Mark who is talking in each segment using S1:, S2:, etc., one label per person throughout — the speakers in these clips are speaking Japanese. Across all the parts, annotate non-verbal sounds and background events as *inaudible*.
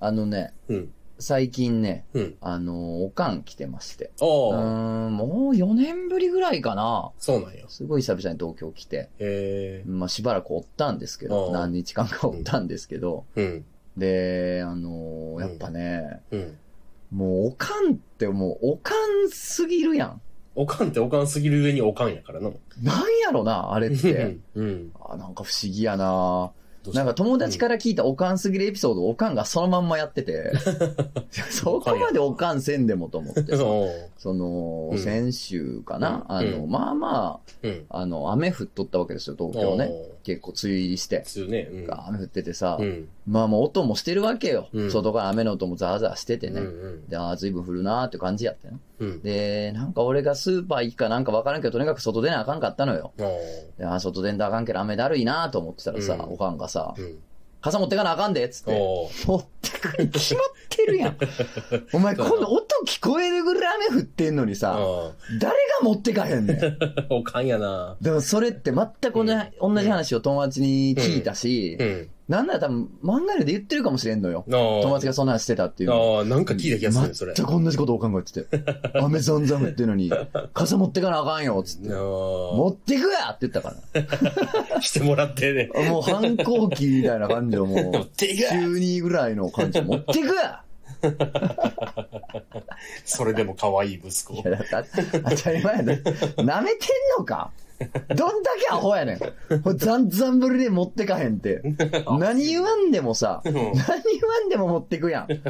S1: あのね、
S2: うん。
S1: 最近ね、
S2: うん。
S1: あの、おかん来てまして。う
S2: ああ、
S1: ーん、もう4年ぶりぐらいかな。
S2: そうなんや。
S1: すごい久々に東京来て、
S2: へえ。
S1: まあしばらくおったんですけ
S2: う
S1: ど、
S2: ん
S1: 何日間かおったんですけど、
S2: うん。
S1: で、あの、やっぱね、
S2: うん。
S1: もうおかんってもうおかんすぎるやん。
S2: おかんっておかんすぎる上におかんやからな。
S1: なんやろな、あれって。
S2: うん。
S1: あなんか不思議やな
S2: どうした
S1: なんか友達から聞いたおかんすぎるエピソードをおかんがそのまんまやって
S2: *laughs*
S1: て、そこまでおかんせんでもと思って。
S2: そう。
S1: その、
S2: うん
S1: 先週かな、
S2: うん
S1: あの、
S2: うん
S1: まあま
S2: うん。
S1: あ、あの、雨降っとったわけですよ、東京ね。
S2: おー。
S1: 結構梅雨入りして
S2: 普。通ね。うん。
S1: 雨降っててさ、
S2: うん。
S1: まあもう音もしてるわけよ。
S2: うん
S1: 外から雨の音もザーザーしててね。
S2: うん
S1: で、ああ、随分降るなーって感じやったよ。
S2: うん。うん。
S1: で、なんか俺がスーパー行くかなんかわからんけど、とにかく外出なあかんかったのよ。
S2: あー
S1: であー外出んとあかんけど雨だるいなーと思ってたらさ、
S2: うん
S1: おかんがさ、
S2: うん。
S1: 傘持ってかなあかんでっつって。
S2: おー
S1: 持ってくに決まってるや
S2: *laughs*
S1: ん。お前、この音聞こえるぐらい雨降ってんのにさ、
S2: あ *laughs*
S1: 誰が持ってかへんねん。
S2: ー。おかんやな。
S1: でもそれって全く同じ,、同じ話を友達に聞いたし、
S2: うん。
S1: なんなら多分漫画で言ってるかもしれんのよ。
S2: 友
S1: 友達がそんな話してたっていうの。
S2: ああ、なんか聞いた気がするね、それ。
S1: 全く同じことを考えて
S2: *laughs*
S1: て。雨ざんざん降ってるのに、傘持ってかなあかんよ、つって。
S2: も
S1: 持ってくやって言ったか
S2: してもらってね。
S1: ら。もう反抗期みたいな感じの
S2: *laughs*
S1: も
S2: 持っ
S1: う、
S2: ていく
S1: 中2ぐらいの感じで持ってくや
S2: それでも可愛い息子
S1: い。や、だって当たり前やで。舐めてんのかどんだけアホやねん。もうざんざんぶりで持ってかへんって。何言わんでもさ、
S2: ん
S1: 何言わんでも持ってくやん。わ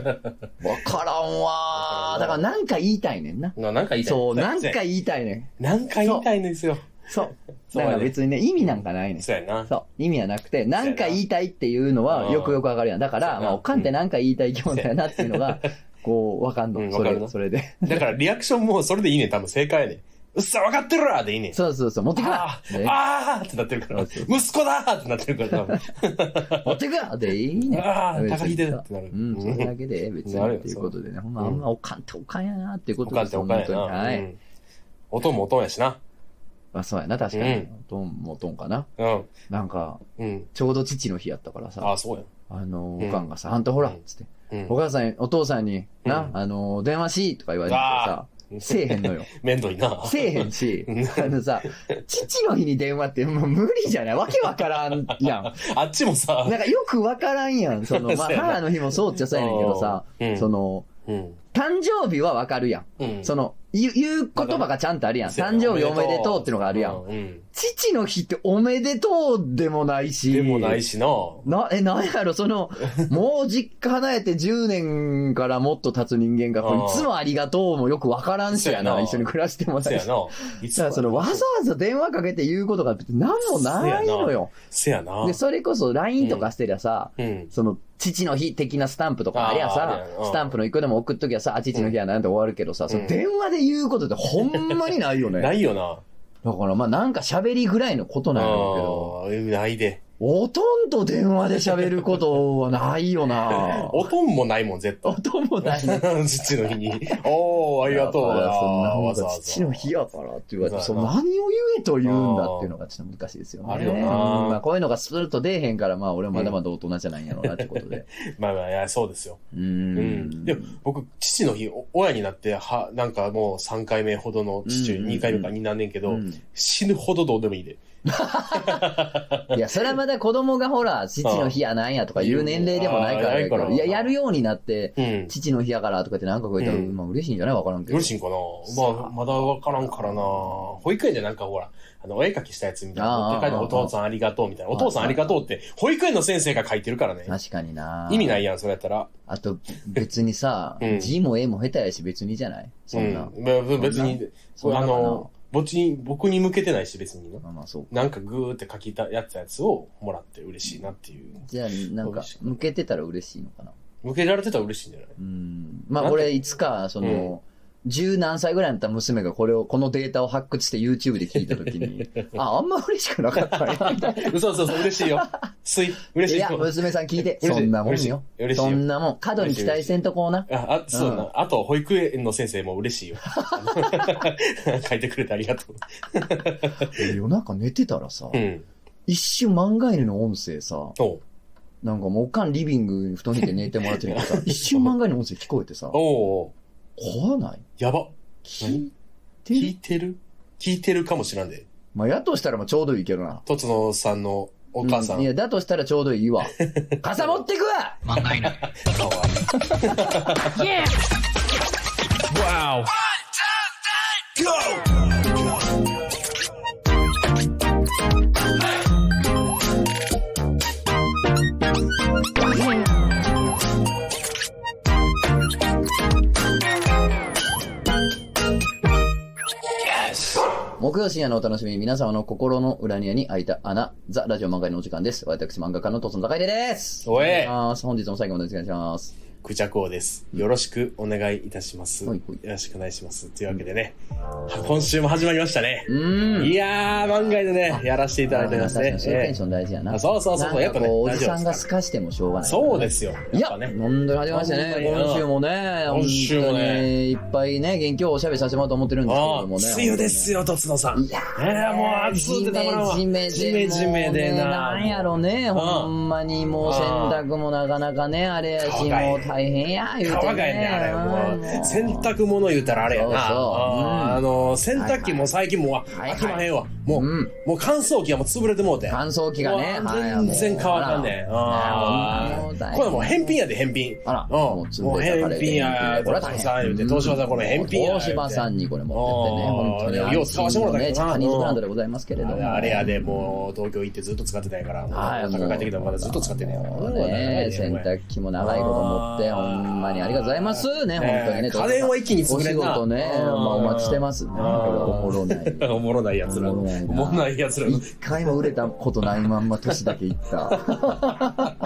S1: からんわー。だからなんか言いたいねんな。
S2: ななんか言いたい。
S1: そう、なんか言いたいねん。
S2: なんか言いたいんですよ。
S1: そう。
S2: そ
S1: だ
S2: うやね
S1: から別にね、意味なんかないねん。
S2: そうやな。
S1: そう。意味はなくて、なんか言いたいっていうの
S2: そうや
S1: は
S2: な
S1: よくよくわかるやん。だか
S2: そうや
S1: ら、
S2: な
S1: まあ、おかんってなんか言いたい生き物だよなっていうのが、こう、わかん
S2: うん
S1: の。そ
S2: わかるな
S1: れ、それで。
S2: だからリアクションもそれでいいね、多分正解やね。うっさ、わかってるわでいいね。
S1: そうそうそう、持ってくな
S2: あーあーってなってるから、息子だーってなってるから、多分
S1: 持ってくよでいいね。
S2: あー高
S1: 引
S2: 秀
S1: い
S2: だってなる
S1: うん、それだけで別に
S2: なるよ
S1: っていうことでね。ほんま、
S2: うん
S1: あんまおかんっておかんやなっていうこ
S2: お
S1: と
S2: か
S1: で
S2: んっ
S1: す
S2: ておかんや
S1: 本当に
S2: な。
S1: は
S2: う
S1: い。
S2: ん音も音やしな。
S1: まあそうやな、確か
S2: う
S1: に
S2: ん。
S1: トンもトンかな。
S2: うん。
S1: なんか、
S2: うん。
S1: ちょうど父の日やったから
S2: あ
S1: さ
S2: あ、、そうや。
S1: あの、
S2: うん
S1: おかんがさ、あんたほら
S2: う
S1: っ
S2: ん
S1: つって、
S2: うん
S1: お。母さん、お父さんに、な
S2: う、ん
S1: あの、電話しとか言われてさ、せえへんのよ。
S2: めんどいな。
S1: せえへんし
S2: うん、
S1: あのさ、父の日に電話ってもう無理じゃないわけわからんやん。
S2: *laughs* あっちもさ、
S1: なんかよくわからんやん。その、まあ、
S2: *laughs* そうやな
S1: 母の日もそうっちゃそうやねんけどさ
S2: うん、
S1: その、
S2: うん。
S1: 誕生日はわかるやん。
S2: うん
S1: その、言う言う言葉がちゃんとあるやん。誕生日おめでとうってのがあるやん。
S2: ううん。
S1: 父の日っておめでとうでもないし。
S2: でもない。しな。
S1: な、え、なんやろ、そ
S2: *laughs*
S1: の、もう実家離れて10年からもっと経つ人間が、
S2: うん
S1: こういつもありがとうもよくわからんしや
S2: そうや
S1: な、
S2: な
S1: 一緒に暮らしても
S2: せ
S1: ない
S2: や
S1: し。
S2: な。
S1: *laughs*
S2: い
S1: だからそのわざわざ電話かけて言うことが別に何もないのよ。
S2: せやな。
S1: で、それこそ LINE とかしてりゃさ、
S2: うん。
S1: その、父の日的なスタンプとかありゃ
S2: あー
S1: さ
S2: あるや、ろ
S1: スタンプの一個でも送っときゃさ、あ、父の日やなんて終わるけどさ、その
S2: うん
S1: 電話で言うことってほんまにないよね。
S2: *laughs* ないよな。
S1: だからまあなんか喋りぐらいのことなんだけど、
S2: あーないで。
S1: ほとんど電話で喋ることはないよ
S2: *laughs*
S1: な
S2: おとんもないもん、絶対。
S1: 音もないね。
S2: *laughs* 父の日に。おー、ありがとう
S1: だか
S2: な。
S1: らそんな
S2: わざ
S1: なん
S2: わ
S1: か
S2: ざ。
S1: 父の日やからって言われて、
S2: そ
S1: そう
S2: や
S1: の
S2: な
S1: 何を言えと言うんだっていうのがちょっと難しいですよね。
S2: あるよな
S1: うんまあこういうのがスルッと出えへんから、まあ俺はまだまだ大人じゃないんやろうなってことで。
S2: まあまあ、いや、そうですよ。
S1: う。
S2: *laughs* うんん。でも、僕、父の日、お親になって、は、なんかもう3回目ほどの父、
S1: うん
S2: 2回目かになんねんけど、
S1: うん
S2: 死ぬほどどうでもいいで。
S1: い
S2: *laughs*
S1: や、それはまだ子供がほら、父の日やなんやとかいう年齢でもないからやけ
S2: ああ
S1: ど、
S2: ない
S1: い
S2: から
S1: や、やるようになって、
S2: うん。
S1: 父の日やからとかって何かこう言ったら、
S2: うん
S1: まあ嬉しいんじゃないわからんけど
S2: よろ。しいんかなまあ、まだわからんからな保育園じゃなんかほら、あの、お絵描きしたやつみたいな。
S1: ああ
S2: 持って帰ってお父さんありがとうみたいな。お父さんありがとうって、保育園の先生が書いてるからね。
S1: 確かにな
S2: 意味ないやん、それやったら。
S1: あと、別にさ
S2: *laughs* うん、
S1: 字も絵も下手やし別にじゃないそんな。
S2: うんまあ、別
S1: そん
S2: に、
S1: そんな
S2: あ
S1: かな
S2: の、僕に、僕に向けてないし、別にな。
S1: まあまあそう。
S2: なんかグーって書きたやつやつをもらって嬉しいなっていう。
S1: じゃあ、なんか、向けてたら嬉しいのかな。
S2: 向けられてたら嬉しいんじゃない
S1: うん。まあ俺、いつか、その、十何歳ぐらいになった娘がこれを、このデータを発掘して YouTube で聞いたとき
S2: *laughs*
S1: に、あ、あんま嬉しくなかったね。
S2: そうそうそう、嬉 *laughs* しいよ。すい、嬉し
S1: い
S2: い
S1: や、
S2: よ。
S1: 娘さん聞いて。
S2: 嬉しい
S1: そんなもん
S2: 嬉しい
S1: よ。
S2: 嬉しいよ
S1: そんなもん。過度に期待せんとこうな。
S2: あ、あ、そうだな。
S1: う
S2: あと、保育園の先生も嬉しい
S1: *laughs*
S2: よ。書いてくれてありがとう。
S1: 夜中寝てたらさ、
S2: うん。
S1: 一瞬漫画犬の音声さ、
S2: おう
S1: なんかもうおかんリビングに布団引いて寝てもらってるけどさ、一瞬漫画の音声聞こえてさ、
S2: おお
S1: 怖ない
S2: やば。
S1: 聞いて
S2: 聞
S1: る
S2: いてる聞いてるかもしらんで。
S1: まあ、やとしたらまあちょうどいいけどな。
S2: とつのさんのお母さん。
S1: ういや、だとしたらちょうどいい
S2: *laughs*
S1: わ。傘持ってくわ
S3: 漫画犬。
S2: かわいい
S3: Wow.
S1: 木曜深夜のお楽しみ、皆様の心の裏庭に開いた穴、ザ・ラジオ漫画のお時間です。私、漫画家のとつの高いでです。
S2: お
S1: 願い
S2: え
S1: します本日も最後までお願いします。
S2: クジャコウです。よろしくお願いいたします。
S1: ほい
S2: よ
S1: ほい
S2: ろしくお願いします。というわけでね、今週も始まりましたね
S1: う。ーん。
S2: いやー、番外でね、やらせていただいてます
S1: 確か
S2: ね
S1: に。そういうテ
S2: え
S1: ンション大事や
S2: え
S1: な。
S2: あそうそうそうそう、や
S1: なんか
S2: っぱ
S1: こ
S2: ね、
S1: う、お
S2: ラ
S1: じ
S2: ジ
S1: さん
S2: オ
S1: が
S2: です
S1: す
S2: か
S1: かしてもしょうが
S2: ら
S1: ない。。
S2: そうですすよ。
S1: いや
S2: やっぱ、ね。
S1: 飲んで始めましたね。
S2: ほんまにな
S1: 今週もね、
S2: 今週
S1: 本
S2: もね
S1: 当にいっぱいね、元気をおしゃべりさせてもらおうと思ってるんですけれ
S2: ああ
S1: どもね。
S2: ー、梅雨ですよ、とつのさん。
S1: いや
S2: えーもう暑うてたまらんわ
S1: ジメジメで。
S2: ジメジメでな
S1: もうねなんやろね、
S2: うん
S1: ほんまにもう洗濯もなかなかね、あれやし、
S2: 乾かへん
S1: もう大変や、言う
S2: 川
S1: て
S2: がやね、あれ。もう、洗
S1: も
S2: 濯物言うたらあれやな。
S1: そうそう
S2: あ
S1: う
S2: ー
S1: ん
S2: あの、洗濯機も最近もう、
S1: はいはい
S2: 開きまへんわ。もう、
S1: うん
S2: もう乾燥機はもう潰れてもうて。
S1: 乾燥機がね
S2: もう
S1: はい
S2: 全然乾かんねん。
S1: もう
S2: あ
S1: もう大
S2: ー
S1: 変
S2: これもう返品やで、返品。
S1: あら
S2: うん
S1: もう積ん
S2: もう
S1: でたから
S2: 返品や、
S1: これは大変
S2: さん言うて、東芝さんこれ返品や。
S1: う東芝さんにこれ持ってってね、
S2: うん
S1: 本当に安心の。
S2: よう使わせてもらったけ
S1: ね、
S2: ど
S1: ジ
S2: な
S1: ャパニーズブランドでございますけれど
S2: あれ
S1: も。
S2: あれやで、もう東京行ってずっと使ってたんやから、もう
S1: はい
S2: 大阪帰ってきたらまだずっと使ってんねやから。
S1: ね洗濯機も長いこと持って、
S2: あ
S1: ほ
S2: ー
S1: んまにありがとうございますね、
S2: ね
S1: 本当にね。
S2: 家電は一気に
S1: お
S2: 潰れ
S1: 仕
S2: んな
S1: 事ね、
S2: うん
S1: まあお待ちしてます。なんかおもろない。
S2: *laughs* おもろないやつら。
S1: お
S2: お
S1: もろないな
S2: もろないやつら。
S1: 一回も売れたことないまんま年だけ行
S2: *laughs*
S1: った。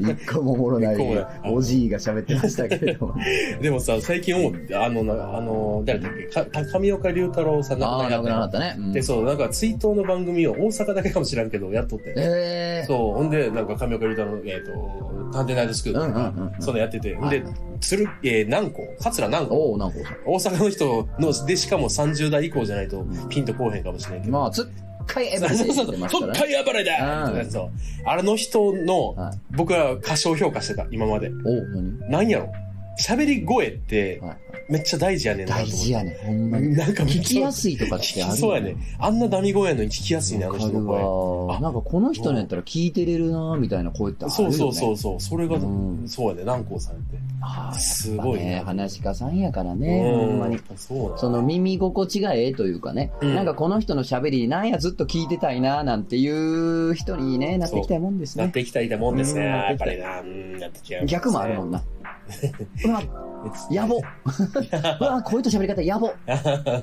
S1: 一個もおもろない
S2: 一個もない。
S1: おじいが喋ってましたけれど
S2: *laughs*
S1: も。
S2: でもさ、最近思って、あの、なあの、誰だっけか、た上岡龍太郎さん亡く
S1: ああ、
S2: なり
S1: な
S2: は
S1: くなかったね。うん
S2: で、そう、なんか追悼の番組を大阪だけかもしらんけど、やっとって。
S1: ええ。
S2: そう、ほんで、なんか上岡龍太郎の、えっ、と、探偵ナイトスクールと
S1: うんうんうんう
S2: か、
S1: ん
S2: そのやってて。ほん
S1: はい
S2: で
S1: はい、
S2: 鶴、えー、南光、桂南光。
S1: おお、なんか
S2: 大阪の人の、で、しかも30代以降じゃないと、ピンとこうへんかもしれんけど。
S1: まあ、つっかいエブリデイ
S2: *laughs* そ
S1: っ
S2: うそ
S1: て
S2: う
S1: ま
S2: そ
S1: し
S2: う、と
S1: た
S2: っ
S1: ね。
S2: かい暴れだ
S1: うん
S2: そう。あの人の
S1: はい、
S2: 僕は過小評価してた、今まで。
S1: おお、何
S2: なんやろ喋り声って、
S1: はいはい
S2: めっちゃ大事やねんなと
S1: 大
S2: 思って。
S1: 事やね、ほんまに。
S2: なんかめ
S1: 聞
S2: っちゃ
S1: きやすいとかっ
S2: 聞
S1: て
S2: き
S1: ある
S2: そうやね。あんなダミ声やのに聞きやすいね、あの
S1: わ
S2: 人
S1: か
S2: の
S1: る
S2: 声。
S1: わ
S2: あ
S1: なんかこの人のやったら聞いてれるなみたいな声ってあるよ
S2: そう
S1: ね。
S2: そうそうそう。それが、
S1: うん
S2: そうやね、南光さんって。
S1: あー
S2: す
S1: やっ
S2: ごいね
S1: ぱね。話し家さんやからね、ほんまに。。
S2: そうな
S1: その耳心地がええというかね、
S2: うん
S1: なんかこの人の喋り、なんやずっと聞いてたいななんていう人にね、なってきたいもんです
S2: なっ
S1: ね。
S2: ていきたいたもんですね。
S1: うんな
S2: や
S1: って
S2: っ
S1: きた
S2: ぱ
S1: い
S2: りな、うん、なってきたいですね
S1: 逆もあるもん。な。う
S2: *laughs*
S1: わ、やぼうわ、声と喋り方やぼ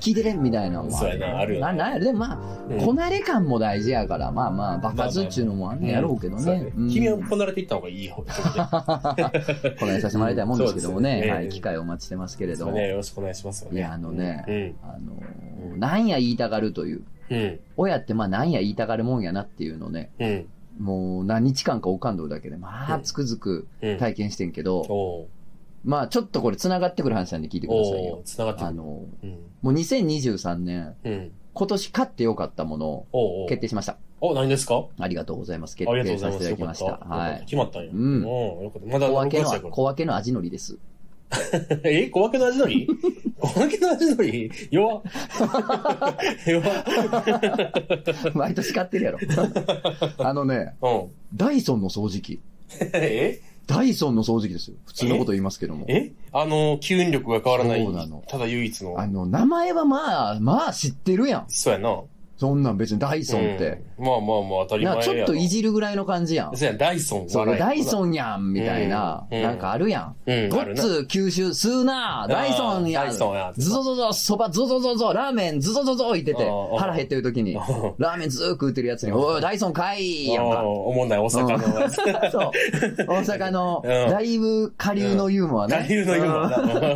S1: 聞いてれんみたいなのもあ
S2: *laughs* そうや
S1: る。
S2: な、あるよ
S1: な
S2: ね。
S1: なんやろでもまあ、こなれ感も大事やから、まあまあ、爆発っちゅうのもあんねやろうけど
S2: そうや
S1: ね。うん
S2: 君はこなれていった方がいい方ってことで
S1: この辺させてもらいたいもんですけども
S2: そう
S1: ね、
S2: ですね
S1: はい、機会をお待ちしてますけれど
S2: そう
S1: も、
S2: ね、よろしくお願いしますよね。
S1: いやあのね
S2: うん。
S1: あのーなんや言いたがるという、
S2: うん。
S1: 親ってまあなんや言いたがるもんやなっていうのをね、
S2: うん。
S1: もう何日間かおかんどるだけで、まあつくづく
S2: うん。
S1: 体験してんけど、
S2: おう
S1: まあちょっとこれ繋がってくる話なんで聞いてください
S2: お
S1: よ
S2: う。繋がって
S1: あ
S2: くる。
S1: のーも
S2: うん。
S1: う2023年、
S2: うん。
S1: 今年買ってよかったものを
S2: おうおう
S1: 決定しました。
S2: お、何ですか
S1: ありがとうございます。
S2: あり
S1: 決
S2: がとう
S1: 定さ
S2: ござい
S1: せ
S2: ま
S1: て
S2: す。
S1: いただきましたた。
S2: よかっ。よか
S1: は
S2: った
S1: い。
S2: 決まったんや。
S1: うん
S2: おうよかった。まだ
S1: 小分け
S2: 6月や
S1: の、
S2: から
S1: 小分けの味のりです。 *laughs*
S2: *laughs* え、小分けの味のり小分けの味のり弱
S1: *laughs*
S2: っ弱っ
S1: 毎年買ってるやろ。 *laughs* あのね、
S2: うん。
S1: ダイソンの掃除機。
S2: え
S1: ダイソンの掃除機ですよ。普通のこと言いますけども。
S2: えあの、吸引力が変わらない。
S1: そうなの
S2: ただ唯一の
S1: あ。の、名前はまあ、まあ知ってるやん。
S2: そうやな。
S1: そんなん別にダイソンって。
S2: うん。まあまあまあ、当たり
S1: なんか
S2: 前
S1: ちょ
S2: や
S1: っと
S2: な。
S1: いじるぐらいの感じやん。
S2: そうや、ダイソン。
S1: そう、
S2: 笑い
S1: ダイソンやんみたいな、
S2: うん
S1: なんかあるや。
S2: うんん
S1: ご
S2: ある
S1: っ
S2: な
S1: つ吸収すうなダイソンや
S2: ダイソンや
S1: ズゾゾゾ、そばズゾゾゾ、ラーメンズゾゾゾいってて
S2: あー、
S1: 腹減ってる時に、ラーメンずー食うてるやつに、おい、ダイソンかいやんか。
S2: おおもんない大阪のやつ。
S1: そう。大阪の、
S2: うん
S1: だいぶ下流のユーモアね。
S2: 大流のユーモアな。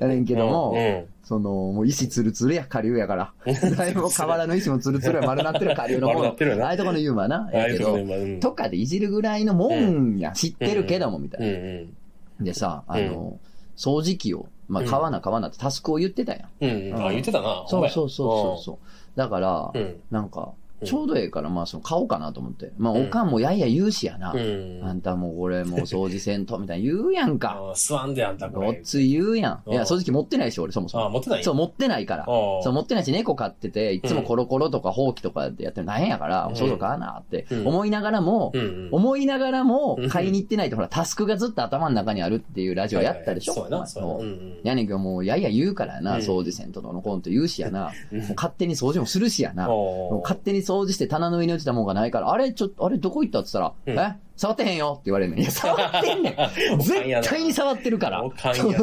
S1: やねん *laughs* けども、
S2: うん
S1: その、もう石ツルツルや、下流や
S2: *laughs*
S1: から。だいぶ河原の石もツルツルや、丸なってる下流の方
S2: 丸なってるよな
S1: ああいうとこのユーモアな。
S2: ああ
S1: や
S2: い
S1: け
S2: うとこ
S1: ど
S2: で、今うん
S1: とかでいじるぐらいのもんや、知ってるけども、みた
S2: う
S1: い
S2: ん
S1: な。
S2: うん。
S1: でさ、あの、掃除機を、まあ、買わな買わなってタスクを言ってたやん。
S2: うんうん。あ、言ってたな。
S1: そうそうそうそう
S2: う。
S1: そう。だから
S2: う、ん。
S1: なんか、ちょうどええから、まあ、その買おうかなと思って。まあ、
S2: うん
S1: おかんもやいや言うしやな。
S2: うん。
S1: あんたもうこれもう掃除せんと、みたいな言うやんか。
S2: あー吸わんで *laughs* あんたこ
S1: ごっ
S2: れ。
S1: つい言うやん。い
S2: うん
S1: や、正直持ってないし、俺そもそ
S2: あー、
S1: も。
S2: 持ってない
S1: そう、持ってないから。
S2: あ
S1: そう、
S2: う。
S1: 持ってないし、猫飼ってて、いつもコロコロとかほうきとかでやってるの大変やから、
S2: うん
S1: そうそう買わなって
S2: うん
S1: 思いながらも、
S2: うんうん。
S1: 思いながらも
S2: うん
S1: 買いに行ってないと、ほら、タスクがずっと頭の中にあるっていうラジオやったでしょ、
S2: はいはいはいそうやな、
S1: お前も
S2: そうやな。うんうん
S1: やねんけど、もう、やいや言うからな、
S2: うん
S1: 掃除せんとどうのコンと言うしやな、も
S2: うん
S1: う勝手に掃除もするしやな、
S2: おー
S1: 勝手に掃除して棚の上に落ちたもんがないから、あれ、ちょっと、あれ、どこ行ったって言ったら、え触ってへんよって言われるねん。いや、触ってんねん。
S2: おかんやな
S1: 絶対に触ってるから。
S2: おかんやね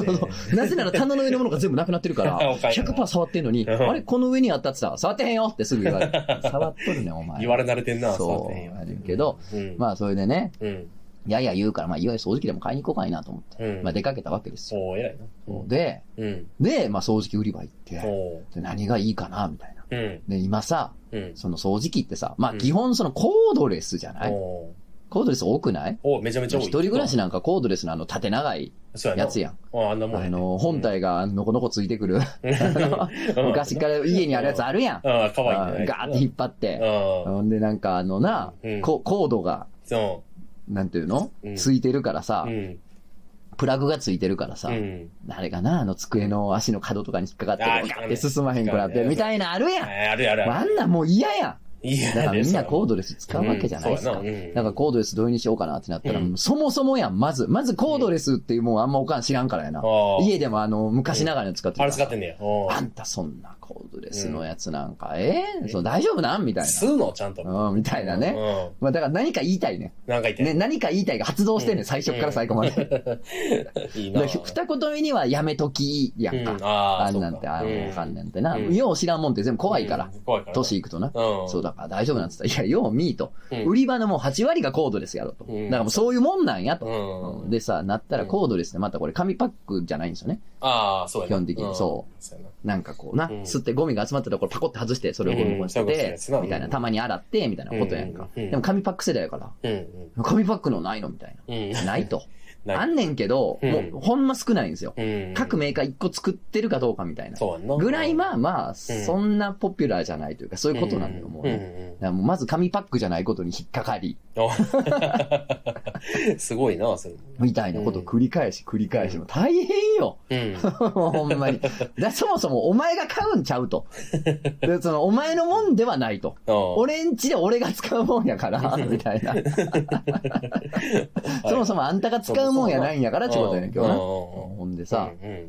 S1: なぜなら棚の上のものが全部なくなってるから、
S2: *laughs* おかんやな
S1: 100%触ってんのに、
S2: うん
S1: あれ、この上にあったって言ったら、触ってへんよってすぐ言われる。触っとるねん、お前。
S2: 言われ慣れてんな、
S1: そう
S2: だね
S1: あるけど、
S2: うん。
S1: まあ、それでね、
S2: うん。
S1: やや言うから、まあ、いわゆる掃除機でも買いに行こうかいなと思って、
S2: うん
S1: まあ、出かけたわけですよ。
S2: おー、偉いな。うん
S1: で、
S2: うん。
S1: で、まあ、掃除機売り場行って、
S2: おー。
S1: で何がいいかな、みたいな。
S2: うん。
S1: で、今さ、
S2: うん。
S1: その掃除機ってさ、まあ、
S2: うん
S1: 基本そのコードレスじゃない、
S2: おー
S1: コードレス多くない
S2: おー、めちゃめちゃ多い。
S1: 一人暮らしなんかコードレスのあの縦長い
S2: そうな
S1: やつやん。
S2: あーあんなもんや
S1: あ
S2: ね。
S1: の、本体がのこのこついてくる。
S2: うん、
S1: 昔から家にあるやつあるやん。
S2: うん。ああ、かわいいね。
S1: ガーって引っ張って。
S2: ああ、
S1: ほんでなんかあのな、
S2: うん
S1: こコードが、
S2: そ
S1: なんていうの
S2: うん
S1: ついてるからさ
S2: う。う、ん。
S1: プラグがついてるからさ
S2: う、ん。
S1: あれがな、あの机の足の角とかに引っかかって、
S2: あー
S1: ガーっ
S2: ね
S1: て進まへんくなって、みたいなあるやん。
S2: あるある
S1: あ
S2: あ
S1: んなんもう嫌やん。
S2: る。いや、
S1: だからみんなコー
S2: う
S1: ドレス使うわけじゃないですか。
S2: うんそうやなうん
S1: だからコードレスどういうにしようかなってなったら、
S2: うん
S1: そもそもやん、まず。まずコードレスっていうもんあんまおかん知らんからやな。
S2: ああ
S1: 家でもあの、昔ながらの使って
S2: あ
S1: る
S2: れ
S1: か
S2: 使っ
S1: ら。
S2: てんねや。お
S1: あんたそんなコードレスのやつなんか、ええそう大丈夫なんみたい
S2: 吸うの、ちゃんと。
S1: な。うん、みたいなね。
S2: ね。
S1: まあだから何か言いたいね。
S2: うん。なんか言って。
S1: ね、何か言いたいが発動してんね
S2: うん
S1: ん、最初から最後まで。だか
S2: いいな。
S1: ら *laughs* 二言目にはやめときやん
S2: うん
S1: か。
S2: あ
S1: あんなんて、あの、
S2: の
S1: おかんなんてな。
S2: うん
S1: よう知らんもんって全部怖いから。。
S2: うん怖いから。
S1: 年いくとな。
S2: うん。
S1: そうだから大丈夫なんつったら、いや、よう見いと。
S2: うん
S1: 売り場のもう8割がコードレスやろと。
S2: うん
S1: だからもうそういうもんなんやと。
S2: う
S1: うん
S2: ん。
S1: でさ、なったらコードレスで、またこれ紙パックじゃないんですよね。
S2: ああ、そうやな
S1: 基本的にそう
S2: うん。そうやな
S1: なんかこうな、
S2: うん
S1: 吸ってゴミが集まったところパコって外して、それをゴミにして
S2: うんそういうことで
S1: て
S2: すな、
S1: みたいな、たまに洗って、みたいなことやんか。
S2: うんうん
S1: でも紙パック世代やから、
S2: うん
S1: 紙パックのないのみたい
S2: うん。うん
S1: な。ない。と。あ
S2: *laughs* ない。
S1: んねんけど、
S2: うん
S1: もうほんま少ないんですよ。
S2: うん
S1: 各メーカー1個作ってるかどうかみたいな。
S2: そうやんな。
S1: ぐらい、まあまあ、
S2: うん
S1: そんなポピュラーじゃないというか、そういうことなんだと思うね。
S2: ね
S1: だ。からもうまず紙パックじゃないことに引っかかり、
S2: お *laughs* すごいな、それ。
S1: みたいなことを繰り返し繰り返し、もう大変よ。 *laughs*
S2: うん。
S1: ほんまに。だそもそもお前が買うんちゃう *laughs* と。でそのお前のもんではないと。
S2: 俺、
S1: 俺んちで俺が使うもんやから、みたいな。そもそもあんたが使うもんやないんやからってことやねんけどな。
S2: ど
S1: ほんでさ、
S2: うんうん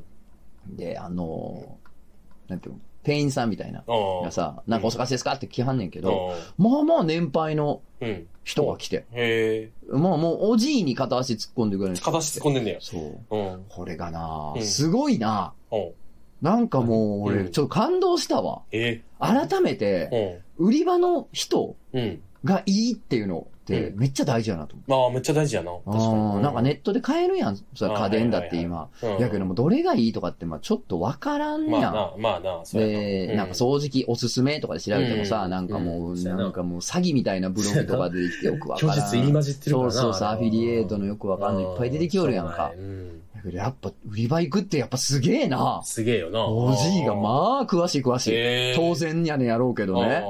S1: で、あのーなんていうの、店員さんみたいな。
S2: うん
S1: がさ、なんかお忙しいですかって来はんねんけど、
S2: う
S1: まあまあ年配の
S2: んうん。
S1: 人が来て、
S2: へえ。
S1: まあもうおじいに片足突っ込んでくれるんですよ
S2: 片足突っ込んでんねや。
S1: そう。
S2: うん。
S1: これがな
S2: う、ん
S1: すごいな。
S2: うん。
S1: なんかもう、
S2: う
S1: 俺、
S2: ん
S1: ちょっと感動したわ。
S2: え
S1: 改めて、
S2: え。
S1: 売り場の人
S2: うん。うん。
S1: がいいっていうのって
S2: う、
S1: めっちゃ大事やなと思う。
S2: まあ、めっちゃ大事やな。確かに
S1: あー。なんかネットで買えるやん。それ
S2: あー
S1: 家電だって
S2: はいはい
S1: 今。
S2: うん。
S1: やけども、どれがいいとかって、まあちょっとわからん
S2: まあ
S1: やん。
S2: な、まあな、そうや
S1: で、なんか掃除機おすすめとかで調べても
S2: う
S1: さ、
S2: ん
S1: なんかも
S2: う
S1: う、
S2: んそうやな
S1: なんかもう詐欺みたいなブログとかでよくわからん。
S2: 混じっ
S1: そうそうそう、アフィリエイトのよくわかんない。いっぱい出てきよるやんか
S2: う。うん。
S1: だけどやっぱ、売り場行くってやっぱすげえな。
S2: すげえよな。
S1: おじいが
S2: あ
S1: まあ詳しい詳しい。
S2: ー、
S1: 当然やねやろうけど
S2: ね
S1: ね。。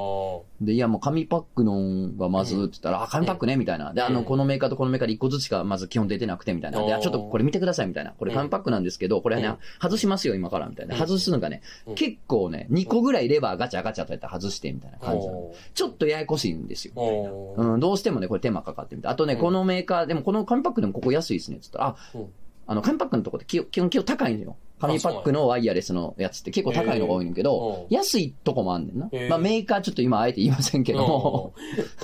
S1: で、いや、もう紙パックのがまずって言ったら、あ、紙パックね、みたいな。で、あ
S2: う
S1: の、
S2: ん
S1: このメーカーとこのメーカーで一個ずつしかまず基本出てなくて、みたいな。で、
S2: お
S1: あ
S2: ー
S1: ちょっとこれ見てください、みたいな。これ紙パックなんですけど、これ
S2: う
S1: ね
S2: ん、
S1: 外しますよ、今から、みたいな。
S2: うん
S1: 外すのがね
S2: うん、
S1: 結構ね、2個ぐらいレバーガチャガチャとやったら外して、みたいな感じなの。
S2: おー
S1: ちょっとややこしいんですよ。
S2: おー
S1: うん、どうしてもね、これ手間かかってみた。あとね、
S2: うん
S1: このメーカー、でもこの紙パックでもここ安いですね、っつったら、あ、
S2: うん
S1: あの、紙パックのとこって基本、基本、基本高いのよ。紙パックのワイヤレスのやつって結構高いのが多いねんだけど、
S2: へ
S1: 安いとこもあんねんな
S2: へ。ー
S1: まあメーカーちょっと今あえて言いませんけども、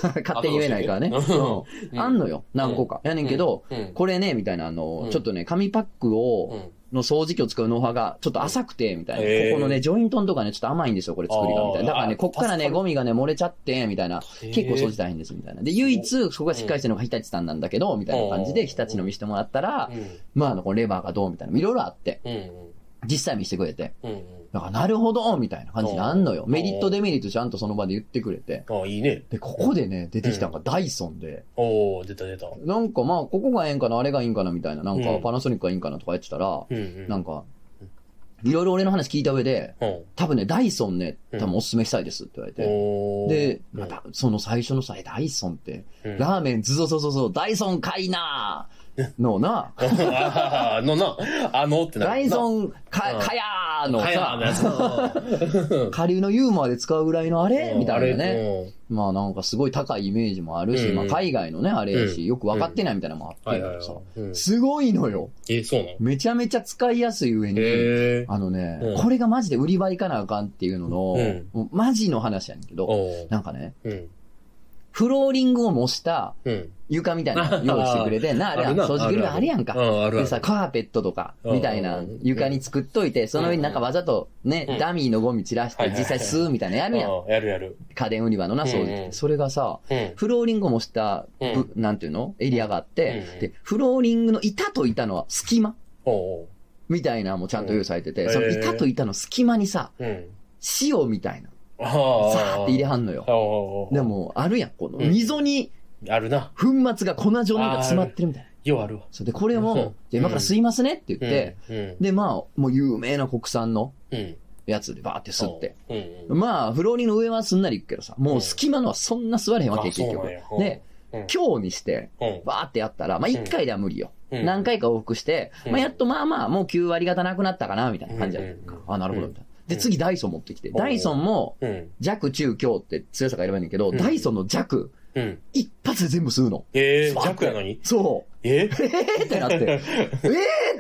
S1: 勝手に言えないからね。
S2: あそう
S1: うんあんのよ、何個か。やねんけど、、
S2: うん
S1: これね、みたいな、あの
S2: う、ん
S1: ちょっとね、紙パック
S2: う
S1: を、
S2: ん
S1: の掃除機を使うノウハウがちょっと浅くて、みたい
S2: へ
S1: な。
S2: ー
S1: ここのね、ジョイントのとこがね、ちょっと甘いんですよ、これ作りが、みたいな。だから
S2: あ
S1: ね、
S2: ー
S1: こっから
S2: 助か
S1: ね、
S2: る
S1: ゴミがね、漏れちゃって、みたいな。結構掃除大変ですみたいな。で、唯一、そこがしっかりしてるのが日立さんなんだけど、みたいな感じ
S2: う
S1: で、
S2: ん
S1: 日立の見せてもらったら、
S2: うん
S1: まああの、このレバーがどうみたいな、いろいろあって、
S2: うん
S1: 実際見せてくれて、
S2: うんうん
S1: だから、なるほどみたいな感じになんのよ。
S2: うん
S1: メリット、デメリットちゃんとその場で言ってくれて。
S2: うんあいいね。
S1: で、ここでね、出てきたのがダイソンで、
S2: おお出た出た。
S1: なんかまあ、ここがええんかな、あれがいいんかな、みたいな、なん
S2: う
S1: か
S2: ん
S1: パナソニックがいいんかなとか言ってたら、
S2: うんうん
S1: なんか
S2: うん、
S1: いろいろ俺の話聞いた上で、
S2: うん。
S1: 多分ね、ダイソンね、
S2: うん
S1: 多分おすすめしたいですって言われて。
S2: おー
S1: で、ま、
S2: う
S1: た、その最初のさ、えダイソンって、
S2: ん
S1: ラーメン、ずぞぞぞぞ、ダイソンかいなーのな、
S2: あのな、あのってなる。
S1: ダイソンか
S2: う、ん
S1: かやーの
S2: なはいあのや
S1: さ、
S2: つうん
S1: 下流のユーモアで使うぐらいのあれ
S2: うん
S1: みたいな
S2: あ
S1: *laughs*
S2: れ
S1: ね。
S2: うん
S1: まあなんかすごい高いイメージもあるし、
S2: うん
S1: まあ海外のね、あれや
S2: うん
S1: し、よく分かってないみたいなのもあっ
S2: は
S1: て
S2: い
S1: る
S2: はい
S1: け
S2: は
S1: どさ
S2: い。うん
S1: すごいのよ。
S2: え、そうなの
S1: めちゃめちゃ使いやすい上に、
S2: へえ。
S1: あのね、
S2: うん
S1: これがマジで売り場行かなあかんっていうのの、
S2: うん
S1: もうマジの話やねんけど、
S2: おー
S1: なんかね、
S2: うん。
S1: フローリングを模した
S2: うん。
S1: 床みたいなの用意してくれ
S2: *laughs*
S1: て、な、あれやん、掃除機があるやんか
S2: う。ん、あるあ
S1: で
S2: る。
S1: さ、カーペットとか、みたいな
S2: うん
S1: 床に作っといて、その上になんかわざとね
S2: うん、
S1: ダミーのゴミ散らして
S2: はい、はいはい
S1: 実際吸うみたいなのやるやん。
S2: うんやるやる。
S1: 家電売り場のな、掃
S2: うん
S1: 除
S2: うん
S1: 機。それがさ、
S2: うん。
S1: フローリングを模した、ぶ
S2: うん
S1: なんていうのエリアがあって
S2: うん、
S1: で、フローリングの板と板の隙間
S2: おう
S1: みたいなのもちゃんと用意されて
S2: う
S1: て、
S2: ん
S1: その
S2: へー
S1: 板と板の隙間にさ、
S2: おう。うん。
S1: 塩みたいな、
S2: ああ。
S1: ザーって入れはんのよ
S2: お。うおうおう
S1: で、も、あるやん、この
S2: うん
S1: 溝に
S2: あるな。
S1: 粉末が粉状のが詰まってるみたいな。
S2: ようあるわ。
S1: そうで、これ
S2: うん
S1: も、じゃあ今から吸いますねって言って、
S2: うん、うん。
S1: で、まあ、もう有名な国産の
S2: うん。
S1: やつでバーって吸って。
S2: うん。うん。
S1: まあ、フローリングの上はすんなりいくけどさ、もう隙間のはそんな吸われへんわけ、
S2: あ
S1: 結
S2: そうな
S1: 局
S2: んや。
S1: で、
S2: うん
S1: 今日にして、
S2: うん。
S1: バーってやったら、まあ1回では無理よ。
S2: うん
S1: 何回か往復して、
S2: うん
S1: まあやっとまあまあ、もう9割方なくなったかな、みたいな感じだった
S2: うん
S1: あ、なるほど、みたいな。で、
S2: うん
S1: 次ダイソン持ってきて、
S2: おう
S1: ダイソンも
S2: うん。
S1: 弱、中、強って強さがいればいいんだけど、
S2: うん
S1: ダイソンの弱、
S2: うん。
S1: 一発で全部吸うの。
S2: ええ
S1: スパッ
S2: ー、弱やのに
S1: そう。え
S2: え
S1: ーってな
S2: *laughs*
S1: って、えーって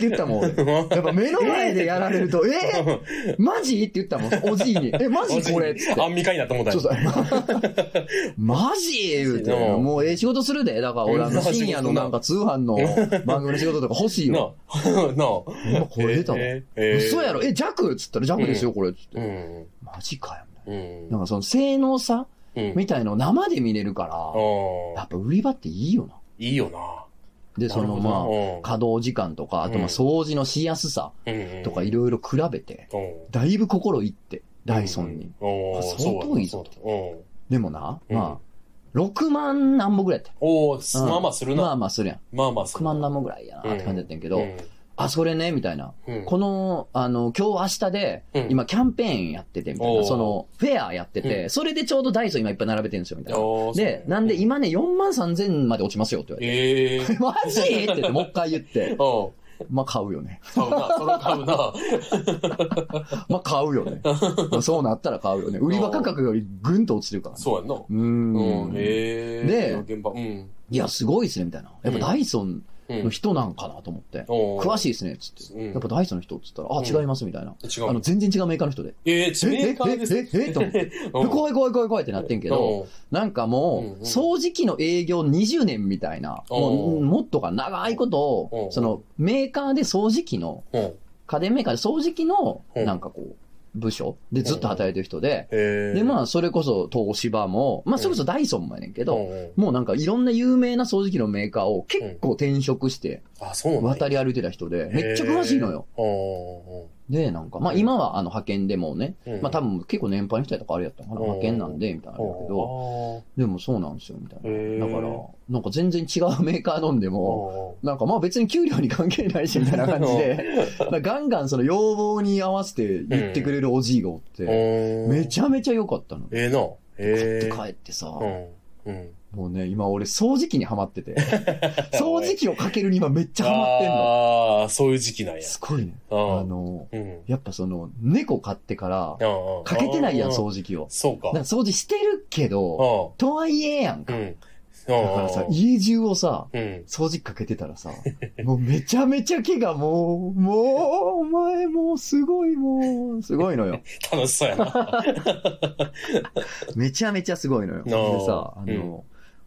S1: 言ったもん。 *laughs* 俺やっぱ目の前でやられる
S2: *laughs*
S1: と、えーマジって言ったもん、おじいに。え、マジこれっつって。
S2: アンミカになって思ったん
S1: そう
S2: や
S1: そう。
S2: *laughs*
S1: マジ言うて。
S2: うん
S1: もうええ仕事するで。だから俺あの深夜のなんか通販の番組の仕事とか欲しい
S2: な
S1: よ。
S2: あ、 *laughs* なあ。
S1: 今これ出たわ。
S2: えー
S1: 嘘やろえ、弱っつったら弱ですよ、これ。つっ
S2: う
S1: て。
S2: ん。
S1: マジかよ。みたい
S2: う
S1: な
S2: ん。
S1: なんかその性能差
S2: うん。
S1: みたいのを生で見れるから、
S2: あ
S1: や
S2: あ
S1: っぱ売り場っていいよな。
S2: いいよな。
S1: で、そのまあ、
S2: あ
S1: 稼働時間とか、あとまあ
S2: うん
S1: 掃除のしやすさとかいろいろ比べて、
S2: ろ。うん
S1: だいぶ心いって、ダイソンに。。
S2: お
S1: あ
S2: お、
S1: 相当いいぞ
S2: そうだうん。
S1: でもな、
S2: うん
S1: まあ、6万何本ぐらいやっ
S2: おお、
S1: た。うん
S2: まあまあする
S1: まあ
S2: な。
S1: まあするやん。
S2: まあまあす
S1: 100
S2: るな。
S1: 万何本ぐらいやなって感じだったんやけど、あ、それね、みたいな。
S2: うん。うん
S1: この、あの、今日明日で、
S2: うん
S1: 今キャンペーンやってて、みたい
S2: お
S1: な。
S2: ー
S1: その、フェアやってて、
S2: う
S1: それでちょうどダイソー今いっぱい並べてるんですよ、みたいな。
S2: おー
S1: で
S2: そ、う
S1: なんで今ね、4万3000まで落ちますよって言われて。
S2: ええー。
S1: マジって言って、もう一回言って。
S2: おう
S1: まあ、買うよね。
S2: 買うな、それ買うな。
S1: まあ、買うよね。まあそうなったら買うよね。売り場価格よりぐんと落ちてるから、ね。
S2: *laughs* そうやんな。
S1: うー。
S2: うんん、ええ
S1: で
S2: 現場、うん。
S1: いや、すごいですね、みたいな。やっぱダイソン
S2: うん
S1: の。人なんかなと思って。詳
S2: 詳
S1: しいですね、つって。
S2: うん
S1: やっぱダイソンの人っつったら、あ、
S2: うん
S1: 違います、みたいな。
S2: い。違
S1: あ
S2: う
S1: の、。全然違うメーカーの人で。
S2: ええー、メーカーです。
S1: え、え、え、え、と思って。
S2: うん
S1: 怖い怖い怖い怖いってなってんけど、、なんか
S2: うん
S1: も
S2: うん
S1: う、掃除機の営業20年みたいな、
S2: うん
S1: もう、もっとか長いこと
S2: うんう
S1: を、
S2: ん
S1: その、メーカーで掃除機の、
S2: うんうん
S1: 家電メーカーで掃除機の、
S2: うん
S1: なんかこう、部署でずっと働いてる人で、
S2: へ
S1: で、ま
S2: あ、
S1: あ、それこそ東芝も、まあ、それこそダイソンもやねんけ
S2: うん
S1: ど、
S2: うん
S1: もうなんかいろんな有名な掃除機のメーカーを結構転職して
S2: あ、そうなん
S1: 渡
S2: だ。
S1: り歩いてた人で、めっちゃ詳しいのよ。
S2: へー。
S1: で、なんか、まあ今はあの派遣でもうね、
S2: うん
S1: まあ多分結構年配の人やとかあれやったのかな、
S2: うん
S1: 派遣なんで、みたいなのあるけど、
S2: ど、
S1: でもそうなんですよ、みたいな。
S2: へー
S1: だから、なんか全然違うメーカー飲んでも、
S2: お
S1: なんかまあ別に給料に関係ないし、みたいな感じで、
S2: *laughs*
S1: だからガンガンその要望に合わせて言ってくれるおじいがおって、め
S2: め
S1: ちゃめちゃ良かったの。
S2: ええな。え
S1: 買
S2: え。
S1: って帰ってさ、
S2: うん。うん。
S1: もうね、今俺掃除機にハマって
S2: *laughs*
S1: て、掃除機をかけるに今めっちゃハマってんの。
S2: ああ、そういう時期なんや。
S1: すごいね。
S2: あ
S1: あ
S2: うん。
S1: の、
S2: うん
S1: やっぱその、猫飼ってから、
S2: うん
S1: かけてないやん、
S2: うん
S1: 掃除機を。
S2: そうか
S1: なん。か掃除してるけど、
S2: う
S1: とはいえやんか。
S2: ん。う
S1: だ
S2: ん。
S1: からさ、家中をさ、
S2: うん。
S1: 掃除機かけてた
S2: *laughs*
S1: らさ、もうめちゃめちゃ毛がもう、もう、お前もうすごいもう、すごい
S2: *laughs*
S1: のよ。
S2: 楽しそうやな。
S1: めちゃめちゃすごいのよ。
S2: あ
S1: で
S2: ー
S1: さ、あの、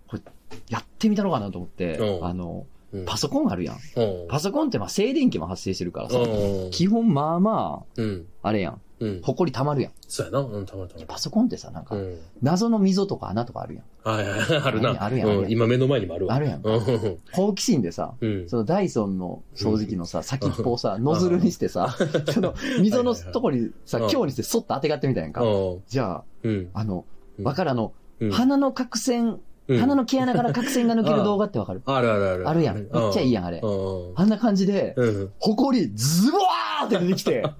S1: これ、やってみたのかなと思って
S2: う、ん
S1: あの、
S2: うん
S1: パソコンあるやん。
S2: うん
S1: パソコンってまあ静電気も発生してるからさ、
S2: うん
S1: 基本まあま
S2: うん。
S1: あ、あれやん。
S2: うん。
S1: ほこり溜まるやん。
S2: そうやな。うん、たまるたまる。
S1: パソコンってさ、なんか
S2: う、ん。
S1: 謎の溝とか穴とかあるやん。
S2: はいはいはい、あるな。
S1: あるやんあるやん
S2: うん今目の前にもあるわ。
S1: あるやん
S2: うん。
S1: 好奇心でさ、
S2: うん。
S1: そのダイソンの掃除機のさ、先っぽをさ、ノズルにしてさ、その溝のとこにさ、
S2: はいはいはい
S1: 強にしてそっと当てがってみたやんか。じゃ
S2: うん。
S1: あ、あの、
S2: うん
S1: わかるあの、
S2: うん
S1: 鼻の角栓
S2: うん
S1: 鼻の毛穴から角線が抜ける動画ってわかる
S2: あるあるある。
S1: あるやん。めっちゃいいやん、あれ
S2: う。ん。
S1: あんな感じで、 *laughs*
S2: うん。
S1: ほこり、ズボーって出てきて、塊が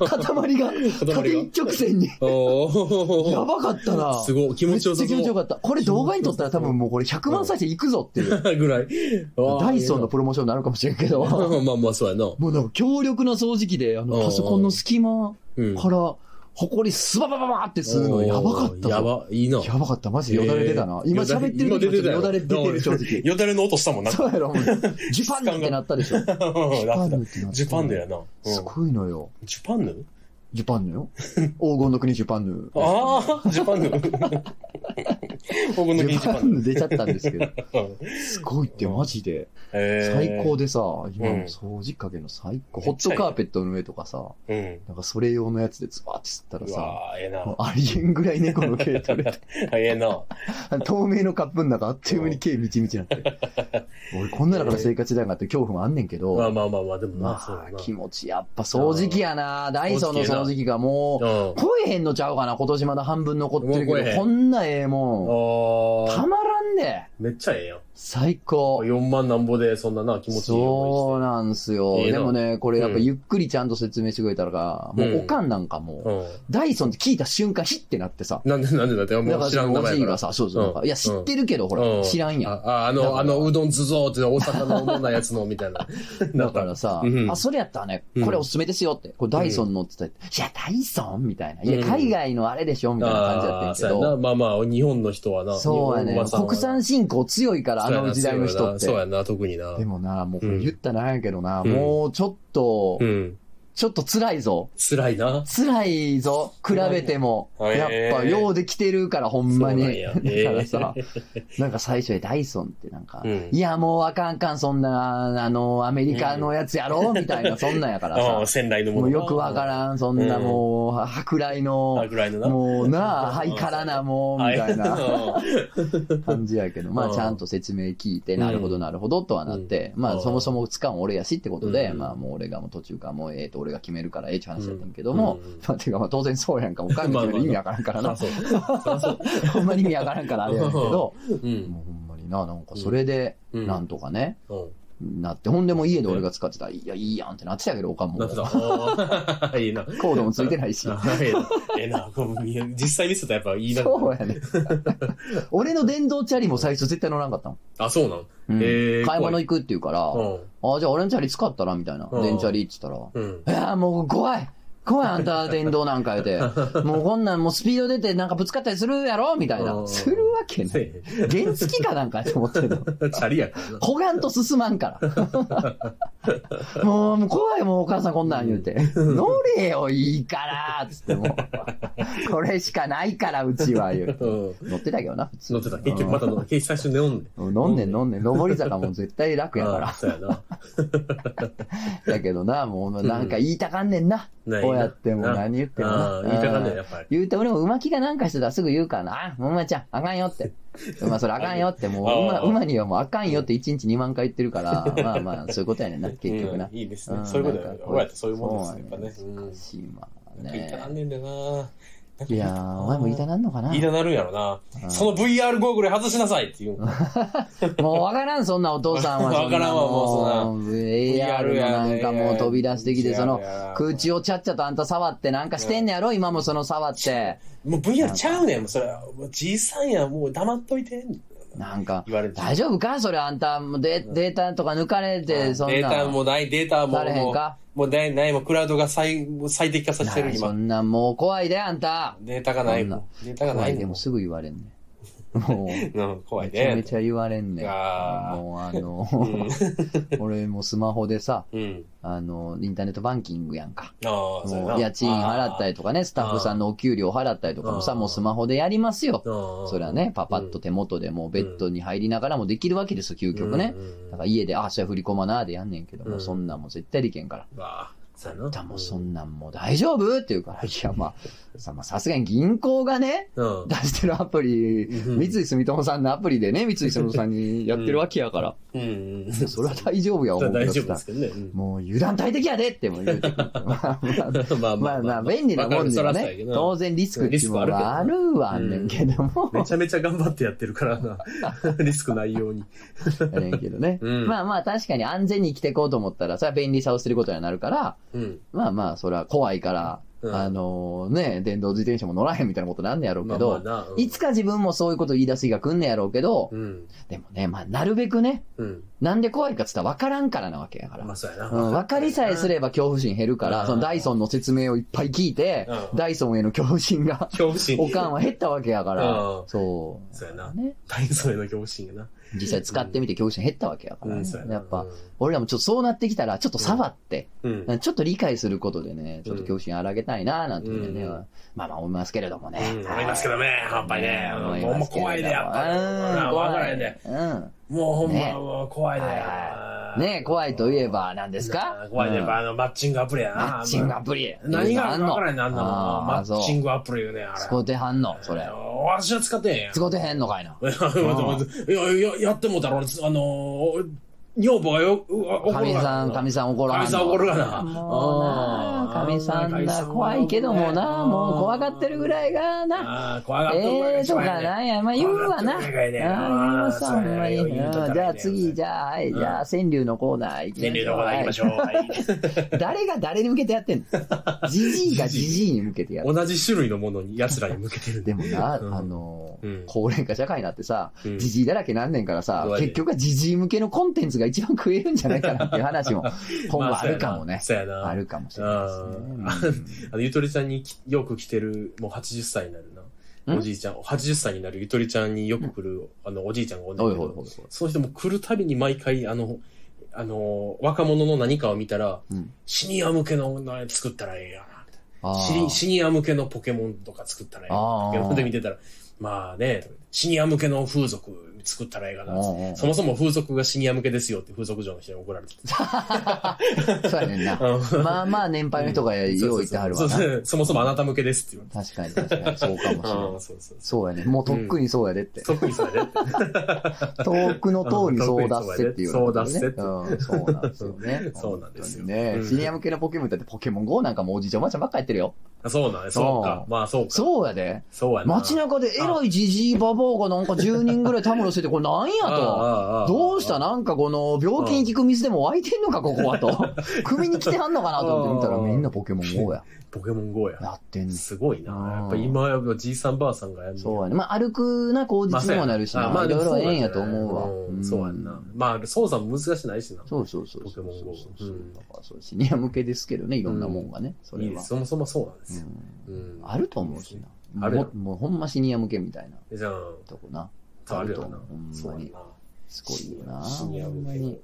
S2: が
S1: 縦一直線に。
S2: お
S1: やばかったな。
S2: すごい。気持ちよさ
S1: めっちゃ気持ちよ
S2: そ
S1: かった。これ動画に撮ったら多分もうこれ100万再生いくぞっていう。
S2: う。ぐらい。
S1: ダイソンの
S2: プ
S1: プロモーションになるかもしれんけど、も
S2: ロ。まあまあ、そうやな。
S1: うなんか強力な掃除機で、あの、パソコンの隙間
S2: うん。
S1: から、ほこりスババババってするのやばかったぞ。
S2: やば、いいな。
S1: やばかった。マジでよだれ出たな。今喋ってる時もちょっとよだれ出てる、正直。
S2: よだれの音したもんな。
S1: そうやろ、もう *laughs* ジパンヌってなったでしょ。ジパンヌってなった。
S2: ジパンヌやな。
S1: すごいのよ。
S2: ジパンヌ
S1: ジパンヌよ。黄金の国ジパンヌ。
S2: ああ、ジパンヌ。 *laughs* 僕の
S1: ジ
S2: ジ
S1: パ
S2: パ
S1: ン
S2: ン
S1: ヌ
S2: ヌ。
S1: 出ちゃったんです *laughs* けど。すごいって、マジで。最高
S2: で。
S1: でさ、今
S2: うん
S1: の掃除かけの最高。ホットカーペットの上とかさ、
S2: うん。
S1: なんかそれ用のやつでズバーって吸ったら
S2: う
S1: さ、
S2: わあ、ええな。
S1: もうありえんぐらい猫の毛取れて、
S2: ええな。
S1: 透明のカップの中あっという間に毛みちみちなって。
S2: *laughs*
S1: 俺こんな中で生活だなって恐怖もあんねんけど、
S2: まあまあまあまあ、でもな、そう
S1: ま
S2: や
S1: あ
S2: な。
S1: 気持ちやっぱ掃除機やなダイソーの掃除機がもう、
S2: うん。
S1: 超えへんのちゃうかな今年まだ半分残ってる
S2: もう
S1: け
S2: 超えへ
S1: ど、こ
S2: ん
S1: んなええもん。
S2: あ
S1: た
S2: あ、
S1: まらんで。
S2: めっちゃええやん。
S1: 最高。
S2: 4万なんぼで、そんなな、気持ちいい
S1: そ
S2: 思
S1: うなんすよ。
S2: いいな
S1: でもね、これやっぱ
S2: うん
S1: ゆっくりちゃんと説明してくれたらが、もうおかんなんかもう、
S2: いして。
S1: ダイソンって聞いた瞬間、ヒッてなってさ。
S2: うん。なんでなんでだって、も
S1: だか
S2: う
S1: ら
S2: 知
S1: そ
S2: らん
S1: の
S2: 名
S1: おじ
S2: 前
S1: い
S2: やか
S1: が
S2: ら。
S1: さ、そうそう、なんか
S2: うん
S1: いや、知ってるけど、ほら、知らんやん。
S2: あ、あ
S1: だ
S2: の、
S1: から
S2: あの、うどんずぞーって、大阪のうどんなやつの、み
S1: *laughs*
S2: たいな。
S1: だからさ
S2: う、ん
S1: あ、それやったらね
S2: う、ん
S1: これおすすめですよって、これダイソンのって言ったら、いや、ダイソンみたいな。いや、
S2: うん
S1: 海外のあれでしょみたいな感じだったん
S2: あ
S1: や
S2: あ、
S1: け
S2: そうやな。
S1: ど。
S2: まあまあ、日本の人はな。
S1: そうやね
S2: 日本のおばさんはな
S1: 国産振興強いから、あの時代の人って
S2: そう。やな、そうやな特にな。
S1: でもな、もうこれ
S2: うん
S1: 言ったらなんやけどな、
S2: うん
S1: もうちょっと
S2: う、ん。
S1: ちょっと辛いぞ。
S2: 辛いな。
S1: 辛いぞ、比べても。
S2: 辛い
S1: や
S2: ね
S1: っぱ、ようできてるから、ほんまに。
S2: そうなんや
S1: だからさ、なんか最初にダイソンってなんか、
S2: うん
S1: いや、もうあかんあかん、そんな、あの、アメリカのやつやろみたいな、そんなんやから
S2: ああ、
S1: さ。
S2: 仙台の
S1: も
S2: もの
S1: う
S2: な
S1: よくわからん、そんな
S2: うん
S1: もう、舶来
S2: あ
S1: の、
S2: ぐらいのな。
S1: もうなあ、ハイカラな、もう、みたいな
S2: は
S1: 感じやけ
S2: *laughs*
S1: ど、まあ、
S2: うん
S1: ちゃんと説明聞いて、なるほど、なるほど、とはなって、
S2: う
S1: まあ、
S2: ん
S1: そもそも使うの俺やしってことで、
S2: うん
S1: まあ、もう俺がもう途中からもう、ええと、俺が決めるから、ええって話やったんやけ
S2: う
S1: ど
S2: ん
S1: も、まあ、てか、まあ、当然そうやんか、おかんが決める意味わからんから
S2: あ
S1: な。
S2: そう。そらそう。
S1: *laughs* ほんまに意味わからんからあれやねんけど、
S2: う
S1: も
S2: ん。
S1: うほんまにな、なんかそれで、
S2: う
S1: なんとかね、
S2: うん
S1: なって、ほんでもう家で俺が使ってたら、いや、いいやんってなってたけど、おかんも。
S2: なってた。
S1: コ
S2: ああいいな。
S1: ードもついてないし。
S2: *laughs* ああええなええな。こう実際見せたらやっぱいいな。
S1: そうやね
S2: *laughs*
S1: ん。俺の電動チャリも最初絶対乗らんかったの。
S2: あ、そうなん
S1: うん
S2: へー
S1: 買い物行くって言うから、
S2: う
S1: あ、じゃあ俺のチャリ使ったらみたいな。
S2: うん
S1: 電チャリって言った
S2: ん。うん。
S1: ら、いや、もう怖い怖い、あんた
S2: *laughs*
S1: 電動なんか言うて。もうこんなんもうスピード出てなんかぶつかったりするやろみたいうな。
S2: ん
S1: するわけない。
S2: せ
S1: 原付きかなんかやと思ってんの。
S2: えチャリやからな。
S1: こがんと進まん
S2: *laughs*
S1: から。もう、もう怖い、もうお母さんこんなん言うて。乗れよ、いいから、つってもう。これしかないから、うちは、言うて
S2: うん。
S1: 乗ってたけどな、普通
S2: 乗ってた。結局また乗最初寝おんねん。
S1: 飲んでん飲んでん、上り坂も絶対楽やか
S2: ああ
S1: ら。
S2: そうやな。
S1: だけどな、もうなんか言いたかんねんな。
S2: ないな
S1: こうやってもう何言っても
S2: あ
S1: な
S2: あ。言いたかんねんやっぱり。
S1: 言うて、俺も馬気がなんかしてたらすぐ言うからな、あ、もまちゃん、あかんよ
S2: *laughs*
S1: って。馬それあかんよって、もう馬、
S2: あー
S1: 馬にはもうあかんよって1日2万回言ってるから、まあまあ、そういうことやねんな、結局な
S2: うん。いいですね
S1: ん。
S2: そういうこと
S1: な
S2: だ
S1: んか
S2: よ。俺らってそういうもんです
S1: そ
S2: ね。
S1: うなん
S2: やっぱね。うん
S1: 難しいまあ
S2: 言いたなん
S1: ね。
S2: ねんだよな。
S1: いやー、お前も言いたなんのかな
S2: 言いたなるんやろな。
S1: うん
S2: その VR ゴーグル外しなさいっていう。
S1: もうわからん、そんなお父さんは。
S2: *laughs* わからんわも
S1: う。VR のなんかもう飛び出してきて、その、空中をちゃっちゃとあんた触ってなんかしてんねやろ今もその触って。
S2: もう VR ちゃうねん。もうそれは、もうじいさんや、もう黙っといて。
S1: なんか、
S2: 言われて。
S1: 大丈夫かそれあんた、もうデデータとか抜かれて、そんな。
S2: データもない、データも
S1: されへん
S2: も
S1: か
S2: う、もうない、ない、もうクラウドが最最適化させてる
S1: なあそ
S2: 今。
S1: んなんもう怖いで、あんた。
S2: データがない
S1: そんな
S2: もん。データがな
S1: 怖
S2: い
S1: い
S2: もん
S1: でもすぐ言われんね。もう、
S2: うん、怖
S1: め
S2: い
S1: ちゃめ
S2: ね。
S1: ちゃ言われんね。もう
S2: あー
S1: あの、 *laughs* 俺もスマホでさ、
S2: うん。
S1: あの、インターネットバンキングやんか。
S2: ああ、そうや
S1: も
S2: な。
S1: う家賃払った
S2: り。
S1: りとかね、スタッフさんのお給料払ったりとかもさ、
S2: あー
S1: もうスマホでやりますよ。
S2: そ
S1: それはね、パパッと手元でもうベッドに入りながらもできるわけですよ、究極ね
S2: うんうんうん。
S1: だから家で、ああ、それ振り込まなーでやんねんけど
S2: う
S1: も、
S2: ん
S1: そんなんもう絶対できへんから。
S2: わあ、そうや
S1: あん
S2: な。
S1: たもうそんなんもう大丈夫って言う
S2: *laughs*
S1: から、いやまあ、さまあさすがに銀行がね、
S2: うん。
S1: 出してるアプリ、
S2: うん *laughs*
S1: 三井住友さんのアプリでね、三井住友さんにやってるわけやから、
S2: ううん。
S1: それは大丈夫や、思うけ
S2: 大
S1: ど
S2: 丈夫で
S1: さ
S2: す。けどね。うん
S1: もう油断大敵やでっても言うてく
S2: *laughs*
S1: るまあ *laughs* まあ
S2: まあ
S1: まあまあ、便利なもんでも
S2: わかるそらそうやけ
S1: ね、
S2: ど
S1: 当然リスクっていうものはあ
S2: リスク
S1: るはあんねんけども、
S2: めちゃめちゃ頑張ってやってるから
S1: *laughs*
S2: な。リスクないように。
S1: やねんけどね。
S2: うん
S1: まあまあ、確かに安全に生きていこうと思ったら、それは便利さをすることになるから、
S2: うん。
S1: まあまあ、それは怖いから、
S2: うん
S1: あのね、電動自転車も乗らへんみたいなことなんねやろうけど、
S2: な。うん
S1: いつか自分もそういうこと言い出す日が来んねやろうけど、
S2: うん。
S1: でもね、まあ、なるべくね、
S2: うん。
S1: なんで怖いかっつったら分からんからなわけやから。
S2: まあ、そうやな。
S1: うん、分かりさえすれば恐怖心減るか
S2: う
S1: ら、
S2: ん
S1: そのダイソンの説明をいっぱい聞いて、
S2: うん
S1: ダイソンへの恐怖心が、
S2: *laughs* 恐怖心。
S1: おかんは減ったわけやから
S2: う、ん
S1: そ
S2: そうや
S1: う。
S2: な。
S1: ね。
S2: 大層への恐怖心やな。
S1: 実際使ってみて恐怖心減ったわけやか
S2: う
S1: らね
S2: ん、そうやな。
S1: やっぱ、俺らもちょっとそうなってきたら、ちょっと触って、
S2: うん。
S1: ちょっと理解することでね、ちょっと恐怖心荒げたいななんていうね、
S2: うん
S1: まあまあ思いますけれどもね。
S2: うん思いますけ
S1: ど。
S2: どね、やっぱりね。
S1: 思い
S2: も
S1: ま
S2: うもう
S1: すけれども
S2: 怖いで、やっぱり。
S1: うん、
S2: わからへんで。
S1: うん。
S2: もうほん
S1: ね
S2: ま、もう怖いで
S1: はいは。ね怖いといえば何ですか
S2: うん怖いで、
S1: うん
S2: あの、マッチングアプリやな。
S1: マッチングアプリ。
S2: 何があるか分からへんね、あんなもん
S1: あー。
S2: マッチン
S1: グ。
S2: グアプリよね、あれ。
S1: 使うてはんの、それ。
S2: 私は使ってへんやん。
S1: 使うてへんのかいな。
S2: いや待って待 *laughs* っていや、いや、やってもうたろ、あのー、女房がよ、うわ怒
S1: かみさん、かみさん怒らはん
S2: か
S1: の
S2: みさん怒るがな。
S1: もうな、かみさんだ、怖いけどもな、もう怖がってるぐらいがな。
S2: ああ、怖がってるぐらい
S1: え
S2: が
S1: え
S2: 一
S1: と
S2: 番
S1: か
S2: やね
S1: なんや、まあ言うわな。あ
S2: 怖
S1: あ
S2: がってる
S1: ー、
S2: ぐら
S1: 言
S2: いが
S1: い
S2: ええね
S1: ますわ、ほ
S2: あー
S1: んまに。
S2: そううやね言うとったら
S1: んじゃあ次、じゃあ、はい、
S2: うん
S1: じゃあ、川柳のコーナー行きましょう。
S2: 電流のこと行きましょう。
S1: はい誰が誰に向けてやってんのジジイがジジイに向けてやってる。
S2: *laughs* 同じ種類のものに奴らに向けてるん
S1: でもな、
S2: うん
S1: あのー
S2: うん
S1: 高齢化社会になってさ、
S2: うん
S1: ジジイだらけなんねんからさ
S2: そう、やで
S1: 結局はジジイ向けのコンテンツが一番食えるんじゃないかなっていう話
S2: *laughs*
S1: も、今後あるかもね。
S2: そうやな。
S1: あるかもしれないですね
S2: あの、ゆとりちゃんにきよく来てる、もう80歳になるな。
S1: ん
S2: おじいちゃん、80歳になるゆとりちゃんによく来る、あの、おじいちゃんが
S1: う
S2: おん
S1: ん。
S2: ねん
S1: おい
S2: けど
S1: おいおいおい。
S2: その人も来るたびに毎回、あの、あの、若者の何かを見たら、
S1: うん
S2: シニア向けの何作ったらええやな。
S1: あ
S2: シニ
S1: ー
S2: シニア向けのポケモンとか作ったらええや
S1: あー
S2: な。ポケモンで見てたら、まあね、シニア向けの風俗作ったらええかな
S1: うんうんう。ん
S2: そもそも風俗がシニア向けですよって風俗嬢の人に怒られてた。
S1: そうやねん
S2: *laughs*
S1: な。
S2: うん
S1: まあまあ年配の人がよう言ってはるわ
S2: そう
S1: な
S2: そう。そうそもそもあなた向けですって言われて。
S1: 確かに確かに、そうかもしれない。
S2: そうそうそ
S1: そうやね。もうとっくにそうやでって
S2: う。。特に
S1: *laughs*
S2: それで。
S1: 遠くの塔にそうだっせっていう、
S2: そうだっせって。
S1: うん、そうなんですよね
S2: *laughs* そうなんですよ
S1: 本当にね、
S2: うん
S1: シニア向けのポケモンだってポケモン GO なんかもうおじいちゃんおばあちゃんばっかやってるよ。
S2: あそうなんやそうか。
S1: うん
S2: まあそうか。
S1: そうやで。
S2: そうやな。
S1: 街中でエロいジジイババアがなんか10人ぐらいたむろしてて、これなんやと。
S2: ああああ
S1: どうしたなんかこの病気に効く水でも湧いてんのかここはと。 *laughs* 首に来てはんのかなと思って見たら
S2: うん
S1: みんなポケモン GO や。
S2: ポケモン GO や。
S1: やってんの。
S2: すごいな。
S1: うん
S2: やっぱ今やじいさんばあさんがやるの
S1: そうやね。まあ歩くな口実にもなるしな、
S2: まあ
S1: い
S2: でも
S1: ろいろ
S2: そう
S1: え
S2: なん
S1: え
S2: じゃ
S1: ん
S2: ない
S1: やと思うわ。ん
S2: そうやんな。まあ、操作も難しないしな。
S1: そうそうそう。
S2: ポケモン GO
S1: そうそうそう
S2: うん
S1: だからそうシニア向けですけどね、いろんなもんがね、そ
S2: い
S1: れ
S2: いで
S1: は
S2: す。。そもそもそうなんですよ。
S1: うん
S2: うん
S1: あると思うしな。
S2: ある
S1: も
S2: よ
S1: うもうほんまシニア向けみたいな
S2: じゃあ、
S1: とこな。
S2: あるよな
S1: あると思うほんま。に
S2: そうやな。
S1: すごいよな。
S2: シニア
S1: ほ
S2: 向
S1: んま
S2: け
S1: に。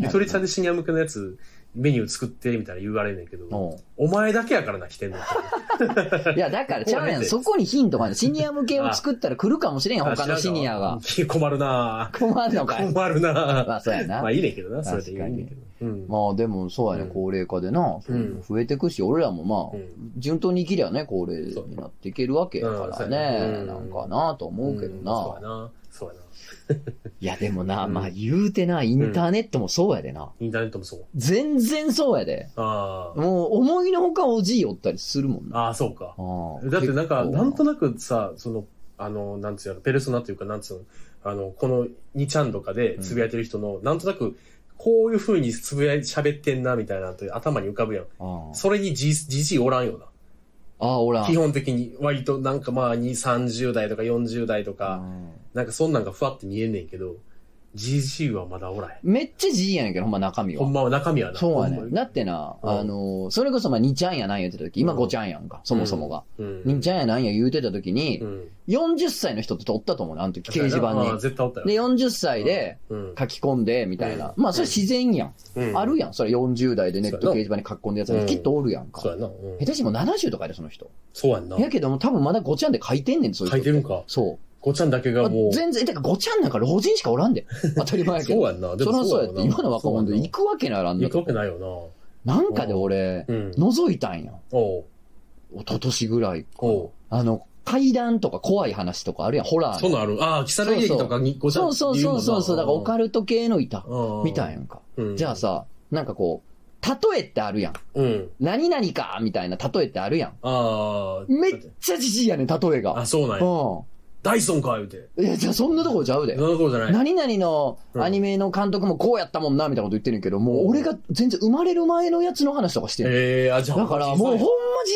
S2: ゆとりちゃん
S1: で。
S2: でシニア向けのやつ、メニュー作ってみたいな言われんねんけど、
S1: おう
S2: お前だけやからな、来てんの。
S1: いや、だから、ちゃうや
S2: こうやっ
S1: ん。
S2: て
S1: そこにヒントがある。シニア向けを作ったら来るかもしれんよ、 *laughs* 他のシニア
S2: *laughs*
S1: が。。
S2: 困
S1: *laughs*
S2: るな
S1: 困るのかい。
S2: 困るな
S1: まあ、そうやな
S2: まあ、。いいねんけどな、それでいいねんけ
S1: 確
S2: ど。うん
S1: まあ、でも、そうや
S2: う
S1: ね、
S2: ん
S1: 高齢化でな。そういうの増えてくし、俺らも
S2: う
S1: まあ、
S2: ん
S1: 順当に生きりゃね、高齢になっていけるわけやから
S2: うん
S1: ね。
S2: うん
S1: なんかなと思うけど
S2: んそう
S1: な
S2: や。な。そうやな。
S1: いや、でもな、
S2: うん
S1: まあ言うてな、インターネットもそうやでな。
S2: インターネットもそう。
S1: 全然そうやで。
S2: ああ。
S1: もう思いのほかおじいおったりするもんな。
S2: ああ、そうか。
S1: ああ
S2: だってなんか、なんと
S1: な
S2: なくさ、その、あの、なんつうやろ、ペルソナというか、なんつうの、あの、この2ちゃんとかでつぶやいてる人の、なんとなく、こういう風につぶやい、喋ってんな、みたいなのって頭に浮かぶやん。
S1: あ
S2: それにじ、じじいおらんよ
S1: あああ、おら
S2: な。
S1: ん。
S2: 基本的に、割となんかまあ、2、30代とか40代と
S1: う
S2: か、
S1: ん
S2: なんかそんなんがふわって見えんねんけど、じじいはまだおらへ
S1: めっちゃじいやねんけど、ほんま中身
S2: ん。ほ
S1: は。
S2: んまは中身はな。
S1: そうやね
S2: ほ
S1: ん。
S2: んま
S1: だってな、
S2: うん
S1: あの、それこそまあ2ちゃんやなんやってた時、今
S2: うん
S1: 5ちゃんやんか、そもそもが。
S2: うん。
S1: 2ちゃんやなんや言うてた時に
S2: う、ん。
S1: 40歳の人っておったと思うね、あの時掲示板
S2: ああ
S1: に。
S2: 絶対おったよ。
S1: で、40歳で
S2: うん。
S1: 書き込んで、みたいな。まあそれ自然やん。
S2: うん
S1: あるやん。それ40代でネット掲示板に書き込んでやつがきっとおるやんか。
S2: そうやな。う
S1: 下
S2: ん
S1: 手しても70とかやで、その人。
S2: そうやんな。
S1: やけども、多分まだ5ちゃんで書いてんねん、そういう
S2: 書
S1: 人
S2: いてるんか。
S1: そ
S2: ごちゃんだけ
S1: う。
S2: がもう。
S1: 全然、だから5ちゃんなんか老人しかおら
S2: *laughs*
S1: んで。当たり前やけ
S2: そう
S1: ど。
S2: やんな。
S1: そりゃそうや
S2: ろ
S1: っ
S2: な
S1: て、今の若者で行
S2: 行
S1: くわけないやろ、あんな
S2: く
S1: と
S2: わ
S1: こ
S2: けないよ
S1: なんかで俺、
S2: な。うん。
S1: 覗いたんや。
S2: おう
S1: 一昨年ぐらい。
S2: おう
S1: あの、対談とか怖い話とかあるやん、ホラーの。
S2: そんなんある。ああ、木更木駅とかにごちゃ
S1: そうそうそうそうそう、だからオカ
S2: ル
S1: ルト系の板、みたいや
S2: な。
S1: んか。
S2: うん
S1: じゃあ、さ、なんかこう、例えってあるやん。
S2: うん。
S1: 何々かみたいな例えってあるやん。
S2: ああ。
S1: めっちゃじじいやねん、例え
S2: あ、
S1: が。
S2: そうなんや。
S1: う
S2: ダイソンか、言うて。
S1: ん。いや、じゃあそんなとこちゃうで
S2: そん。なことじゃない。
S1: 何々のアニメの監督もこうやったもんな、みたいなこと言ってるけど、もう俺が全然生まれる前のやつの話とかしてる。
S2: ええー、あ、じゃあ、
S1: だからもうほんまじ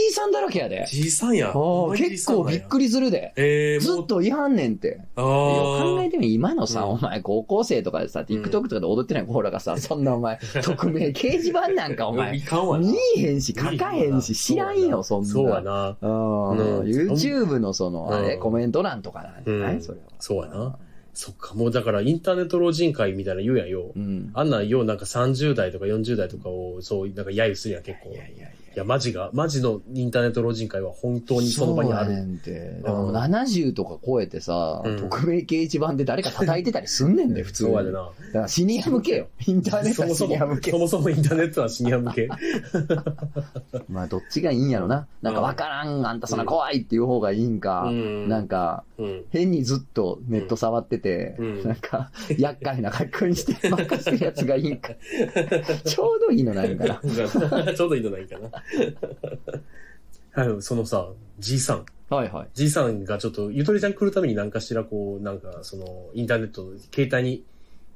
S1: いさんだらけやで。
S2: じいさんや。
S1: うん結構びっく
S2: り。
S1: りするで。
S2: ええー、
S1: ずっ
S2: と、
S1: と違反ねんって。
S2: あ
S1: 考え
S2: ー
S1: てみ、今のさ、
S2: うん
S1: お前高校生とかでさ、TikTok とかで踊ってない子らがさ、そんなお
S2: *laughs*
S1: 前、匿名掲示板なんかお前、
S2: いかんわな。
S1: 見えへんし、書かへんし、知らんよ、そんな。
S2: そうやな。
S1: うん YouTube のその、あれ、
S2: うん
S1: コメント欄とかなんじゃな
S2: う
S1: い
S2: ん
S1: それは。
S2: そうやな。そっか、もうだからインターネット老人会みたいなの言うやんよ。
S1: うん。
S2: あんなんようなんか30代とか40代とかを、そう、なんか揶揄するやん、結構。
S1: い
S2: い
S1: やいやいや。
S2: や、マジが、マジのインターネット老人会は本当にその場にあ
S1: そうや
S2: る。
S1: ねんて。だからもう70とか超えてさ、
S2: うん
S1: 匿名掲示板で誰か叩いてたりすんねんで、普通に。
S2: そうやで
S1: だか
S2: な。
S1: らシニア向けよ。インターネット
S2: *laughs* そ
S1: は
S2: も
S1: シ
S2: そ
S1: ニ
S2: も
S1: ア向、け
S2: そ。もそもインターネットはシニア向
S1: *laughs*
S2: け。
S1: まあ、どっちがいいんやろな。なんかわからん、あんたそんな怖いっていう方がいいんか。
S2: うん
S1: なんか、
S2: うん。
S1: 変にずっとネット触ってて、
S2: うん
S1: なんか、厄介な格好にして、ばっかしてるやつがいい
S2: *laughs*
S1: んか。ちょうどいいのないんかな。
S2: ちょうどいいのない *laughs* かな。はい、そのさ、じいさん。
S1: はいはい。
S2: じいさんがちょっと、ゆとりちゃん来るために何かしらこう、なんか、その、インターネット、携帯に、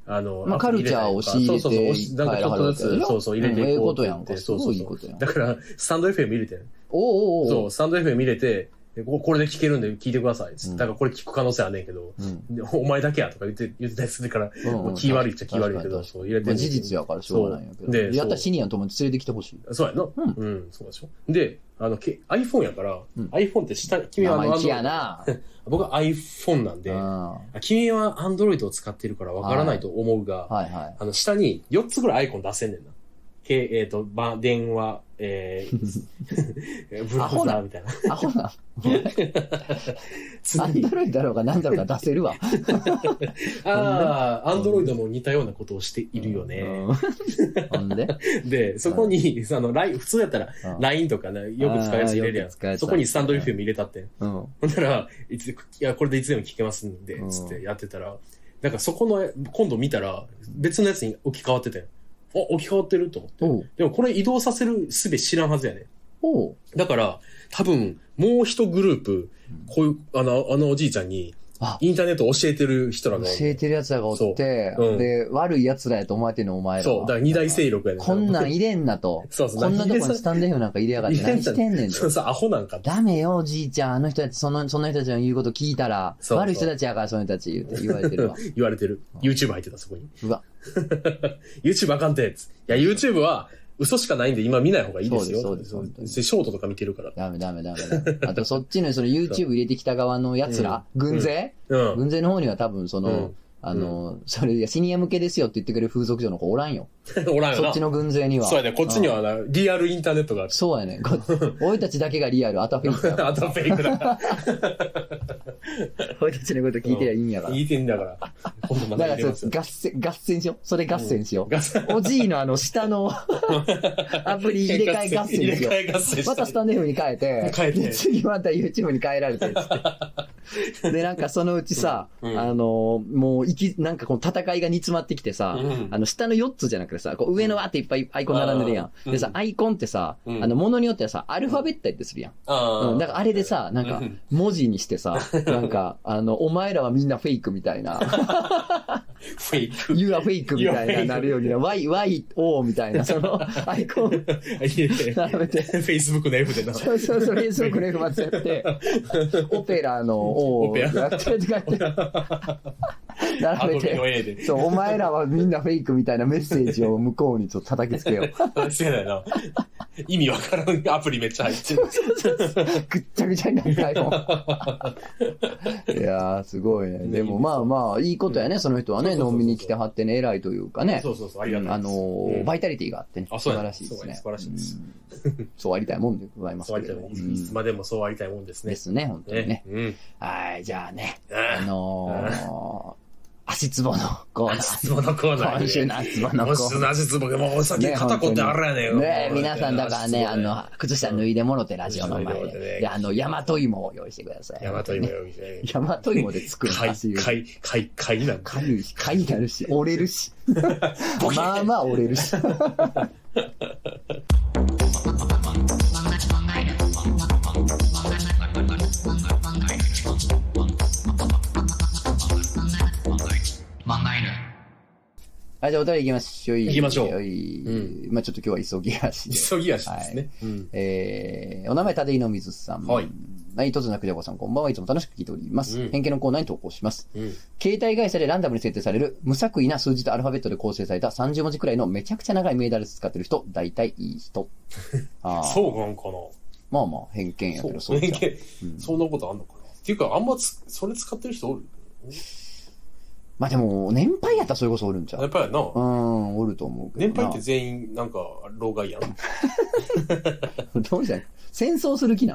S2: あの、
S1: まあ、
S2: ア
S1: カ
S2: プリ
S1: ルチャーを
S2: 入れた
S1: 仕
S2: り
S1: 入
S2: と
S1: れて、
S2: かそうそうそう、しなんかちょっとずつ、そうそう、入れて
S1: え
S2: い
S1: え
S2: こ
S1: こ
S2: うって
S1: とや
S2: 言っ
S1: ん
S2: て
S1: か。すご
S2: そう
S1: いい
S2: そ
S1: いうことやん
S2: だ。から、スタンド FM 入れてん。
S1: おうおうお
S2: そうう、スタンド FM 入れて、でここれで聞けるんで聞いてくださいっつって。
S1: うん
S2: だからこれ聞く可能性はねえけど、
S1: うん
S2: でお前だけやとか言って、言ってたりするから、
S1: うんうん
S2: もう気悪いっちゃ気悪い
S1: 確
S2: け
S1: か
S2: ど、
S1: に
S2: そう、入れて
S1: ま
S2: ん
S1: あ
S2: ねんけ
S1: 事
S2: ど
S1: 実やからしょうがないんやけ
S2: そうで
S1: ど。やったら
S2: そう
S1: シニアの友達連れてきてほしい。
S2: そうやな。
S1: う
S2: うんん。そうでしょ。で、あの、け iPhone やから、
S1: うん
S2: iPhone って下、君はあの
S1: 生意気やな。
S2: Android 僕は iPhone なん
S1: う
S2: で、
S1: ん
S2: あ
S1: は
S2: 君は Android を使ってるからわからないと思うが、
S1: いはい。
S2: あの、下に4つぐらいアイコン出せんねんな。けえっ、と、ば、電話、え
S1: *laughs*
S2: ー、ブラウザーみたいな。
S1: アホ
S2: *laughs*
S1: な。
S2: 常 *laughs*
S1: アン
S2: に
S1: ドロイドだろうが何だろうが出せるわ。
S2: ああ、アンドロイドも似たようなことをしているよね。
S1: うんほん
S2: *laughs*
S1: で
S2: で、そこに、その、ライン普通やったら、
S1: うん
S2: LINE とかね、よく使うやつ入れ
S1: あー
S2: る
S1: よく使う
S2: や
S1: や
S2: ん。
S1: つ
S2: そこにスタンド FM 入れたって。
S1: うん。
S2: ほんなら、いつ、いや、これでいつでも聞けますんで
S1: う、ん
S2: つってやってたら、なんかそこの、今度見たら、別のやつに置き換わってて、あ、置き換わってると思って。
S1: おう
S2: でもこれ移動させる術知らんはずやね。
S1: おう
S2: だから、多分、もう一グループ、こういう、あの、あのおじいちゃんに
S1: あ、
S2: インターネット教えてる人ら
S1: 教
S2: がおる
S1: えてる奴らがおって、
S2: そううん
S1: で、悪い奴らやと思われてんのお前らは。
S2: そう、だから二大勢力やね。
S1: こんなん入れんなと
S2: *laughs* そうそう
S1: こんなとこにスタンデフなんか入れやがって何してんねん
S2: そ
S1: と
S2: う。 *laughs* そう、アホなんか。
S1: ダメよ、おじいちゃん。あの人たち、その、その人たちの言うこと聞いたら、
S2: そうそう
S1: 悪い人たちやから、その人たち言うて言われて
S2: *laughs*
S1: るわ。
S2: 言われてる。YouTube 入ってた、そこに。
S1: うわ。
S2: YouTube あかんて。つっていや、YouTube は嘘しかないんで今見ない方がいいですよ。
S1: そうですそうです
S2: そうショートとか見てるから。
S1: ダメダメダメダメ。あと、そっちの、その YouTube 入れてきた側の奴ら、軍勢、
S2: うん。
S1: 軍勢の方には多分、そうの
S2: ん、
S1: あの、それ、いやシニア向けですよって言ってくれる風俗嬢の子おらんよ。
S2: おらんよな。
S1: そっちの軍勢には。
S2: そうやね。こっちにはな、リアルインターネットがある。
S1: そうやね。こ俺たちだけがリアル、あたフェイクだから
S2: *laughs* あとはフェイクだから。
S1: *laughs* 俺たちのこと *laughs* 聞いてりゃいいんやから。
S2: 言いてんだから。今度ま
S1: だ
S2: た
S1: か
S2: 入れ
S1: ら
S2: ま
S1: そ
S2: す
S1: う、
S2: よ。
S1: 合戦、合戦しよう。それ合戦しよ
S2: ガ
S1: *laughs*
S2: ス。
S1: う。おじいのあの、下
S2: *laughs*
S1: のアプリ入れ替え合戦
S2: 入れ
S1: しよう。
S2: 替え合戦
S1: またスタンデーフに変えて、
S2: 変えて
S1: 次また YouTube に変えられてっつって、で、なんかそのうちさ、
S2: うんうん
S1: あの、もう、いき、なんかこの戦いが煮詰まってきてさ、
S2: うん
S1: あの、下の4つじゃなくてさ、こう上のわーっていっぱいアイコン並んでるや。
S2: うんん
S1: でさ、アイコンってさ、
S2: うん
S1: あの、ものによってはさ、アルファベットやってするやん。
S2: あ
S1: うん、だからあれでさ、なんか
S2: うん、
S1: 文字にして
S2: *laughs*
S1: さ、なんか、あの、お前らはみんなフェイクみたいな、
S2: フェイク。
S1: You are fake みたい
S2: You are
S1: な
S2: fake
S1: なるようにな、Y、Y、O みたいな、その、アイコン並べて、
S2: Facebook の F でな。
S1: そうそうそう、フェイスブックの F までやって、オペラの O
S2: オ
S1: を
S2: ペ
S1: や
S2: ラ
S1: ってって書いて、並べ
S2: *laughs* アドビの
S1: て、
S2: A で。
S1: そう、お前らはみんなフェイクみたいなメッセージを向こうにちょっと叩きつけよう。
S2: そうやな。意味わからんアプリめっちゃ入ってる。
S1: ぐっちゃぐちゃになった
S2: *laughs*
S1: よ。いやー、すごいね。でもまあまあ、いいことやね、その人はね、
S2: そうそうそ
S1: 飲
S2: うそう
S1: みに来てはってね、偉いというかね。
S2: そうそうそう、ありがとうござ
S1: あ
S2: います。
S1: のーバイタリティがあってね、
S2: あ
S1: 素
S2: そう
S1: 晴
S2: や
S1: ら
S2: ね
S1: しいですね。
S2: そうやね素晴らしいです *laughs*
S1: うん。そうありたいもんでございます
S2: そうあ
S1: けれ
S2: りたい
S1: ど
S2: も
S1: も。
S2: ん。
S1: うん
S2: いつまでもそうありたいもんです
S1: で *laughs*
S2: ね。
S1: すね、本当にね。
S2: うん。
S1: はい、じゃあね、
S2: あ
S1: あのー足つぼのコーナー。
S2: 質問のコーナー。
S1: 今週の足つぼのコ
S2: も
S1: ー
S2: し
S1: ナー。
S2: なしつぼが、もうお酒
S1: ね
S2: *laughs* 肩こってあらやねんよ。
S1: ね皆さんだからね、あ
S2: 足つぼ
S1: の、靴下脱いでもろてラジオの前
S2: 脱いでもろて
S1: で。
S2: ね
S1: で、あの、大和芋を用意してください。
S2: 大和芋よみたい
S1: 大和芋で作る
S2: な。
S1: 足
S2: い、
S1: 湯。
S2: かい、かい、かいなんか。
S1: かゆいし、かになるし、折れるし。まあまあ折れるし。はい、じゃあお便り行きましょう。行
S2: きましょう
S1: いまあちょっと今日は急ぎ足で。
S2: 急ぎ足ですね。うん。
S1: えー、お名前、立井の水さん。
S2: はい。
S1: はい、とつなくじゃこさん、こんばんはいつも楽しく聞いております。
S2: うん
S1: 偏見のコーナーに投稿します。
S2: うん。
S1: 携帯会社でランダムに設定される無作為な数字とアルファベットで構成された30文字くらいのめちゃくちゃ長いメールアドレス使ってる人、大体いい
S2: *laughs*
S1: 人。ああ
S2: そうなんかな。
S1: まあまあ、偏見やけど、
S2: そ。
S1: そううじゃん
S2: 偏見そんなことあんのかな。っていうか、あんまつ、それ使ってる人おる
S1: まあでも、年配やったらそれこそおるんちゃ
S2: やっ
S1: う
S2: ぱりな。
S1: うーん、おると思うけ
S2: 年
S1: ど
S2: 配
S1: な。
S2: って全員、なんか、老害やん。
S1: ってどうじゃん戦争する
S2: *laughs*
S1: 気な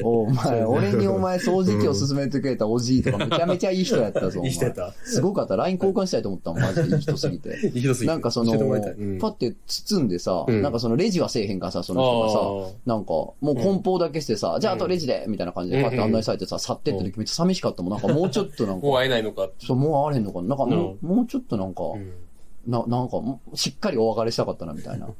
S1: のお前、俺にお前掃除機を勧めてくれたおじいとかめちゃめちゃいい人やったぞ、お前
S2: *laughs* いい人やった。
S1: すごかった。LINE 交換したいと思
S2: *laughs*
S1: ったもん、マジでいい人すぎて。
S2: いい人すぎて
S1: なんかその、
S2: 教え
S1: パ
S2: てもらいたいうん
S1: ッて包んでさ、
S2: うん
S1: なんかそのレジはせえへんからさ、その人がさ、なんかもう梱包だけしてさ、じゃああとレジで、みたいな感じでパッて案内されてさ、去ってった時めっちゃ寂しかったも
S2: *laughs*
S1: ん。なんかもうちょっとなんか、
S2: もう会えないのか。
S1: そう、もう会われへんのかな。なんかもう、もうちょっとなんか、
S2: うん
S1: な、なんかもう、しっかりお別れしたかったな、み
S2: *laughs*
S1: たいな。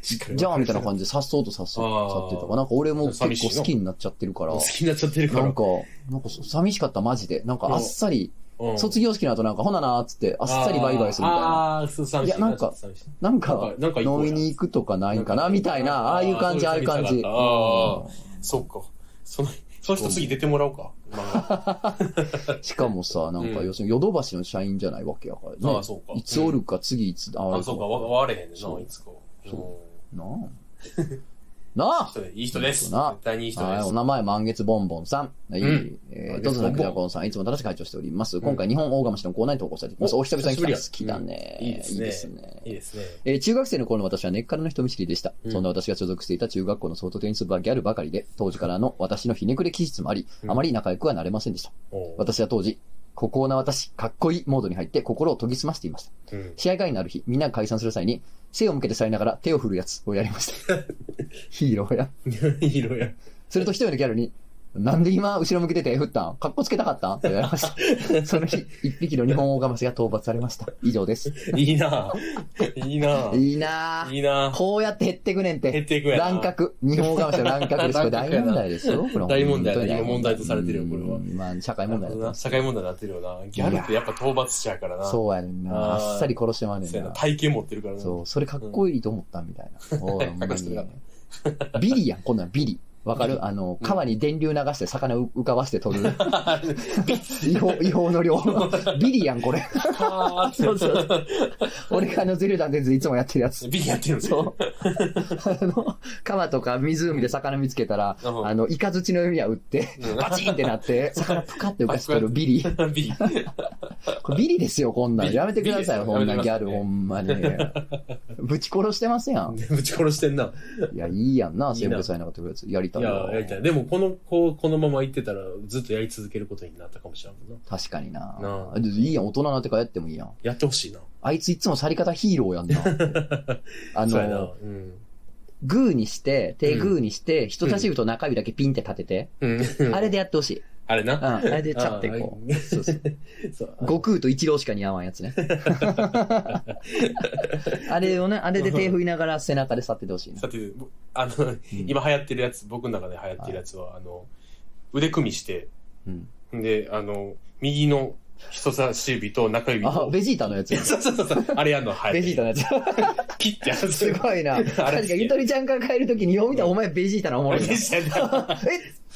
S2: しっかり
S1: じゃあ、みたいな感じで、さっそうとさっそう
S2: あー
S1: 去ってたから、なんか俺も結
S2: 寂しい
S1: 構
S2: の
S1: 好きになっちゃってるから
S2: *laughs* 好、きになっちゃってるか
S1: な
S2: ら。
S1: んか、なんか寂しかった、マジで。なんかあっさり、
S2: うん
S1: 卒業式の後なんか、ほななーっつって、あっさりバイバイするみたいな。
S2: あーあー、そう寂しい。
S1: いやなんか
S2: 寂しい
S1: なん
S2: なん
S1: か
S2: か、なんか行
S1: 飲
S2: こうや
S1: みに行くとかないかなみたいな、あ
S2: あー
S1: あいう感じ、ああ
S2: そう
S1: い
S2: いうう
S1: 感じ。
S2: 旅行そうか。その、その人次出てもらおうか。ま
S1: うんしかもさ、なんか、
S2: うん
S1: 要するにヨドバシの社員じゃないわけやからね。
S2: ああそうか
S1: いつおるか、次いつ会
S2: あ、
S1: わ
S2: あ
S1: れ
S2: そう
S1: る
S2: か、
S1: か。
S2: わ割れへんねん
S1: そ
S2: な、
S1: う
S2: いつか。
S1: そ
S2: うん
S1: なあ。なあ
S2: それ *laughs* いい人です。
S1: な
S2: 絶対にいい人
S1: はい、お
S2: で
S1: 名前、満月ボンボンさん。はい。
S2: うん
S1: えー、とずなくじゃこんさん、いつも楽しく会長しております。今回、日本大釜市のコーナーに投稿されています。
S2: お
S1: お久々に来た。
S2: 久
S1: 好
S2: し
S1: き
S2: ぶりや
S1: だね。
S2: うんいいですね
S1: ね
S2: す。いいですね。
S1: えー中学生の頃の私は根っからの人見知りでした。
S2: うん
S1: そんな私が所属していた中学校のソフトテニス部はギャルばかりで、当時からの私のひねくれ気質もあり、
S2: うん
S1: あまり仲良くはなれませんでした。
S2: おう
S1: 私は当時、孤高な私、かっこいいモードに入って心を研ぎ澄ましていました。
S2: うん *laughs*
S1: 試合会になる日、みんなが解散する際に、背を向けて去りながら手を振るやつをやりま
S2: *laughs*
S1: した。ヒーローや。
S2: いろいろ。
S1: すると一人のギャルに、なんで今、後ろ向けて手振ったんかっこつけたかったんって言われま
S2: *laughs*
S1: した。その日、一匹の日本オオガマシが討伐されました。以上です。
S2: いいないいない
S1: いなぁ
S2: いいな
S1: こうやって減ってくねんて。
S2: 減っていくやな
S1: 乱獲。日本語話の乱獲です。これ大問題ですよ。これ
S2: 大問題
S1: 本当に
S2: 今問題とされてるよこれは
S1: うんまあ、社会問題だと思います
S2: 社会問題になってるよな。ギャルってやっぱ討伐者やからな。
S1: そうやねんな。
S2: あー
S1: あっさり殺してまうね
S2: そうんやな
S1: な。
S2: 体型持ってるからな。
S1: そう、それかっこいいと思ったみたいな。お
S2: *laughs*
S1: い、ほんま
S2: 隠して
S1: に
S2: な。
S1: ビリやん、こんなんビリ。わかるあの、川に電流流して魚う浮かばして取 *laughs* る。違法、違法の量。
S2: *laughs*
S1: ビリやん、これ。
S2: あー
S1: そうそうそう。俺があの、ゼルダンでいつもやってるやつ。
S2: ビリやってるんです
S1: そ
S2: よ。
S1: う。あの、川とか湖で魚見つけたら、
S2: うん
S1: あの、イカズチの弓矢打って、
S2: うん
S1: バチンってなって、魚プカって浮かしてるビリ。
S2: *laughs* ビリ。
S1: これビリですよ、こんな
S2: ビ
S1: ん。
S2: リ
S1: やめてくださいよ、
S2: ビリですよ
S1: こんな
S2: や
S1: ん
S2: めて
S1: ギ
S2: く
S1: ャ
S2: ださい
S1: ル、ほんまに。ぶち殺してますやん。
S2: ぶち殺してんな。
S1: いや、いいやんな、
S2: いいな
S1: セブンさんなかったやつ。やりた
S2: い
S1: いわ
S2: や、やりたい。でも、この子、このまま行ってたら、ずっとやり続けることになったかもしれんもんな。
S1: 確かにな。
S2: なあ
S1: あでいいやん、大人になってからやってもいいやん。
S2: やってほしいな。
S1: あいついつも去り方ヒーローやんな。
S2: *laughs*
S1: あ
S2: そうやな。
S1: の、
S2: うん。
S1: グーにして、手グーにして、人差し指と中指だけピンって立てて、
S2: うん
S1: あれでやってほしい。
S2: *laughs* あれな。
S1: うん、あれでちゃってこう。そうそう
S2: *laughs* そう。
S1: 悟空と一郎しか似合わんやつ
S2: *laughs*
S1: ね。あれをね、あれで手振りながら背中で去っててほしいな。
S2: さて、あの、今流行ってるやつ、僕の中で流行ってるやつは、あの、腕組みして、
S1: うん、
S2: で、あの、右の人差し指と中指
S1: あ
S2: と、、
S1: ベジータのやつや。
S2: *laughs* そうそうそうそう、あれやんの、は
S1: ベ
S2: い。
S1: ジータのやつ。
S2: 切ってやる。
S1: すごいな。確かにゆとりちゃんから帰るときによう見たらお前ベジータのおもろ
S2: ベ
S1: いな。
S2: ジータ
S1: *laughs*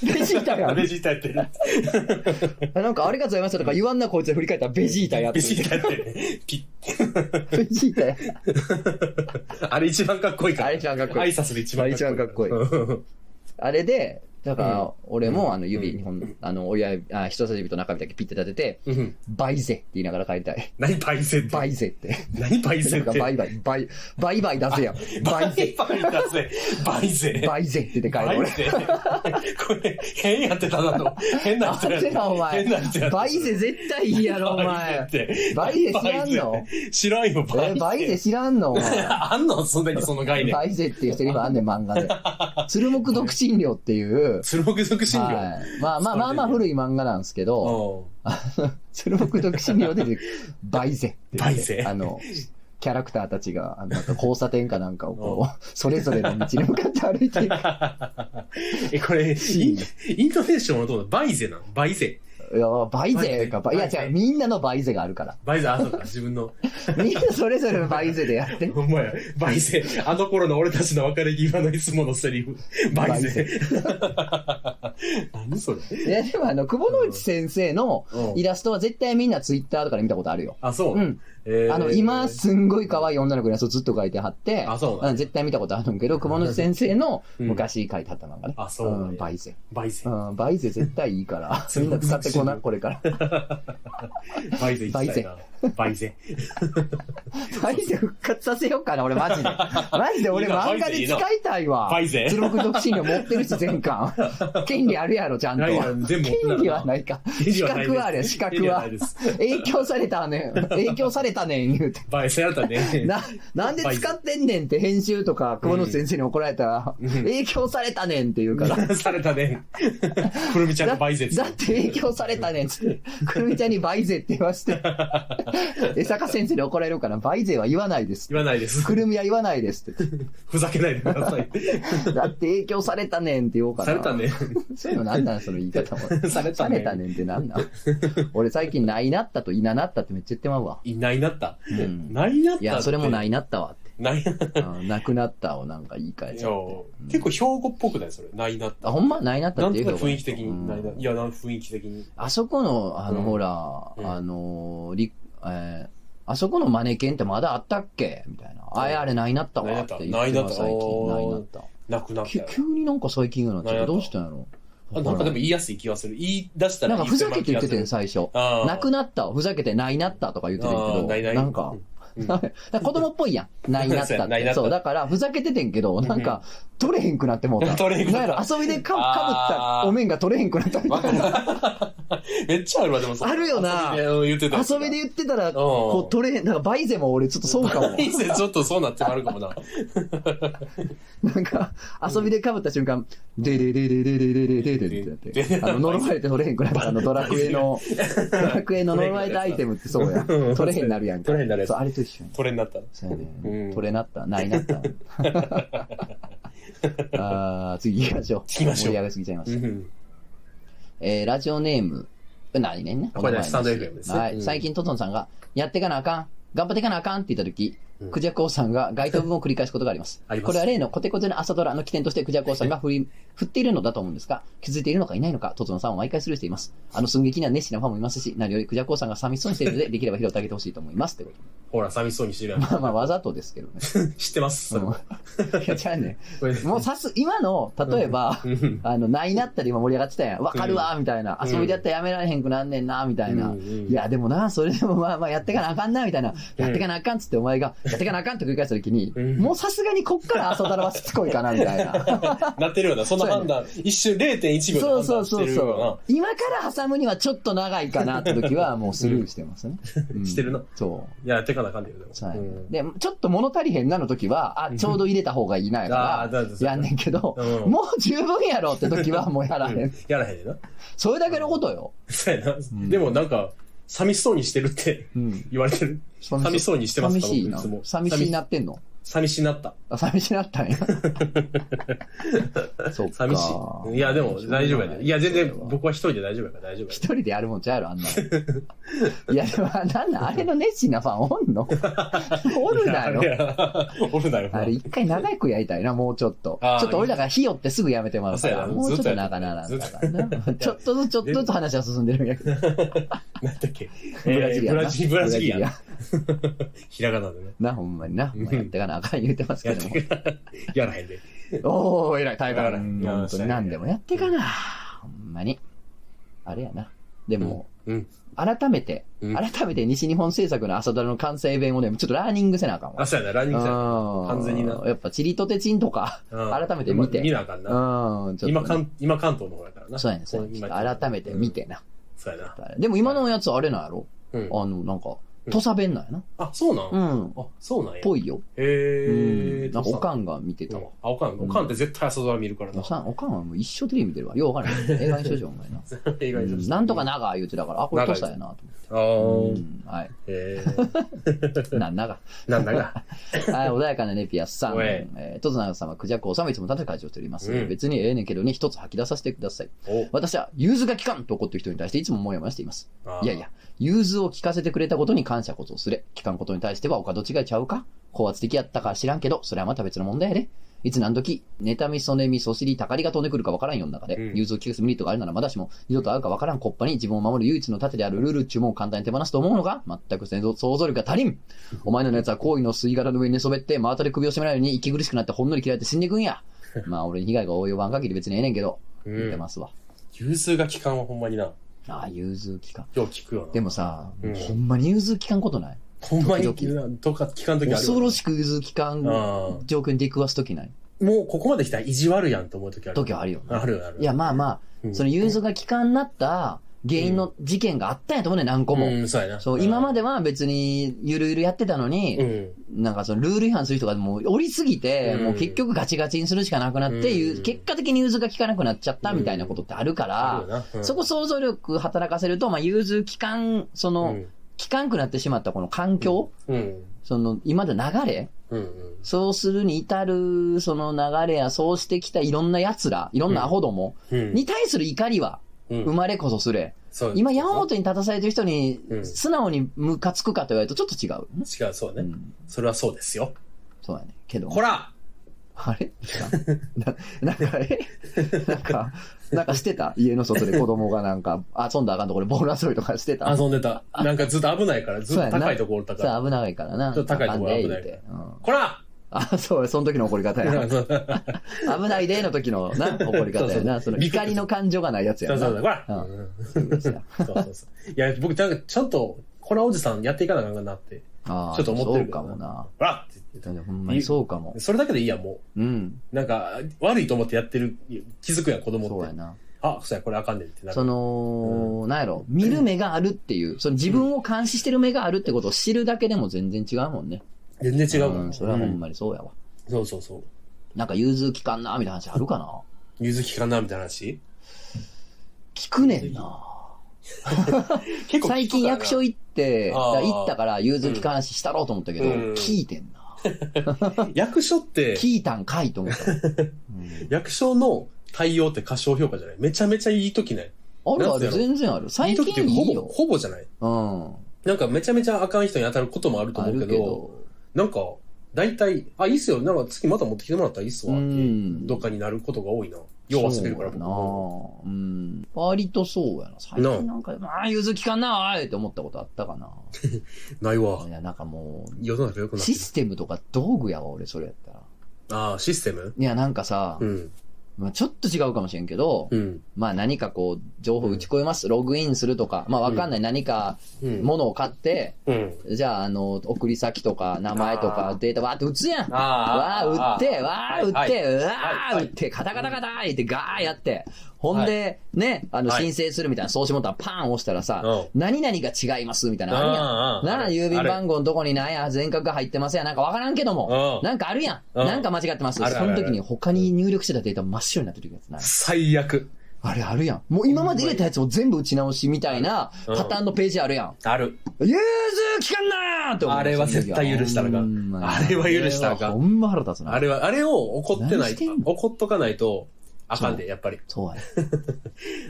S1: え、ベジータや
S2: や。ベ
S1: ん。
S2: ジータやってる。
S1: なんかありがとうございましたとか言わんなこいつで振り返ったらベジータやってる
S2: ベジータやってる。ピ
S1: ベジータや。
S2: ッ。あれ一番かっこいいから。
S1: あれ一番かっこいい
S2: 挨拶で一番
S1: あれ一番かっこいい
S2: うん
S1: あれで、だから、
S2: うん
S1: 俺も、あの、
S2: う
S1: 指、
S2: ん
S1: 日本、あの、親指、あ人差し指と中指だけピッて立てて、
S2: うん。
S1: 倍ぜって言いながら帰りたい。
S2: *laughs* 何パイセンって。
S1: 倍ぜって。
S2: 何パイセ
S1: な
S2: ン
S1: ん
S2: って
S1: か。倍倍、倍、倍倍出せやん。倍
S2: 倍
S1: ぜ、
S2: 倍だぜ。倍ぜ。
S1: 倍ぜって言って帰る
S2: 倍
S1: 俺。
S2: ぜ。これ、 *laughs* 変やってたなの。変な人や
S1: なん
S2: った
S1: でな、お前
S2: 変な人やっ。た
S1: 倍ぜ絶対いいやろ、お前
S2: 倍。ぜって。
S1: 倍ぜ知らんの
S2: 倍ぜ知らんよ、
S1: え、倍ぜ知らんのお前。
S2: *laughs* あんのそんなにその概念。
S1: 倍ぜっていうセリフあんねん、漫画で。鶴木独身寮っていう、
S2: 鶴木属診療。
S1: はい。まあまあまあまあ古い漫画なんですけど、
S2: う
S1: *laughs* 鶴木独身寮で出てく
S2: *laughs*
S1: る、倍ぜって言って
S2: 倍ぜ
S1: あの、キャラクターたちが、あの、なんか交差点かなんかをこう、それぞれの道に向かって歩いていく。
S2: *laughs* ん。え、これ、インイントネーションはどうだバイゼなのバイゼ。
S1: いや、倍ぜか、いや
S2: 倍ぜ
S1: 違う、みんなの倍ぜがあるから。
S2: バイゼ、あ、そうか、自分の。
S1: みんなそれぞれの倍ぜでやって。
S2: ほんまや。バイゼ。あの頃の俺たちの別れ際のいつものセリフ。バイゼ。何それ
S1: いや、でもあの、久保之内先生の
S2: うん
S1: イラストは絶対みんなツイッターとかで見たことあるよ。
S2: あ、そう。
S1: うん。
S2: えー
S1: あの、今、すんごい可愛い女の子のやつをずっと書いてはって、
S2: あそうなんや
S1: ん絶対見たことあるんけど、熊野先生の
S2: うん
S1: 昔書いてはった漫画ね。
S2: あそうなんや
S1: ん、バイゼ。
S2: バイゼ
S1: う。ん、バイゼ絶対いい
S2: *laughs*
S1: から、
S2: そう
S1: みんな使 *laughs* ってこな、
S2: そう
S1: これから。
S2: *laughs* バイゼ行きたいな。バイゼ。
S1: バイゼ復活させようかな、俺マジ
S2: *laughs*
S1: で。マジで俺
S2: いいな
S1: 漫画で使いたいわ。
S2: バイゼいい
S1: 鶴木独身の持ってるし、全
S2: *laughs*
S1: 巻。権利あるやろ、ちゃんと。
S2: ないやん全部持ってた
S1: 権利はないか。
S2: 権利
S1: 資
S2: はないです
S1: 格はあるよ、資
S2: 権
S1: 格
S2: 利はな
S1: はい
S2: で。す
S1: *laughs* 影響されたねん。影響されたねん、言うて。
S2: バイゼやったね。
S1: な、なんで使ってんねんって編集とか、久保野先生に怒られたら、影響されたねんって言うから。
S2: されたね。くるみちゃん
S1: だ
S2: のバイゼ
S1: だって影響されたねんっつって、くるみちゃんにバイゼって言わ
S2: *laughs*
S1: して、江坂先生に怒られるから、バイゼは言わないです。
S2: 言わないです。
S1: くるみは言わないですって。
S2: ふざけないでください。
S1: だって影響されたねんって言おうかな。
S2: されたね。
S1: そういうのなんなんその言い方は。
S2: *laughs* されたねん
S1: されたねんってなんなん俺最近ないなったといななったってめっちゃ言ってまうわ。
S2: いないなった。
S1: ん
S2: ないなったって。。
S1: いや、それもないいなったわって。
S2: ないなった。い
S1: うんなくなったをなんか言い換えち
S2: や
S1: ゃって。
S2: 結構標語っぽくないそれ。ないなった。
S1: あ、ほんまないなった
S2: な
S1: っ
S2: ん
S1: て
S2: と
S1: いう
S2: なく
S1: 表現
S2: 雰囲気的にないな。いや、なん雰囲気的に。
S1: あそこの、あの、
S2: うん
S1: ほら、
S2: うん
S1: あのー、り、えーあそこのマネケンってまだあったっけみたいな。あれ、あれ、ないなったわって言
S2: な
S1: っ
S2: い
S1: て
S2: なっ
S1: た、
S2: た
S1: 最近。ないなった。
S2: なくなった
S1: き
S2: よ。
S1: 急になんか最近言うようになっちゃった。ど
S2: ないな
S1: う
S2: った
S1: したんやろ
S2: あなんかでも言いやすい気がする。言い出した
S1: な
S2: ら
S1: んか
S2: 言い
S1: ふ
S2: そ
S1: ざ
S2: うな
S1: けて
S2: 気
S1: 言
S2: が
S1: っ
S2: す
S1: て
S2: る
S1: てん、最初。
S2: あー
S1: なくなった、ふざけて、ないなったとか言っててん
S2: あーな
S1: け
S2: い
S1: ど、
S2: ない
S1: なんか、
S2: うん
S1: *laughs* だから子供っぽいやん。ないなっ
S2: そ
S1: た
S2: うや
S1: っ
S2: ないな
S1: て。
S2: った
S1: そう、だから、ふざけててんけど、なんか、取れへんくなってもうた。
S2: *laughs* 取れへんくなった
S1: なんやろ遊びでかか
S2: あ
S1: ぶった
S2: ー
S1: お面が取れへんくなったみたいな。
S2: *laughs* めっちゃあるわ、でもそう
S1: あるよな
S2: 遊びでうん言ってた。
S1: 遊びで言ってたら、
S2: ん
S1: こう取れへん、なんかバイゼも俺ちょっとそうか
S2: *laughs*
S1: も。
S2: 以前ちょっとそうなってもあるかもな。
S1: なんか、遊びで被った瞬間、ででででででででででってなって、あの、呪われて取れへんくなったあの、ドラクエの、ドラクエの呪われたアイテムってそうやん。
S2: うん
S1: 取れへんなるやんか。
S2: 取れへんなるやつ
S1: そう、あれと一緒やん。
S2: トレになったの。
S1: そうや
S2: う
S1: ね
S2: ん。
S1: 取れなった、ないなった。あー次行きましょう。
S2: 行きましょう
S1: 盛り上がりすぎちゃいま
S2: う
S1: した。
S2: ん
S1: えー、ラジオネーム、何ねんね。
S2: これね
S1: お名前の
S2: スタンド FM ですね
S1: は
S2: う
S1: い。
S2: ん
S1: 最近トトンさんが、やってかなあかん。頑張ってかなあかんって言った時
S2: うん
S1: クジャコウさんが街頭文を繰り返すことがあります。
S2: *laughs* ありま
S1: こ
S2: す
S1: れは例のコテコテの朝ドラの起点としてクジャコウさんが振り、振っているのだと思うんですが、気づいているのかいないのか、トトンさんは毎回スルーしています。あの寸劇には熱心なファンもいますし、何よりクジャコウさんが寂しそうにしているので、できれば拾ってあげてほしいと思います。ってこと
S2: ほら、寂しそうにしてるや
S1: *laughs* まあまあ、
S2: ん。
S1: わざとですけどね。
S2: 知ってます。それは
S1: うんいや、じゃあね。
S2: *laughs* これね
S1: もうさす、今の、例えば、
S2: うん
S1: あの、ないなったり今盛り上がってたやん。わかるわ、みたいな。
S2: うん
S1: 遊びでやったらやめられへんくなんねんな、みたいな。
S2: うんうん
S1: いや、でもな、それでもまあまあやってかなあかんな、みたいな。やってかなあかんっつってお前が、やってかなあかんって繰り返した時に、
S2: うん
S1: もうさすがにこっから朝ドラはしつこいかな、みたい
S2: *laughs*
S1: な。
S2: なってるよな。その判断、一瞬
S1: そう
S2: 0.1秒で判
S1: そう
S2: 断し
S1: そ
S2: て
S1: う
S2: る
S1: そ
S2: よ
S1: う。今から挟むにはちょっと長いかなって時は、もうスルーしてますね。うん
S2: *laughs* してるな。
S1: そう。
S2: な。いや、てかなあかんでよ、でも。
S1: そうやね
S2: うん
S1: で、ちょっと物足りへんなの時は、あ、ちょうど入れた方がいいなやか
S2: あーだ
S1: ら
S2: だ、だ
S1: やんねんけど、
S2: うん
S1: もう十分やろって時はもうやらへん。
S2: やらへんねんな。 *laughs*
S1: それだけのことよ。
S2: そうやな。でもなんか、寂しそうにしてるって
S1: うん
S2: 言われてる。寂しそうにしてますか
S1: 寂しい
S2: 僕
S1: な。
S2: いつも
S1: 寂しいなってんの
S2: 寂しなった。
S1: あ寂しいなった
S2: *laughs*
S1: んや。そうか。
S2: 寂しい。いや、でも大丈夫やで。いや、全然
S1: それは
S2: 僕は一人で大丈夫やから大丈夫や
S1: 一人でやるもんちゃうやろ、あんなのいや、でも、なんなん、あれの熱心なファンおん
S2: *laughs*
S1: のおるなよ。
S2: よ。 *laughs* おるなよ。
S1: あれ、一回長くやりたいな、もうちょっと。
S2: あー
S1: ちょっと俺らが火寄ってすぐやめてもらうか
S2: そうや
S1: ら、
S2: な
S1: もうちょっと
S2: ずっとやっ
S1: 長
S2: て
S1: ならんからな。 *laughs* ちょっとずつ、ちょっとずつ話は進んでるんやけど。
S2: なんだっけ。
S1: ブラジリアンな。
S2: ブラジブラジリアン。ひらがなでね。
S1: な、ほんまにな。ほんまやってかなあかん言うてます
S2: や
S1: け
S2: っ
S1: ども。
S2: てからやらへんで。
S1: おー、偉い、大河原。
S2: う
S1: 本
S2: ん
S1: 当に何でもやってかな。ほんまに。あれやな。でも、
S2: うん。
S1: 改めて、
S2: うん
S1: 改めて西日本制作の朝ドラの関西弁をね、ちょっとラーニングせなあかんわ。
S2: あ、そうやな、ランニングじゃん。
S1: 完
S2: 完全にな
S1: やっぱ、チリとてちんとか、
S2: うん
S1: 改めて見て
S2: 今見なあかん
S1: うん、
S2: な。
S1: ちょっとね
S2: 今、関今関東の方だからな。
S1: そうやねん、そうやねん
S2: 今
S1: ちょっと改めて見。てな。
S2: そうやな。
S1: でも今のやつあれなんやろ
S2: うん。
S1: あの、なんか、
S2: うん
S1: 土佐弁なんやな。
S2: あ、そうなん
S1: うん。
S2: あ、そうなんや。
S1: ぽいよ。う
S2: へ
S1: ん。
S2: ー。
S1: なんか、おか
S2: ん。
S1: んが見てたわ。
S2: あ、おかん。おかんって絶対朝ドラ見るから
S1: お
S2: な。
S1: さん、おかんはもう一生テレビ見てるわ。ようわから
S2: *laughs*
S1: ない。映画一緒じゃん、お前な。
S2: 映画に
S1: う
S2: 出し
S1: ん
S2: て
S1: なんとか。長言うてたから、あ、これ土佐やなと
S2: あー
S1: 思って。うんはい。
S2: へー。
S1: な、
S2: *laughs*
S1: 長。
S2: なんだ
S1: *laughs*
S2: か。
S1: はい、穏やかなネピアスさん。
S2: おい
S1: えー、トズナ様、クジャク王様いつも立て会長しております。
S2: うん
S1: 別にええねんけどね、一つ吐き出させてください。
S2: お
S1: 私は、融通が効かんと怒ってる人に対していつももやもやしています。
S2: あー
S1: いやいや。、融通を聞かせてくれたことに感謝ことをすれ。聞かんことに対してはお門違いちゃうか高圧的やったか知らんけど、それはまた別の問題やで。いつ何時、妬み、そねみ、そしり、たかりが飛んでくるかわからん世の中で、
S2: うん
S1: 融通を聞かせるメリットがあるならまだしも、二度と会うかわからんコッパに自分を守る唯一の盾であるルールっちゅうもんを簡単に手放すと思うのか全く想像力が足りんお前のやつは好意の吸い殻の上に寝そべって、真綿で首を絞められるように息苦しくなってほんのり嫌いって死んでいくんや。まあ俺に被害が及ばん限り別にええねんけど、
S2: う
S1: 言って
S2: ん。
S1: ますわ。
S2: 融通が効かんはほんまにな。よ
S1: ああ、融通聞かん。
S2: う聞くよな。
S1: でもさ、
S2: うん
S1: ほんまに融通聞かんことない
S2: ほんまに、
S1: 時
S2: どっか聞かんときあるよな。
S1: 恐ろしく融通機関
S2: あ
S1: 状況に出くわすときない
S2: あもうここまで来たら意地悪やんと思うときある。
S1: 時はあるよな
S2: あるある。
S1: いや、まあま
S2: う
S1: あ、
S2: ん
S1: その融通が機関になった原因の事件があったんやと思うね、何個
S2: う
S1: も。
S2: ん、そうやな。
S1: そう、今までは別にゆるゆるやってたの
S2: う
S1: に、
S2: ん。
S1: なんかそのルール違反する人がもう降りすぎて、
S2: うん
S1: もう結局ガチガチにするしかなくなって、
S2: うん
S1: 結果的に融通が効かなくなっちゃったみたいなことってあるか
S2: あ
S1: ら
S2: る、よな。うん
S1: そこ想像力働かせると、まあ融通機関、そうの、
S2: ん。
S1: 機関くなってしまったこの環境、
S2: うん。
S1: その、今までの流れ、
S2: うん。うん。
S1: そうするに至る、その流れや、そうしてきたいろんな奴ら、いろんなアホども、
S2: うん。
S1: に対する怒りは、
S2: うん
S1: 生まれこそすれ。
S2: そう
S1: 今、山本に立たされてる人に
S2: う、ん
S1: 素直にムカつくかと言われるとちょっと違う。
S2: 違う、そう
S1: う
S2: ね。
S1: ん、
S2: それはそうですよ。
S1: そうやね。けど、
S2: こら
S1: あ
S2: *laughs*
S1: れな *laughs* なんか、えなんか、なんかしてた家の外で子供がなんか、遊んだらあかんとこでボール遊びとかしてた。
S2: 遊んでた。なんかずっと危ないから、ずっと高いところだから。
S1: さあ危ないからな。
S2: ちょっと高いとこ
S1: あかんで
S2: 危な
S1: 言
S2: い
S1: うてうん
S2: こら
S1: あ、そう、その時の怒り方やな。
S2: *laughs* そうそう *laughs*
S1: 危ないでの時のな、怒り方やな。そ
S2: そうそう
S1: の怒りの感情がないやつやな。
S2: そうそう、こら
S1: うん
S2: うん
S1: ち
S2: そうそうそう。いや、僕、なんかちゃんと、こらおじさんやっていかなあかんかなって。
S1: ょ
S2: ちょっと思っ
S1: そう
S2: てるけど
S1: かもな。
S2: ほらって言って
S1: ほんまにそうかも
S2: た。。それだけでいいやん、も
S1: うん。
S2: う。なんか、悪いと思ってやってる、気づくやん、子供って。
S1: そうやな。
S2: あ、そうや、これあかんねんってなる。
S1: その、なんやろ、見る目があるっていう、その自分を監視してる目があるってことを知るだけでも全然違うもんね。
S2: 全然違うも
S1: ん
S2: ん。
S1: それはほんまにそうやわ。
S2: うんそうそうそう。
S1: なんか融通きかんな、みたいな話あるかな。
S2: 水木かなみたいな話
S1: 聞くねんな。
S2: 結構
S1: 最近役所
S2: 行
S1: 行って、だ
S2: あー
S1: から行ったから融通きかん話したろうと思ったけど、
S2: うん
S1: 聞いてんな。
S2: 役所って、
S1: 聞いたんかいと思
S2: *laughs*
S1: った。うん
S2: 役所の対応って過小評価じゃないめちゃめちゃいい時ない
S1: あるあ
S2: なん
S1: る、
S2: やろ
S1: 全然ある。
S2: い
S1: 最
S2: い時って
S1: 近
S2: いうかほ
S1: いい
S2: ぼ、
S1: よ。
S2: ほぼじゃない
S1: うん。
S2: なんかめちゃめちゃあかん人に当たることもあると
S1: あ
S2: 思うけ
S1: る
S2: ど、
S1: けど。
S2: なんか、大体、あ、いいっすよ。なんか次また持ってきてもらったらいいっすわ。
S1: う
S2: っ
S1: ん
S2: てどっかになることが多いな。よう忘れるから
S1: そう
S2: 僕
S1: やなうん。割とそうやな。最近なんか、ああ、ゆずきかんな、あーって思ったことあったかな。
S2: ないわ
S1: い。や、なんかも
S2: 世の中良く
S1: う、
S2: なって
S1: シ
S2: る。
S1: ステムとか道具やわ、俺、それやったら。
S2: ああ、システム
S1: いや、なんかさ
S2: う、ん。
S1: まあちょっと違うかもしれんけど、
S2: うん。
S1: まあ何かこう、情報打ち込みます。ログインするとか、まあわかんない何か、
S2: うん。
S1: ものを買って、
S2: うん。
S1: じゃあ、あの、送り先とか、名前と
S2: あ
S1: か、
S2: ー
S1: データわーって打つやん。わ
S2: あ
S1: あ、打って、わあ、打って、うわ
S2: はい
S1: あ、
S2: は
S1: 打
S2: い
S1: って、カタカタカタ言って、ガーやって、ほんで、ね、あの、
S2: はい
S1: 申請するみたいな、送信ボタンパン押したらさ、
S2: うん。
S1: 何々が違いますみたいなのあるやん。なあ、郵便番
S2: 号。
S1: 号のとこになんや、全角が入ってますやん、なんかわからんけども、
S2: うん
S1: なんかあるやん、
S2: うん
S1: なんか間違ってます。
S2: あるあ
S1: そ
S2: る
S1: の
S2: ある
S1: 時に他に入力してたデータ真っ白になってるやつない。
S2: 最悪。
S1: あれあるやん。もう今まで入れたやつも全部打ち直しみたいなパターンのページあるやん。
S2: ある。
S1: 融通聞かんなーって思う
S2: あれは絶対許したらあかん
S1: ほまに
S2: あれは許したらあか
S1: あれは
S2: ん
S1: ほんま腹立つな。
S2: あれは、あれを怒ってな
S1: 何
S2: い
S1: してん、の
S2: 怒っとかないと、あかんで、やっぱり。
S1: そうやね。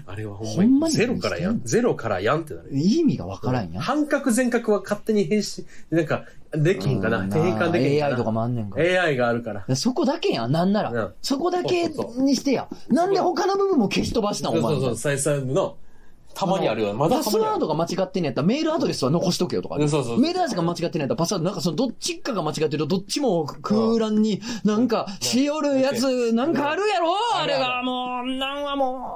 S2: あれはほ
S1: ほん
S2: ん
S1: ま
S2: ま
S1: に
S2: に。ゼロからやん。ゼロからやんってなる。
S1: 意味がわからんやん。
S2: 半角全角は勝手に変身、なんか、できへんかな。
S1: う
S2: 変換できへんかな。
S1: AI とかもあんねんから。
S2: AI があるから。
S1: そこだけやん、なんな
S2: う
S1: ら
S2: ん。
S1: そこだけ
S2: そうそう
S1: にしてや。なんで他の部分も消し飛ばしたん、
S2: そ
S1: お
S2: うそう
S1: 前
S2: そう、。再三の、たまにあるよ。まだ
S1: パ
S2: た
S1: ス
S2: まにあ
S1: ワー
S2: る
S1: ドが間違ってんねやったらメールアドレスは残しとけよとか、
S2: うんそうそうそう
S1: メールアドレスが間違ってんねやったらパスワード、なんかそのどっちかが間違ってるとどっちも空欄になんかしよるやつなんかあるやろあ
S2: ある
S1: れ
S2: ある
S1: がもう、なんはも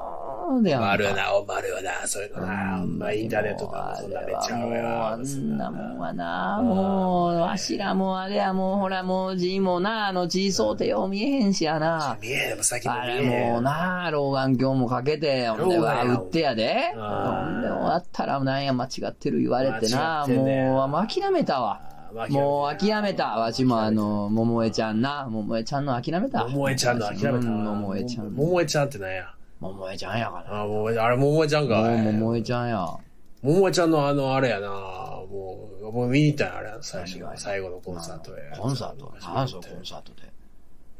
S1: う、でやんか
S2: あるよな、おまるよな、そういうのな。あんまインターネットとかもそんなめっちゃう
S1: あ
S2: よ。
S1: んなもんはな、
S2: うん
S1: もう、わしらもあれや、もうほら、もう字もな、あの字想定よう見えへんしやな。
S2: 見えへんも先も
S1: あ
S2: 見
S1: れ
S2: えへ。
S1: もうんな、老眼鏡もかけて、ほんで、
S2: 老眼
S1: わ、
S2: 鏡
S1: 売ってやで。
S2: あー
S1: ほんで、終わったら、なんや、間違ってる言われてな、
S2: 間違ってんねや
S1: もう、もう諦めたわ。
S2: まあ
S1: もう諦めた。わしもあ、の、桃江ちゃんな、桃江ちゃんの諦めた。
S2: 桃江ちゃんの諦めた。
S1: うん桃江ちゃん。
S2: 桃江ちゃんってなんや。
S1: 桃江ちゃんやか
S2: あ、もう、あれ桃江ちゃん
S1: ら。
S2: か。
S1: もう桃江ちゃんや。
S2: 桃江ちゃんのあの、あれやな、もう、もう見に行ったんや、あれ、最初
S1: 何が
S2: の、最後のコンサートや。
S1: コンサート何それコンサートで。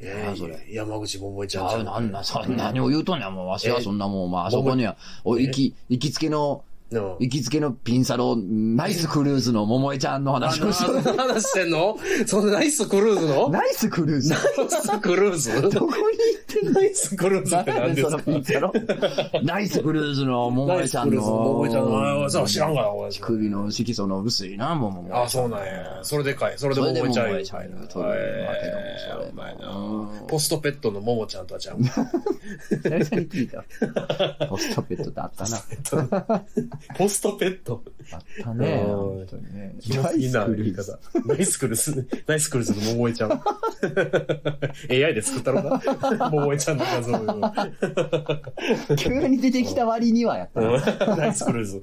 S2: いや
S1: 何
S2: い
S1: そ
S2: や
S1: れ
S2: 山口桃江ち
S1: ち
S2: ゃん
S1: ゃ
S2: ちゃ
S1: う、
S2: う
S1: なんな、そ何を言うとんねん、もう、わしは
S2: え
S1: そんなもん、まあ、あそこには、お、行き、行きつけの、
S2: の
S1: 行きつけのピンサロ、ナイスクルーズの桃江ちゃんの
S2: あ
S1: 話
S2: の
S1: をしとる。
S2: 話してんのそのナイスクルーズ
S1: *laughs*
S2: のナ
S1: ナイスクル
S2: *laughs*
S1: ーズ
S2: イスクルーズ
S1: どこに行ってんの
S2: ナイスクルーズって何
S1: 何
S2: で
S1: やねんそ
S2: す
S1: の
S2: か
S1: ピンサ
S2: *laughs*
S1: ロ。ナイスクルーズの桃
S2: ナ
S1: 江
S2: イス
S1: ちゃ
S2: ク
S1: ん
S2: ルーズの
S1: の
S2: 桃江ちゃんの、あそう知らんから、俺。
S1: 乳首の色素の薄いな、もう桃江ちゃん。
S2: あ、そうなんや。それでかい。それで
S1: それで
S2: 桃江ちゃん
S1: 桃
S2: や
S1: 江ちゃんや。取るわけだもん
S2: えー
S1: それ
S2: お前な
S1: うん
S2: ポストペットの桃ちゃんとは
S1: *laughs*
S2: ちゃう。
S1: 久々に聞いた。 *laughs* ポストペットってあったな。
S2: ポストペット
S1: あった
S2: *laughs*
S1: ね。
S2: うん
S1: 本当にね。
S2: ひどすぎな言い方。ナイスクルス、ナイスクルスの桃江ちゃん。AI で作ったろうな。 *laughs* 桃江ちゃんの画像を。
S1: 急に出てきた割にはやったな。
S2: うん *laughs* ナイスクルーズ。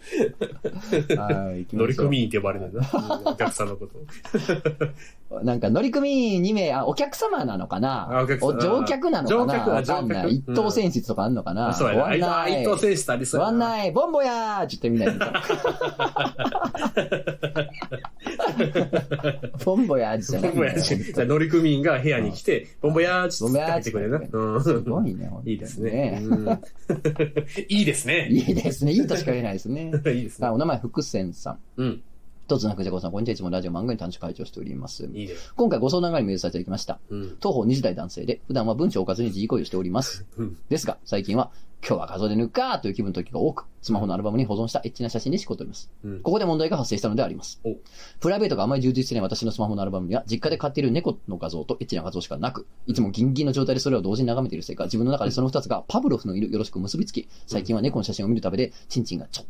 S1: はい行きましょう
S2: 乗組員って呼ばれるんだ。お客さんのこと。
S1: なんか乗組員2名、あ、お客様なのか
S2: あ
S1: な
S2: お客様
S1: お乗客なのかな
S2: 乗客
S1: わかん
S2: 乗
S1: な
S2: 客
S1: い。一等選出とかあんのかな、
S2: あそう
S1: 終わん
S2: やな。
S1: な
S2: あ
S1: い。
S2: 伊藤選手とありそ
S1: 終
S2: う
S1: わ
S2: や
S1: ん
S2: な。
S1: ない。ボンボやーって言ってみない
S2: *laughs*
S1: と。ボンボやーじゃな
S2: ボ
S1: い
S2: ンボヤージじゃあ乗組員が部屋に来て、ボンボヤージ
S1: ボンボヤージ
S2: って言ってくれるな。うん
S1: すごいね、ほんと
S2: い
S1: に
S2: いですね。うんいいですね。
S1: いいですね。いいとしか言えないですね。
S2: *laughs* いいです
S1: あ
S2: ね。
S1: お名前、福仙さん。
S2: うん。
S1: とつなくじゃこさん、こんにちは。いつもラジオ漫画に短所会長しております。
S2: いいです。
S1: 今回ご相談がありメールさせていただきました。
S2: うん。
S1: 当方20代男性で、普段は文章をおかずに自己をしております。
S2: うん
S1: ですが、最近は、今日は画像で抜くかという気分の時が多く、スマホのアルバムに保存したエッチな写真で仕事をります。
S2: うん
S1: ここで問題が発生したのであります
S2: お。
S1: プライベートがあまり充実してない私のスマホのアルバムには、実家で買っている猫の画像とエッチな画像しかなく、いつもギンギンの状態でそれを同時に眺めているせいか、自分の中でその2つがパブロフのいるよろしく結びつき、最近は猫の写真を見るたびで、チンチンがちょっ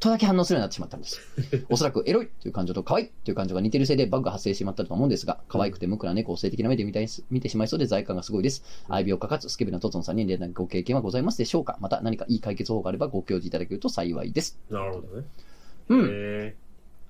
S1: とだけ反応するようになってしまったん
S2: *laughs*
S1: です。おそらくエロいという感情と可愛いという感情が似ているせいでバグが発生してしまったと思うんですが、可愛くて無垢な猫を性的な目で見たいす見てしまいそうで罪感がすごいです。愛病かかつスケベなトツノさんに連絡ご経験はございますでしょうかまた何かいい解決方法があればご教示いただけると幸いです。
S2: なるほどね。
S1: うん
S2: へえ。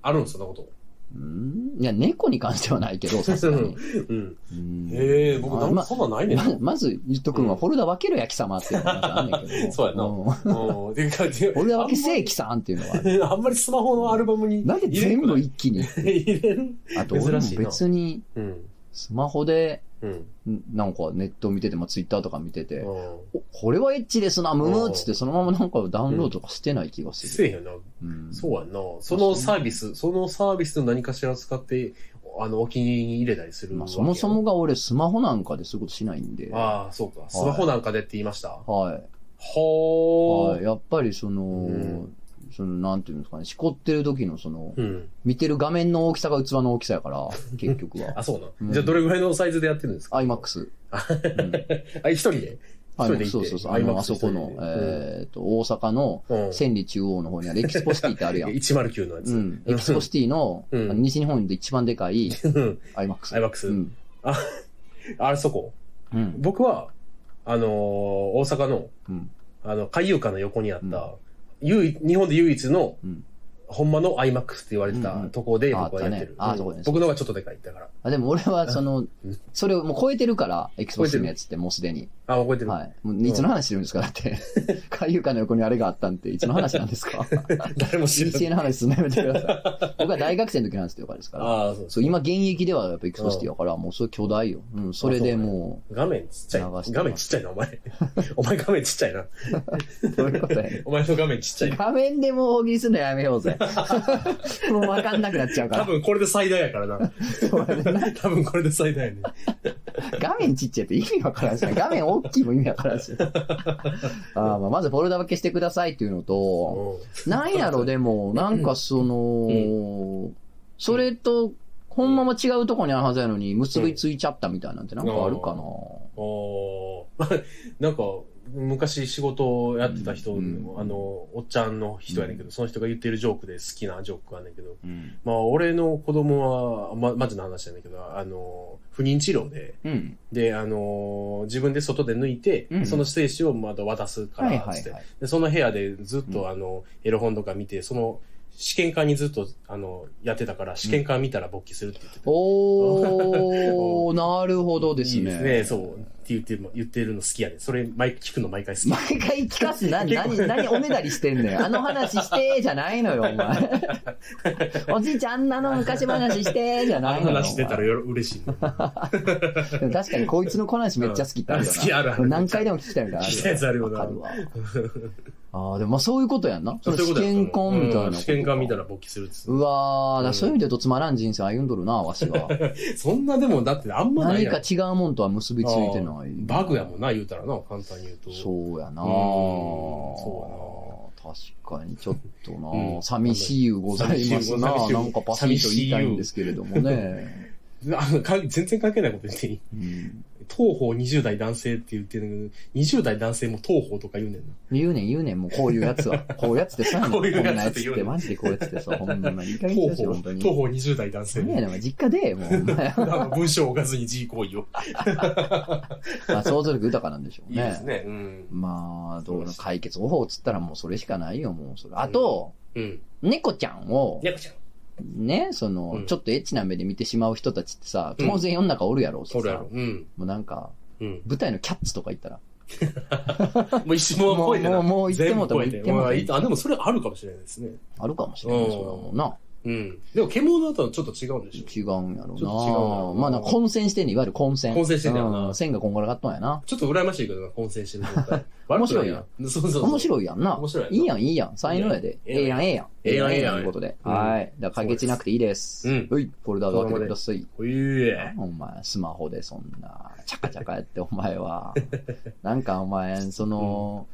S2: あるんそんなこと。
S1: うーん。いや、猫に関してはないけ
S2: *laughs*
S1: ど、さすがに。
S2: うん。
S1: うん
S2: へえ、僕なんか
S1: ま
S2: そんなんないねんな
S1: ま。まず言っとくんは、
S2: うん
S1: フォルダ分けろや貴様っていうのがあんねんけども。
S2: *laughs* そうやなん *laughs* うん。でか
S1: フォルダ分けせえ貴さんっていう
S2: *laughs*
S1: のはある。
S2: あんまりスマホのアルバムに
S1: なんで全部
S2: 入
S1: 一気に。
S2: *laughs* れん
S1: あと、俺も
S2: 珍しいな
S1: 別に、
S2: うん。
S1: スマホで、
S2: うん。
S1: んなんかネット見てても、ツイッターとか見てて、
S2: うん
S1: おこれはエッチですな、ムムっつって、そのままなんかダウンロードとかしてない気がす
S2: せ
S1: る。
S2: えへんな。
S1: うん
S2: そうやんな。そのサービス、そのサービスの何かしら使って、あの、お気に入りに入れたりする
S1: ま
S2: わ
S1: あ、
S2: け
S1: そ
S2: やん
S1: もそ。もが俺、スマホなんかでそういうことしないんで。は
S2: ああ、そうか。スマホなんかでって言いました。
S1: い。
S2: ほ
S1: は
S2: ー
S1: い。。やっぱりその、
S2: ん
S1: その、なんていうんですかね、しこってる時のその、
S2: うん。
S1: 見てる画面の大きさが器の大きさや
S2: *laughs*
S1: から、結局
S2: あ、
S1: は。
S2: そうな。
S1: うん
S2: じゃあ、どれぐらいのサイズでやってるんですか *laughs*
S1: IMAX。
S2: あ、一人で一人で行って
S1: そうそうそう。あの、
S2: IMAX
S1: あそこの
S2: 一人、で
S1: えっと、大阪の
S2: うん
S1: 千里中央の方にあるエキスポシティってある
S2: *laughs*
S1: やん。
S2: 109のや
S1: う
S2: つ。
S1: ん。エキスポシティの、あ
S2: うん
S1: の西日本で一番でかい
S2: うん。
S1: IMAX。
S2: IMAX
S1: うん。
S2: あれそこ。
S1: うん。
S2: 僕は、あのー大阪の、
S1: うん
S2: あの、海遊館の横にあった、
S1: うん
S2: 唯一日本で唯一の、
S1: うん
S2: ほんまの IMAX って言われて
S1: うんう
S2: た
S1: ん
S2: とこで
S1: あ
S2: 僕はやってる。
S1: あったねあそこ
S2: うん
S1: ね
S2: 僕のがちょっとでかいだから。
S1: あでも俺は、その
S2: うん、
S1: それをもう超えてるから、エキスポシティのやつってもうすでに。
S2: あ、覚えてる。
S1: はい。もういつの話してるんですかだって。海遊館の横にあれがあったんって、いつの話なんですか
S2: *laughs* 誰も知
S1: 人
S2: らな
S1: 生の話
S2: い。
S1: すんのやめてください。僕は大学生の時の話とかですから。
S2: ああ、そう
S1: そう、今現役ではやっぱエクスポシティだから、もうそれ巨大よ。うん、それでも
S2: 画面ちっちゃい。
S1: 流してます
S2: 画面ちっちゃいな、
S1: *laughs*
S2: お前。お前画面ちっちゃいな。
S1: う、そういうことやね。
S2: お前の画面ちっちゃい。
S1: 画面でもう大喜利するのやめようぜ。もうわかんなくなっちゃうか
S2: 多
S1: ら。 *laughs*
S2: 分これで最大やからな。
S1: そうやね
S2: 多分これで最大やね。
S1: 画面ちっちゃいって意味わからんしな。画面大きいも意味わからんしな。あーまあまずフォルダ分けしてくださいっていうのと、なんやろ、でも、なんかその、それと、ほんまも違うとこにあるはずやのに、結びついちゃったみたいなんてなんかあるかな。
S2: おー *laughs* なんか、昔仕事をやってた人、
S1: うん
S2: あの、おっちゃんの人やねんけど、その人が言ってるジョークで好きなジョークがあんねんけど、
S1: うん。
S2: まあ、俺の子供は、ま、マジの話やねんけど、あの、不妊治療で、
S1: うん。
S2: で、あの、自分で外で抜いて、
S1: うん
S2: その精子をまだ渡すから、
S1: は
S2: つ
S1: い
S2: って、
S1: はいはい。
S2: で、その部屋でずっ
S1: う
S2: と、あの、エロ本とか見て、その、試験管にずっと、あの、やってたから、試験管見たら勃起するって言ってた。 *laughs*
S1: おー、なるほどです
S2: いい
S1: ね。
S2: そう。って言っても、言ってるの好きやね。それ、毎聞くの毎回好き。
S1: 毎回聞かすな、
S2: 結構
S1: 何、何おねだりしてんのよ。あの話して、じゃないのよ、お
S2: *laughs*
S1: 前。おじいちゃん、あんなの昔話して、じゃ
S2: あ
S1: ないの
S2: の
S1: よ。
S2: 話してたらよろ嬉しいね。
S1: お前でも確かに、こいつのこの話めっちゃ好きってあるよな。
S2: 好きあるある
S1: 何回でも聞きたいみたいな。
S2: 聞きたいやつあるよな
S1: わかるわ。ああ、でもまあそういうことやんな。その試験管みたいなことか。
S2: 試験管みたいな勃起するっ
S1: *laughs*
S2: つ
S1: うわー、だからそういう意味で言うとつまらん人生歩んどるな、わしが。
S2: そんなでも、だってあん *laughs* まない
S1: 何
S2: や
S1: か
S2: ん。
S1: 違うもんとは結びついてない。
S2: バグやもんな、言うたらな、簡単に言うと。
S1: そうやな
S2: うんそ
S1: そう確かに、ちょっとな、
S2: うん
S1: 寂しいございますな。
S2: 寂しい
S1: なんかパシッと言いたいんですけれども
S2: *laughs*
S1: ね。
S2: あのか全然関係ないこと言っていい
S1: うん、
S2: 東方20代男性って言ってるんだけど、20代男性も東方とか言うねんな。
S1: 言うねん言うねん、もうこういうやつ
S2: *laughs*
S1: は。こういうやつってさ、
S2: こういうやつって言うねん
S1: んなやつって、マジでこういうやつってさ、ほんまに。いい加減にし
S2: 東
S1: てほし
S2: *laughs*
S1: い
S2: 方、
S1: 本当
S2: 東
S1: に。
S2: 方20代男性。
S1: 何やねん、お前実家で、もうお前。
S2: あの文章を置かずに自行為を。
S1: まあ、想像力豊かなんでしょう
S2: いい
S1: ね。
S2: ですね。うん。
S1: まあ、どうの解決方法っつったらもうそれしかないよ、もうそれ。あと、
S2: うん。
S1: 猫ちゃんを、
S2: 猫ちゃん。
S1: ね、その、
S2: うん
S1: ちょっとエッチな目で見てしまう人たちってさ、
S2: うん
S1: 当然世の中おるやろうしさ、
S2: おるやろ。うん。
S1: もうなんか、 *laughs*
S2: うん。
S1: 舞台のキャッツとか行ったら、
S2: もう一瞬も超えて
S1: も
S2: な
S1: うも
S2: い。
S1: うもう行ってもうた
S2: 全部超
S1: 行
S2: え
S1: っててもうた
S2: まあいあ、でもそれあるかもしれないですね。
S1: あるかもしれな
S2: う
S1: い、
S2: ん
S1: それはもうな。
S2: うん。でも獣だとちょっと違うんでしょ
S1: 違うんやろ
S2: ちょっと違うんやろ
S1: うな。まあ、なんか混戦してんねいわゆる混戦。
S2: 混戦してんだよな
S1: うん線がこんがらがっとんやな。
S2: ちょっと羨ましいけどな、混戦してる状態。
S1: *laughs* 面白いやん
S2: 悪くなそうそうそう。
S1: 面
S2: い。
S1: 白いやんな
S2: 面。白いやん
S1: いいやん、いいやん。才能やで。え
S2: え
S1: えや
S2: えや
S1: ん、
S2: ん
S1: ええやん。
S2: ええやん
S1: え
S2: え
S1: え
S2: え
S1: や
S2: や
S1: ん。
S2: ん
S1: ということで。
S2: うん
S1: はい。だから解決なくていいです。
S2: うん
S1: ほい、フォルダを分けてください。
S2: おいえ。
S1: お前、スマホでそんな、チャカチャカやって、お前
S2: *laughs*
S1: は。なんかお前、その、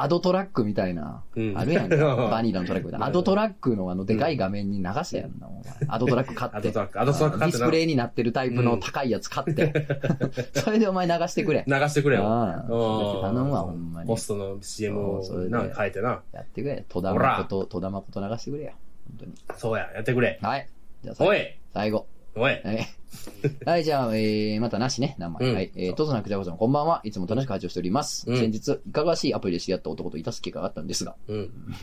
S1: アドトラックみたいな。
S2: うん
S1: あるやん
S2: *laughs*
S1: かバニラのトラックみたいな。アドト
S2: ラ
S1: ラックのあの、でかい画面に流したやんな、お前。アドトラック買
S2: ア
S1: っ
S2: ド
S1: て。
S2: トラック、アドトラック
S1: デ
S2: 買
S1: ィ
S2: って
S1: ス
S2: な
S1: プレイになってるタイプの高いやつ買
S2: *laughs*
S1: って。それでお前流してくれ。
S2: 流してくれよ。
S1: ああそれ
S2: う
S1: 頼むわ、ほんまに
S2: ホ。ストの CM を
S1: そうそれで
S2: な、変えてな。
S1: やってくれ。戸田誠、戸田誠流してくれや。本当に。
S2: そうや、やってくれ。
S1: はい。じゃあ最
S2: お
S1: 後。
S2: い
S1: 最後。
S2: おい *laughs*
S1: はい。はい、じゃあ、えー、またなしね、名前。
S2: うん
S1: はい。えー、とぞなくじゃこさん、こんばんは。いつも楽しく拝聴しております。
S2: うん
S1: 先日、いかがわしいアプリで知り合った男といたす機会があったんです
S2: *laughs*
S1: が、
S2: う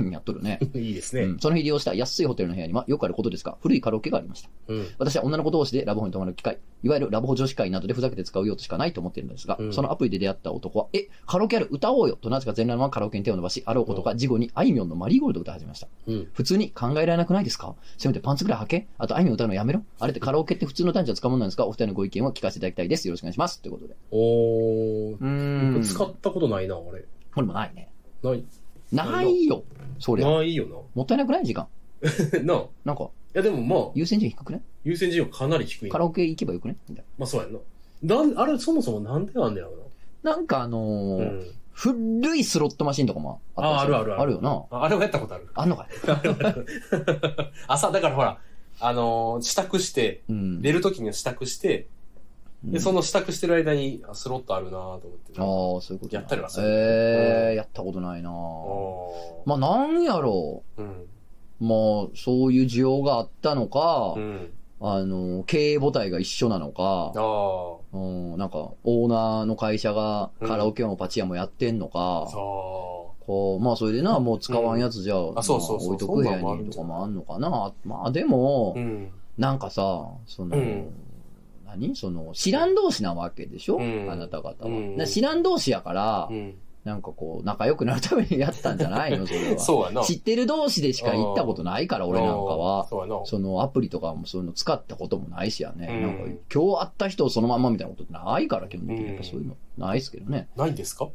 S2: ん。
S1: やっとるね。
S2: いいです
S1: う
S2: ね。
S1: ん、その日利用した安いホテルの部屋にはよくあることですが、古いカラオケがありました。
S2: うん。
S1: 私は女の子同士でラブホに泊まる機会、いわゆるラブホ女子会などでふざけて使うようとしかないと思っているんですが、
S2: うん
S1: そのアプリで出会った男は、え、カラオケある歌おうよとなぜか全裸のままカラオケに手を伸ばし、あろうことか事後にあいみょんのマリーゴールドを歌い始めました。
S2: うん。
S1: 普通に考えられなくないですかせめてパンツぐらい履けあとあいみょん歌うのやめろあれってカラオケって普通の男女は使うものなんですかお二人のご意見を聞かせていただきたいです。よろしくお願いします。ということで。
S2: おー。
S1: う
S2: 使ったことないな、俺。
S1: これもないね。
S2: ない。
S1: ないよ。そりゃ。
S2: ないよ
S1: もったいなくない時間。
S2: な。 *laughs* なあ。い
S1: なんか、
S2: や、でもまあ、
S1: 優先順位低くね
S2: 優先順位はかなり低いな。
S1: カラオケ行けばよくねみたい
S2: まあそうやんな。なん、あれそもそもなんでなんだろ
S1: な。なんかあのー
S2: うな。うん。
S1: 古いスロットマシンとかもったりす
S2: ああるあるある
S1: あるよな。
S2: ああれはやったことある。
S1: あんのかい
S2: 朝、だからほら、あのー、支度して、
S1: うん。
S2: 出るときには支度して、で、その支度してる間に、あスロットあるなと思って。
S1: ああー、そういうことな
S2: やったりはする
S1: え
S2: う
S1: え、やったことないな
S2: あ
S1: まあ、なんやろ
S2: あ。うん。
S1: う。まあ、そういう需要があったのか
S2: う、ん。
S1: あの、経営母体が一緒なのか、
S2: ああ。
S1: うん、なんか、オーナーの会社がカラオケもパチ屋もやってんのか、
S2: そ
S1: こう、まあ、それでな、もう使わんやつじゃあ、まあ
S2: そうそうそう
S1: 置いとく部
S2: そんなんも
S1: 屋
S2: ある
S1: にと
S2: んじ
S1: か
S2: ゃない
S1: もあんのかな。まあ、でも、
S2: う。うん。
S1: なんかさ、その、
S2: うん
S1: 何その、知らん同士なわけでしょ、
S2: うん
S1: あなた方は。
S2: うん
S1: な知らん同士やから、
S2: うん。
S1: なんかこう、仲良くなるためにやったんじゃないのそれは。
S2: *laughs* そうやな。
S1: 知ってる同士でしか行ったことないから、俺なんか
S2: うん
S1: は。
S2: そうやな。
S1: そのアプリとかもそういうの使ったこともないしやね。
S2: うん
S1: なんか、今日会った人をそのまんまみたいなことってないから、基本的に。やっぱそういうの、ないですけどね。
S2: ないんですか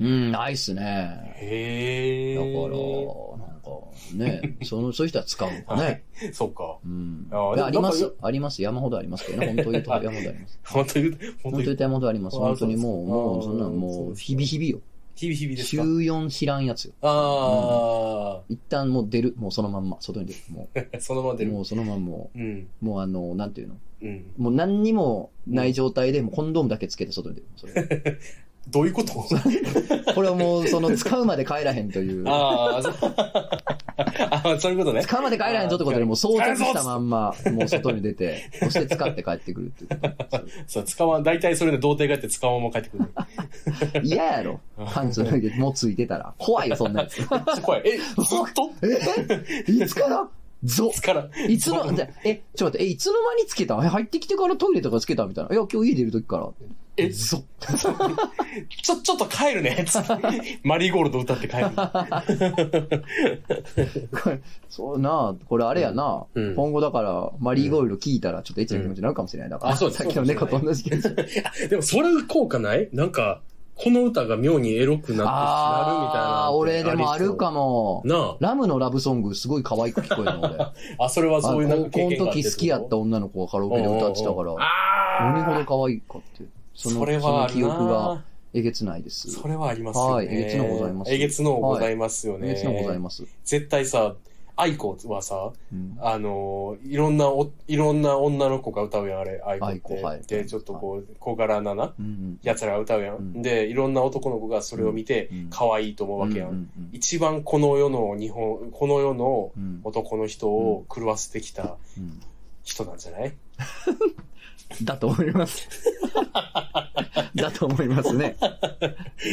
S1: うん、ないっすね。
S2: へ
S1: だから、なん
S2: え。
S1: か、
S2: *laughs*
S1: ね、その、そういう人は使うのかね。
S2: ら。そっか。
S1: うん。
S2: あー
S1: い
S2: で
S1: や
S2: も
S1: ありま
S2: な
S1: す
S2: ん、
S1: あります。山ほどありますけ
S2: *laughs*
S1: どね。本当言うと山ほどあります。
S2: 本当に、本
S1: 本当
S2: 当
S1: 言う
S2: に。
S1: と山ほどあります。
S2: あー
S1: 本当にもう、もう、
S2: そ
S1: そうん
S2: ですか
S1: なん
S2: あーそう
S1: もう、
S2: ですか
S1: 日々日々よ。
S2: 日々日々です
S1: 週
S2: か。
S1: 4知らんやつよ。
S2: あ
S1: 一旦もう出る。もうそのまんま。外に出る。も
S2: あ、そのまま出
S1: う、
S2: る。
S1: もうそのまんまも
S2: うん。
S1: う、もうあの、なんていうの。
S2: うん。
S1: もう何にもない状態で、もうコンドームだけつけて外に出る。それ
S2: どういうこと
S1: これはもう、その、使うまで帰らへんという。
S2: *laughs* ああ、そあそういうことね。
S1: 使うまで帰らへんぞってことで、もう装着したまん
S2: *laughs*
S1: ま、もう外に出て、そして使って帰ってくるっていうこと。
S2: そう、使わん、大体それで童貞がやって使わんまま帰ってくる。めっ
S1: 嫌やろ。パンツ脱いで、もうついてたら。怖いよ、そんなやつ。
S2: ちゃ怖い。え、ずっと
S1: えいつからぞ。
S2: から。
S1: *laughs* いつ
S2: *laughs*
S1: の、じゃえ、ちょっと待って、え、いつの間につけたえ、入ってきてからトイレとかつけたみたいな。いや、今日家出る時から。
S2: え
S1: ぞ。
S2: ちょ、ちょっと帰るね。つってマリーゴールド歌って帰る。
S1: これ、そうなこれあれやな、
S2: うん
S1: 今後だから、マリーゴールド聞いたら、ちょっとエッチな気持ちになるかもしれない。だから、
S2: あそうです
S1: さっきの猫と同じ気持ち。
S2: でもそれ効果ないなんか、この歌が妙にエロくなってなるみたいな。
S1: ああー、俺でもあるか
S2: も。
S1: も。
S2: な
S1: ラムのラブソング、すごい可愛く聞こえるの、俺。
S2: あ。あ、それは *laughs* そういうなんか
S1: あ高
S2: 経
S1: 校
S2: 験
S1: の
S2: があって
S1: 時好きやった女の子がカラオケで歌ってたから、
S2: ああ
S1: 何ほど可愛いかっていう。その
S2: それ
S1: そ
S2: は
S1: の
S2: ある
S1: 記
S2: な
S1: 憶がえげつないです。
S2: それはありますよね。
S1: はいえげつのございます
S2: えげつのございますよね。
S1: えげつのございます。
S2: 絶対さ、アイコはさ、
S1: うん
S2: あのーいろんなお、いろんな女の子が歌うやん、あれ、アイコっ
S1: アイ
S2: て。
S1: コはい
S2: で、ちょっとこう、小柄なな、
S1: うんうん
S2: 奴らが歌うやん,、
S1: うん
S2: で、いろんな男の子がそれを見て
S1: うん、
S2: 可愛いと思うわけやん,、
S1: うんうん
S2: 一番この世の日本、この世の
S1: うん
S2: 男の人を狂わせてきた
S1: うん
S2: 人なんじゃない、
S1: だと思います。 *laughs* だと思いますね。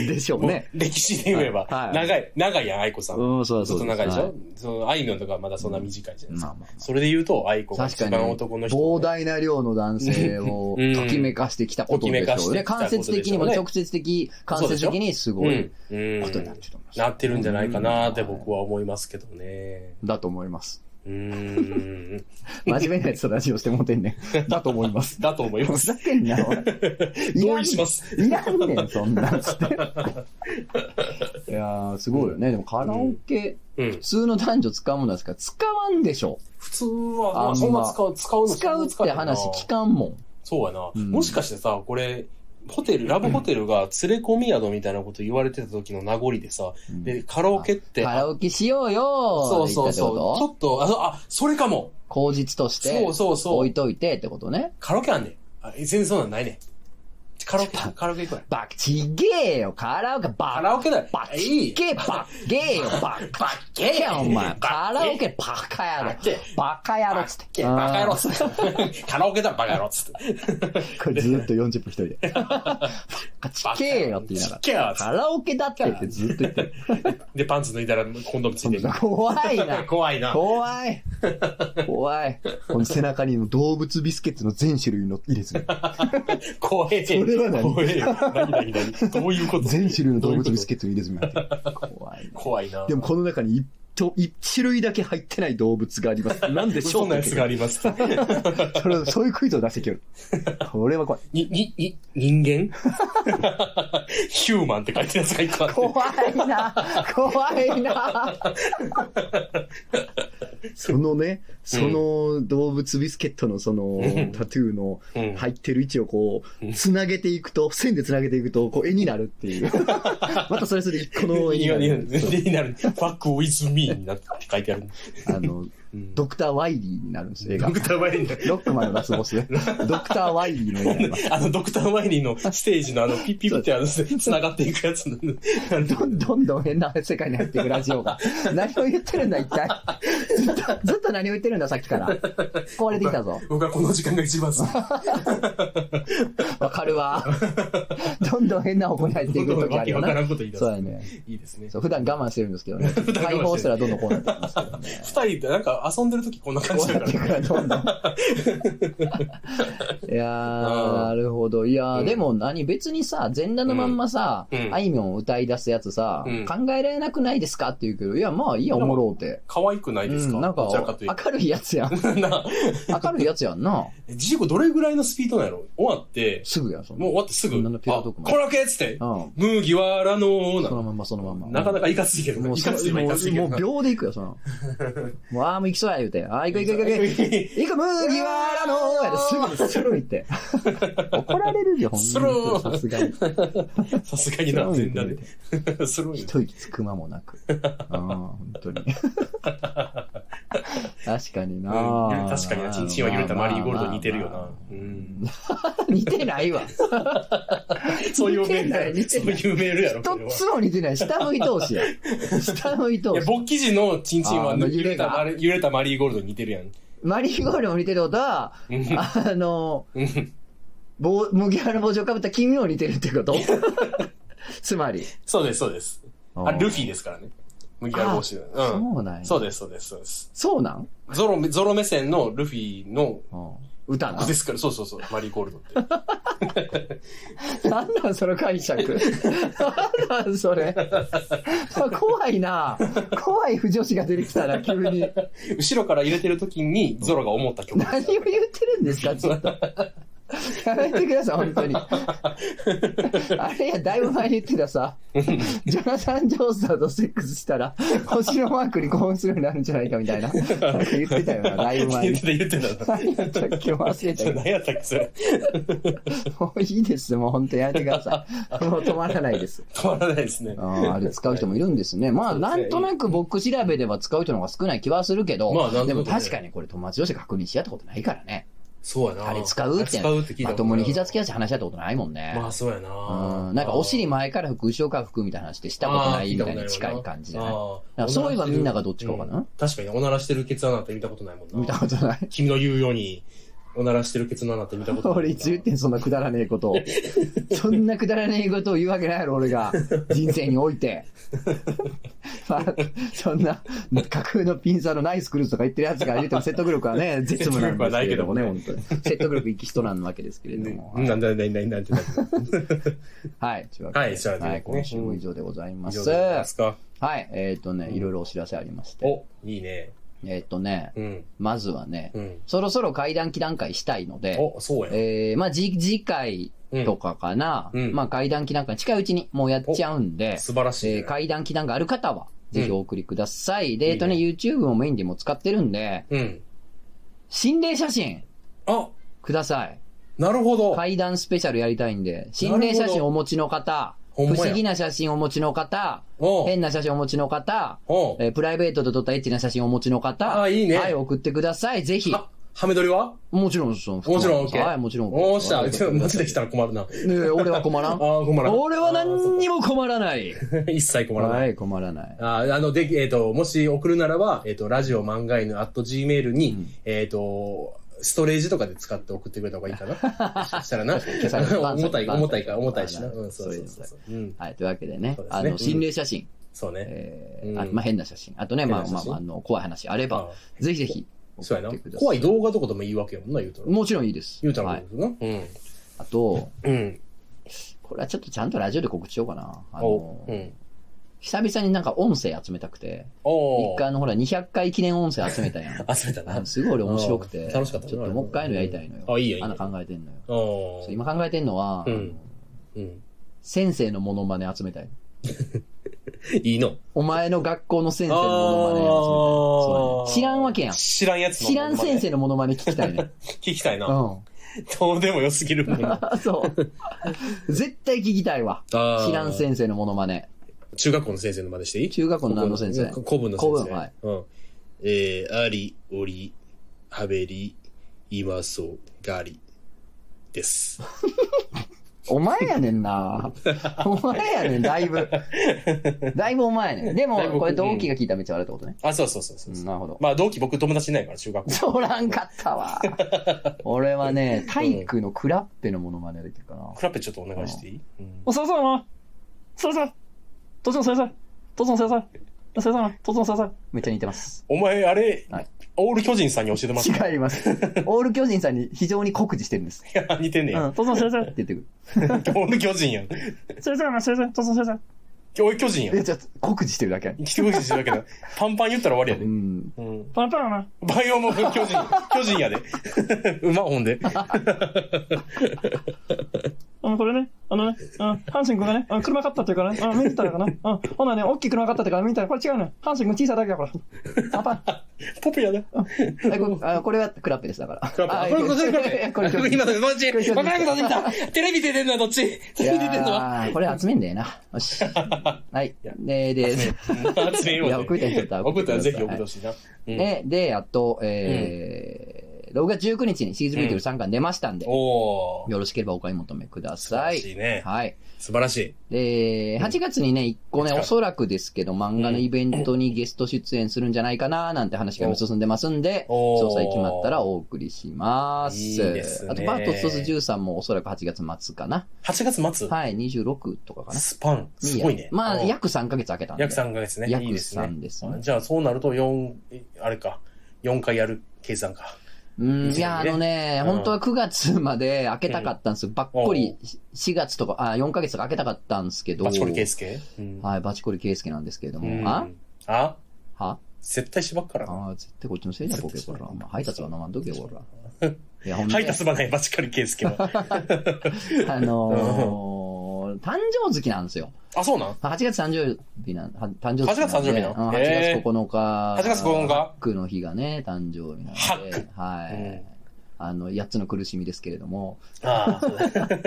S1: でしょうね。
S2: もう歴史で言えば、
S1: はいはい
S2: 長い、長いやん、愛子さん。
S1: うん、そうだ
S2: ず
S1: そ
S2: っ
S1: う
S2: と
S1: だ
S2: 長いでしょ、
S1: は
S2: その、愛のとかまだそんな短いじゃないですか。
S1: まあまあま
S2: それで言うと、愛子
S1: あ。
S2: が
S1: 確か
S2: 一
S1: に、
S2: 番男の人。
S1: 膨大な量の男性を
S2: *laughs* うん
S1: ときめかしてきたことで
S2: ときめか
S1: し
S2: し
S1: ょ
S2: て
S1: うね。
S2: きたこ
S1: 間
S2: とでしょうね
S1: 接的にも直接的、間接的にすごい
S2: うん。うん
S1: ことになってると思います。
S2: なってるんじゃないかなって僕
S1: は。
S2: は思いますけどね。
S1: だと思います。
S2: うーん。
S1: 真面目なやつとラジオしてもうてんね
S2: *laughs*
S1: ん。だと思います。
S2: だと思いま
S1: ふ
S2: す。
S1: ざけんな、
S2: *laughs*
S1: おい
S2: 同意します。
S1: いらんねん、そんなんつ
S2: *laughs*
S1: って。いやー、すごいよね。でもカラオケ、
S2: うん
S1: 普。通の男女使うものなんですから、使わんでしょ。
S2: 普通は、ま
S1: あん
S2: あ、
S1: ま
S2: そんな使う、使うの
S1: 使うって話聞かんもん。
S2: そうやな。
S1: うん
S2: もしかしてさ、これ、ホテル、ラブホテルが連れ込み宿みたいなこと言われてた時の名残でさ、で、カラオケって、
S1: カラオケしようよ
S2: そうそう
S1: って言ったって
S2: そう、ち
S1: こと
S2: ょっと、あそう、あ、それかも
S1: 口実として
S2: そうそうそう
S1: 置いといてってことね。
S2: カラオケあんねん。あ全然そんなんないねん。カラオケ、カラオケ行こうや。
S1: バッちげえよカラオケ
S2: カ
S1: バッ
S2: ラオケだよ。
S1: バッ
S2: い
S1: ち
S2: い。
S1: げえバッげえよバッバッげえよお前カラオケバカ野
S2: バ
S1: 郎
S2: ッケ
S1: バカ野郎
S2: バ
S1: っつって。
S2: カ野郎っつって。 *laughs* カラオケだ、バカ野郎っつって。
S1: *laughs* これずっと40分一人で。バカちけえよって言いなが
S2: ちっけえよっ
S1: ら。
S2: つっ
S1: カラオケだってってずっと言
S2: *laughs*
S1: ってる。
S2: て。で、パンツ脱いだらコンドームついてる。
S1: 怖いな。
S2: 怖いな。
S1: 怖い。怖い。この背中にも動物ビスケットの全種類の入れずに。
S2: 怖え。
S1: それは何
S2: 怖え。何何何どういうこと
S1: 全種類の動物ビス
S2: ケ
S1: ケットの入れずに入ってる。怖いな。
S2: 怖いな。
S1: でもこの中に一と一種類だけ入ってない動物があります。なんでしょ
S2: そ
S1: うん
S2: なやつがあります。
S1: それそういうクイズを出してきよる。これは怖い。
S2: に、に、に、人間ヒューマンって書いてるやつがいっぱいあって。
S1: 怖いな怖いなそのね、その動物ビスケットのその
S2: ん
S1: タトゥーの
S2: うん
S1: 入ってる位置をこ
S2: う
S1: う、
S2: ん
S1: つなげていくと、線でつなげていくと、こう絵になるって *laughs* いう。またそれそれ一個の絵
S2: い
S1: にな
S2: やいや、
S1: る。そう
S2: になる。バックウィズミーになって書いてある。
S1: あの、
S2: うん
S1: ドクター・ワイリーになるんです、映
S2: ド
S1: 画。
S2: クターワイリー
S1: ロックマンのラスボスね。ドクター・ワイリーの映画になります。
S2: の、あの、ドクターワイリーのステージのあの、ピッピッピってあの、繋がっていくやつなんで
S1: どんどんどん変な世界に入っていくラジオ *laughs* が。何を言ってるんだ、一体。ずっと、ずっと何を言ってるんだ、さっきから。壊れてきたぞ。
S2: 僕はこの時間が一番好き。
S1: わかる *laughs* わ。どんどん変な方向に入っていく時あ
S2: わ
S1: る
S2: け
S1: よ
S2: わから
S1: な。
S2: んこと言い出す。
S1: そうやね。
S2: いいですね。
S1: *laughs* そう普段我慢してるんですけどね。
S2: 慢してる
S1: 解放したらどんどんこうなってきますけどね。
S2: 二人ってなんかか遊んでる時こんな感
S1: こ
S2: じ
S1: う
S2: だ
S1: なって
S2: から。
S1: からどん
S2: *laughs*
S1: どん。いやー、なるほど。いやー、
S2: うん
S1: でも何別にさ、前段のまんまさ、
S2: うん
S1: あいみょんを歌い出すやつさ、
S2: うん
S1: 考えられなくないですかって言うけど、いや、まあいいや、おもろうって。
S2: 可愛くないですか、
S1: うん、なんか
S2: どちらかという
S1: 明るいやつやん。
S2: と。 *laughs* な、
S1: 明るいやつやんな。
S2: 事故どれぐらいのスピードなんやろ終わって、
S1: すぐやん、そんな
S2: もう終わってすぐ、
S1: そ
S2: あ、
S1: んなのピュアトークも
S2: こらけっつって、
S1: うん。
S2: 麦わら
S1: そ
S2: のな
S1: のまんまそのまんま。
S2: なかなかいかついけどな、
S1: もう
S2: い
S1: そ
S2: か
S1: の
S2: つい
S1: も
S2: はいかついけど
S1: う、も
S2: な
S1: う。秒で行くよ、そ
S2: *laughs*
S1: の。もう、あーもう行きそうや、言うて。あー行く行く行く行く。行く、麦わらのやですぐにスルーいって。 *laughs* 怒られるよ、ほん
S2: スルー
S1: とに。さすがに。
S2: さすがにな、全裸
S1: で。
S2: で。すごいね。
S1: 一息つく間もなく。うん、本当に。
S2: *laughs*
S1: 確かにな
S2: うん確かにな、チンチンは揺れたマリーゴールド似てるよな。うん
S1: 似てないわ。
S2: そういうメール
S1: 似てない似て
S2: そう
S1: ない
S2: いうメールやろ、これ
S1: 一
S2: は。
S1: つも似てない。下向い通しや。下向い通
S2: いや、 *laughs*
S1: し。
S2: 勃起時のチンチン
S1: あ
S2: は
S1: ーまあ
S2: 揺
S1: 揺
S2: れた
S1: れが
S2: マリ揺れたマリーゴールドに似てるやん。
S1: マリーゴールドも似てることは、
S2: うん
S1: あの、
S2: うん
S1: 棒麦わらの帽子をかぶった君も似てるってこと
S2: *laughs*
S1: つまり。
S2: そうです、そうです。あ、ルフィですからね。麦わら帽子の。
S1: あ
S2: うん。
S1: そうなんや
S2: そうです、そうです、そうです。
S1: そうなん
S2: ゾロ、ゾロ目線のルフィの
S1: うん歌な *laughs*
S2: 子ですから、そうそうそう、マリーゴールドって。
S1: なんなんその解釈。なんなんそれ。 *laughs* 怖いな怖い不女子が出てきたら急に。
S2: 後ろから入れてる時にゾロが思った曲です
S1: 何を言ってるんですかちょっと。やめてください、本当に。あれや、だいぶ前に言ってたさ、ジョナサン・ジョースターとセックスしたら、星のマークに興奮するようになるんじゃないかみたいな。なんか言ってたよな、だいぶ前
S2: *laughs* 言っ
S1: に *laughs*
S2: て。た言ってた。
S1: 何やったっけ忘れたけど
S2: 何やったっけそれ。
S1: もういいです。もう本当やめてください。もう止まらないです。
S2: 止まらないですね。
S1: あーあれ使う人もいるんですね。まあ、
S2: そうです
S1: な
S2: ね
S1: んとなく僕調べれば使う人の方が少ない気はするけど、
S2: まあなんとなくね
S1: でも確かにこれ友達同士で確認し合ったことないからね。
S2: そうやな。
S1: あれ使うって
S2: 使うって聞いたことない
S1: まともに膝つき合って話し合ったことないもんね。
S2: まあそうや
S1: う
S2: な。
S1: んなんかお尻前から服、後ろから服みたいな話ってしたことないみたいに近い感じじゃないなんかそういえばみんながどっちかかな、
S2: うん確かに、おならしてるケツ穴って見たことないもんな。
S1: 見たことない。
S2: 君の言うように、おならしてるケツ穴って見たことな
S1: *laughs*
S2: い。
S1: 俺いつ言ってんそんなくだらねえ
S2: *laughs*
S1: ことを。そんなくだらねえことを言うわけないやろ、俺が。人生において。 *laughs* まあ、そんな、架空のピンサーのナイスクルーズとか言ってるやつが言っても説得力は
S2: *laughs*
S1: ね、絶無なんですけれどもね、本当に。説得力いき人なんわけですけれども。
S2: なんだ、なんだ、なんだ、なんだ。
S1: はい、というわけで
S2: はい、じゃあ、
S1: はい、今週も以
S2: 上
S1: 上でござい
S2: でご
S1: ま
S2: ざ
S1: す。
S2: いますか。
S1: はい、えっ、とね、いろいろお知らせありまして。
S2: お、いいね。
S1: えっ、とね、
S2: うん、
S1: まずはね、
S2: うん。
S1: そろそろ会談期段階したいので、
S2: お、そうや。
S1: えー、まあ、次、次回
S2: うん
S1: とかかな、
S2: うん
S1: まあ、会談期段階近いうちにもうやっちゃうんで、
S2: 素晴らしい
S1: え
S2: ね。
S1: ー、会談期段階ある方は、ぜひお送りください。で、
S2: いい
S1: え
S2: ね
S1: っとね、YouTube もメインでも使ってるんで、
S2: うん。
S1: 心霊写真
S2: あ、
S1: ください。
S2: なるほど。
S1: 会談スペシャルやりたいんで、心霊写真お持ちの方、不
S2: ほんまや
S1: 思議な写真お持ちの方、
S2: おう
S1: 変な写真お持ちの方、
S2: おう
S1: えープライベートで撮ったエッチな写真お持ちの方、
S2: あいいね
S1: はい、送ってください。ぜひ。
S2: あ、ハメ撮りは
S1: もちろん、その、
S2: もちろん OK
S1: はい、もちろん OK
S2: おーした。ちょマジで来
S1: た。
S2: たら困るな。
S1: ねえ俺は困ら
S2: あ
S1: ん。
S2: ー困らん。
S1: 俺は何にも困らない。
S2: あー *laughs* 一切困らない。
S1: はい、困らない。
S2: あーあの、で、えっ、と、もし送るならば、えっ、と、ラジオ漫画犬 at gmail に、
S1: うん
S2: えっ、と、ストレージとかで使って送ってくれた方がいいか
S1: *laughs*
S2: な。そしたらな。 *laughs*
S1: 消される
S2: 重たい、重たいから、重たいしな。
S1: バンされ
S2: う
S1: る
S2: ん、そうそうそうそう。うん、
S1: はい、というわけでね、
S2: そうですね
S1: あ
S2: う
S1: の、
S2: ん
S1: 心霊写真、
S2: そうね。
S1: え
S2: う
S1: ー
S2: ん
S1: あまあ変な写真。あとね、まあ
S2: 変な
S1: まあ
S2: 写真
S1: まあ、あの、怖い話あれば、
S2: あ
S1: ぜひぜひ、
S2: ーそうや
S1: 送っ
S2: な
S1: てくだ。さ
S2: 怖い動画とかでもいいわけやもんな、言うたら。
S1: もちろんいいです。
S2: 言うたら
S1: は
S2: も
S1: い。
S2: うな。うん。
S1: あと、
S2: うん。
S1: これはちょっとちゃんとラジオで告知しようかな。あ
S2: お
S1: の、
S2: うん。
S1: 久々になんか音声集めたくて、
S2: お
S1: 一回あの、ほら、200回記念音声集めたやん。
S2: *laughs* あ、そうやった
S1: あ
S2: な
S1: の。すごい俺面白くて
S2: う、ん楽しかったな
S1: ちょっともう一回のやりたいのよ。
S2: あいいよいいよ
S1: あの考えてんのよ。
S2: お
S1: そう今考えてんのは、
S2: うん
S1: あの
S2: うん。
S1: 先生のモノマネ集めたい。
S2: いいの。
S1: お前の学校の先生のモノマネ集めたいそうだ
S2: あー
S1: ね。知らんわけやん。
S2: 知らんやつの
S1: 知らん先生のモノマネ聞きたいね。
S2: 聞きた *laughs* いうな。
S1: ん。
S2: どうでも良すぎるもん。あ
S1: そう。 *laughs* 絶対聞きたいわ。
S2: ー
S1: 知らん先生のモノマネ。
S2: 中学校の先生のまでしていい
S1: 中学校の何の先生
S2: こ古文の先生。
S1: 古文はい
S2: うん。えー、あり、おり、はべり、いまそう、がり。です。
S1: お前やねん
S2: *laughs*
S1: なお前やねん、だいぶ。だいぶお前や
S2: *laughs*
S1: ねん。で
S2: だい
S1: も、
S2: ぶ
S1: これ同期が聞いたらめっちゃ笑うってことね。
S2: あ、そうそうそうそうう、
S1: ん、なるほど。
S2: まあ、同期僕友達いないから、
S1: *laughs*
S2: 中学校。
S1: そらんかった
S2: *laughs*
S1: わ。俺はね、体育のクラッペのモノマネできるかな。
S2: クラッペちょっとお願いしていい、うん
S3: 我搜搜吗？搜搜，都是我搜搜，都是我搜搜。
S1: それさん、とつのさん、めっちゃ似てます。
S2: お前、あれ、
S1: はい
S2: オール巨人さんに教えてますか
S1: 違い
S2: *laughs*
S1: ます。オール巨人さんに非常に酷似してるんです。
S2: 似てんね
S1: う
S2: や。
S1: ん、とつのさんさんって言ってく
S2: *laughs* オール巨人やん。
S1: る。それさん、それさん、とつのさんさん。
S2: おい巨人やん
S1: え、。ちょっと酷似してるだけ。
S2: 一口してるだけだ。パンパン言ったら終わりや
S1: う
S2: で。
S1: ん。
S2: うん。
S1: パンパンな。
S2: バイオも巨人、巨人やで。うま、ほんで。
S3: あの、これね、あのね、うん、阪神君がね、うん車買ったっていうからね、うん、見てたからね、うん、ほなね、大きい車買ったってから見てたら、これ違うね、阪神君小さいだけだから、パパ、
S2: ポピュラーだ。
S1: えこ
S2: *laughs*
S1: あこれはクラッペです、だから。
S2: あ
S1: あ
S2: これ、これ、これ、
S1: こ
S2: こ
S1: れ巨
S2: れ。
S1: 人
S2: *laughs* 今、どっち
S1: これ巨人
S2: わからんことできた。テレビ出てんのどっち
S1: い
S2: テレビ出てんのは
S1: やーこれ集めんだよな。よし。はい。で、で、
S2: *laughs* 集めよ
S1: い
S2: うぜ
S1: や送りたい人いたら
S2: 送
S1: 送
S2: っ
S1: ったて
S2: ら
S1: くださ
S2: ぜ
S1: い
S2: ひ送ってほしいな。うん
S1: で、で、あと、えー、6月19日にシーズンビートル3巻出ましたんで、
S2: おー。
S1: よろしければお買い求めくだ
S2: 素晴
S1: さ
S2: ら
S1: い。
S2: しいね。
S1: はい。
S2: 素晴らしい。
S1: で、8月にね、1個ね、おそらくですけど、漫画のイベントにゲスト出演するんじゃないかな、なんて話が進んでますんで、
S2: おー
S1: 詳細決まったらお送りします。
S2: いいですね
S1: あと、パート2 13もおそらく8月末かな。
S2: 8月末
S1: はい、26とかかな。
S2: スパン。すごいね。
S1: まあ、
S2: うん
S1: 約3ヶ月空けたんで。
S2: 約3ヶ月ね。
S1: 約
S2: いいですね。
S1: 3ですね。
S2: じゃあ、そうなると4、あれか、4回やる計算か。
S1: うん、
S2: です
S1: いや、
S2: よ
S1: あ
S2: ね
S1: のね、
S2: うん
S1: 本当は9月まで開けたかったんですよ。ばっこり4月とか、あ、4ヶ月とか開けたかったんですけど。
S2: バチコリ圭介うん
S1: はい、バチコリケイスケなんですけれど
S2: う
S1: も。
S2: ん
S1: あ
S2: あ
S1: は
S2: 絶対しばっからな。
S1: ああ、絶対こっちのせいだ、ボケ、こら。お前、配達は飲まんとけよ、こら。 *laughs* いや、ほん
S2: はい、た
S1: と
S2: すばない、バチカリ圭
S1: *laughs*
S2: 介は。
S1: あのー、誕生月なんですよ。
S2: あ、そうなん
S1: 8月誕生日なん、は誕生
S2: 8月誕生日なの
S1: うん8
S2: へー
S1: 月9日。
S2: 8月9日
S1: ハックの日がね、誕生日なんで。
S2: ハッ
S1: は
S2: うん
S1: い。あの、8つの苦しみですけれども。
S2: ああ、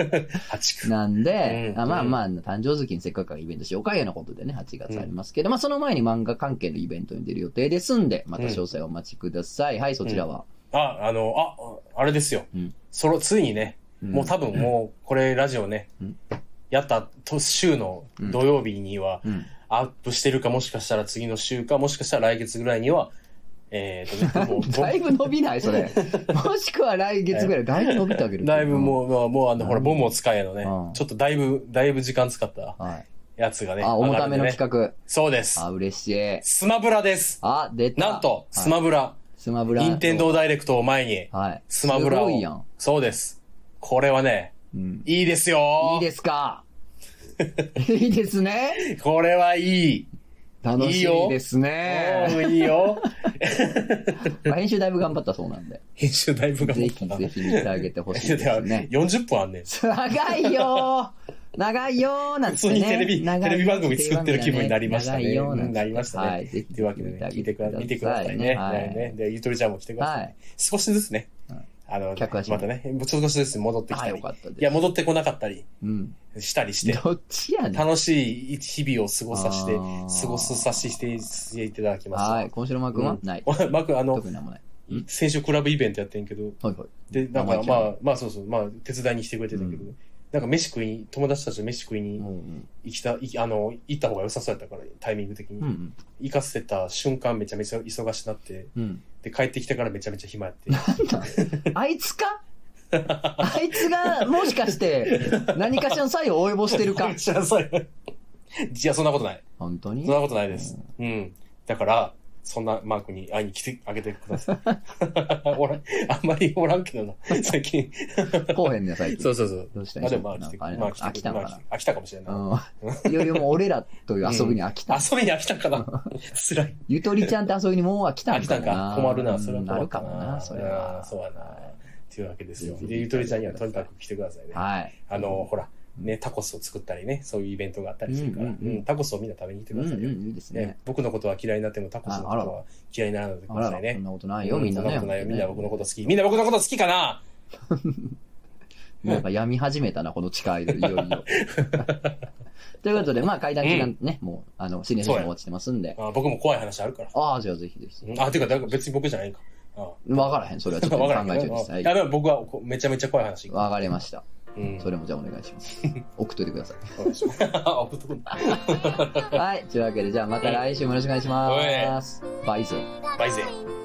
S2: 8区。
S1: なんで、
S2: うん
S1: あまあまあ、誕生月にせっかくからイベントしようかいなことでね、8月ありますけど、まあその前に漫画関係のイベントに出る予定ですんで、また詳細お待ちください。はい、そちらは。
S2: あ、あの、あ、あれですよ
S1: うん。
S2: そろ、ついにね、
S1: うん
S2: もう多分もう、これラジオね
S1: うん、
S2: やったと週の土曜日には
S1: うん。
S2: アップしてるか、もしかしたら次の週か、もしかしたら来月ぐらいには、えっとね、もう
S1: *laughs* だいぶ伸びない、そ
S2: *laughs*
S1: れ。もしくは来月ぐらい、だいぶ伸びてあげる。
S2: だいぶもう、まあもうあの、ほら、
S1: うん
S2: ボムを使えのね
S1: うん、
S2: ちょっとだいぶ、だいぶ時間使った
S1: うん。はい。
S2: やつがね。
S1: あ、重ための
S2: 上がるんでね
S1: 企
S2: そうです
S1: 画。。あ、嬉しい。
S2: スマブラです。
S1: あ、出た。
S2: なんと、スマ
S1: ブ
S2: ブラ、
S1: スマブラ。
S2: 任天堂ダイレクトを前に、
S1: はい。
S2: スマブラ
S1: す
S2: を
S1: ごいやん。。
S2: そうです。これはね、
S1: うん。
S2: いいで
S1: い
S2: すよ
S1: いですか。 *laughs* いいですね。
S2: これはいい。
S1: 楽しみです
S2: お
S1: ね。
S2: ーいいよ。 *laughs*
S1: まあ編集だいぶ頑張ったそうなんで。
S2: 編集だいぶ頑
S1: ぜ
S2: 張った
S1: ひ
S2: な。
S1: ぜひ見てあげてほしい
S2: い
S1: で
S2: や
S1: すね。
S2: 40分あんねん。
S1: 長いよー長いよーなんつって、ね、
S2: 普通にテレビ
S1: 長い
S2: テレビ番組作ってる気分になりましたね
S1: 長いよーなんつって
S2: なりましたね
S1: はい。ぜひ
S2: というわけでね、聞いてくだ見てくださいね。
S1: は
S2: はいね
S1: い。
S2: で、ゆとりちゃんも来てくださ
S1: は
S2: い。
S1: い。
S2: 少しずつね
S1: うん、
S2: あの、
S1: 客足も
S2: またね、少しずつ戻ってき
S1: あ、
S2: たり
S1: よ、かったです。
S2: いや、戻ってこなかったり
S1: うん。
S2: したり
S1: *laughs*
S2: して、
S1: どっちやねん。
S2: 楽しい日々を過ごさせて、
S1: あー
S2: 過ごすさせていただきます。
S1: はい。今週のマー君は、
S2: うん *laughs*
S1: ない。
S2: 俺マーク、あの
S1: 特、になんもない。
S2: 先週クラブイベントやってんけど、
S1: はいはい。
S2: で、なん
S1: あま
S2: か
S1: あ、
S2: まあ、まあそうそう、まあ、手伝いに来てくれてたけど、
S1: う
S2: なんか飯食いに、友達たちと飯食いに
S1: うんうん。
S2: 行きた、いあの、行った方が良さそうやったから、タイミング的に。
S1: うんうん。
S2: 行かせてた瞬間めちゃめちゃ忙しなって、
S1: うん。
S2: で、帰ってきてからめちゃめちゃ暇やって。 *laughs*
S1: あいつかあいつが、もしかして、何かしらの際を応募してるか
S2: *laughs* めっ。ちゃそうやいや、そんなことない。
S1: 本当
S2: そ
S1: に
S2: んなことないです。うん。だから、そんなマークに会いに来てあげてください。おらんあんまりおらんけどな、最近。
S1: こうへんねん、最近。
S2: そうそうそう。
S1: どうしたん
S2: まあ
S1: や
S2: でもまあ来
S1: な
S2: て
S1: ん
S2: く
S1: かあ
S2: れ、
S1: れ
S2: まあ
S1: 飽
S2: 来て
S1: きた
S2: く
S1: の
S2: れま
S1: か
S2: あ
S1: な
S2: 飽きたかもしれんない。
S1: うん。よりも俺らという遊びに飽きた。
S2: *laughs* 遊びに飽きたかな辛い。
S1: ゆとりちゃんと遊びにもう飽きた
S2: 飽
S1: ん
S2: き
S1: か
S2: たんか
S1: な。。
S2: 困るな、それは
S1: な
S2: 困
S1: る
S2: る
S1: かもな、それは
S2: うん。そうやな。っていうわけですよ。
S1: ぜひ
S2: で、ゆとりちゃんにはとにかく来てくださいね。
S1: はい。
S2: あの、ほら、ね、タコスを作ったりね、そういうイベントがあったりするから、
S1: うんうんうん
S2: うんタコスをみんな食べに行って
S1: う
S2: く
S1: ん
S2: だ
S1: う
S2: さいよ。
S1: ん、いいです
S2: ね
S1: ね。、
S2: 僕のことは嫌いになってもタコスのこ
S1: ああら
S2: とは嫌いにならないでく
S1: あ
S2: だ
S1: ら
S2: さ
S1: ら、そ
S2: いね
S1: ん。なことないよ、みんな
S2: そ
S1: ね。
S2: ことないよ。みんな僕のことと好き。みんな僕のこと好きかな
S1: なんか病み始めたな、この地下アイドル、い
S2: *laughs*
S1: よいよ。ということで、まあ、階段期間ね、もう、あの、新年シーズンも落ちてますんで。
S2: あ僕も怖い話あるから。
S1: ああ、じゃあぜひぜひ。
S2: うんあ、ていうか、だから別に僕じゃないんか。あ
S1: わからへん、それはちょっと考
S2: わからん
S1: え
S2: け
S1: て
S2: ど
S1: おいて。は
S2: あ
S1: い
S2: だから僕はこうめちゃめちゃ怖い話。
S1: わかりました。
S2: うん
S1: それもじゃあお願いします。送っといてください。
S2: お願いします *laughs* あ送っとくんだ
S1: はい、というわけで、じゃあまた来週もよろしくお願いします。バイゼ。
S2: バイゼ。
S4: 「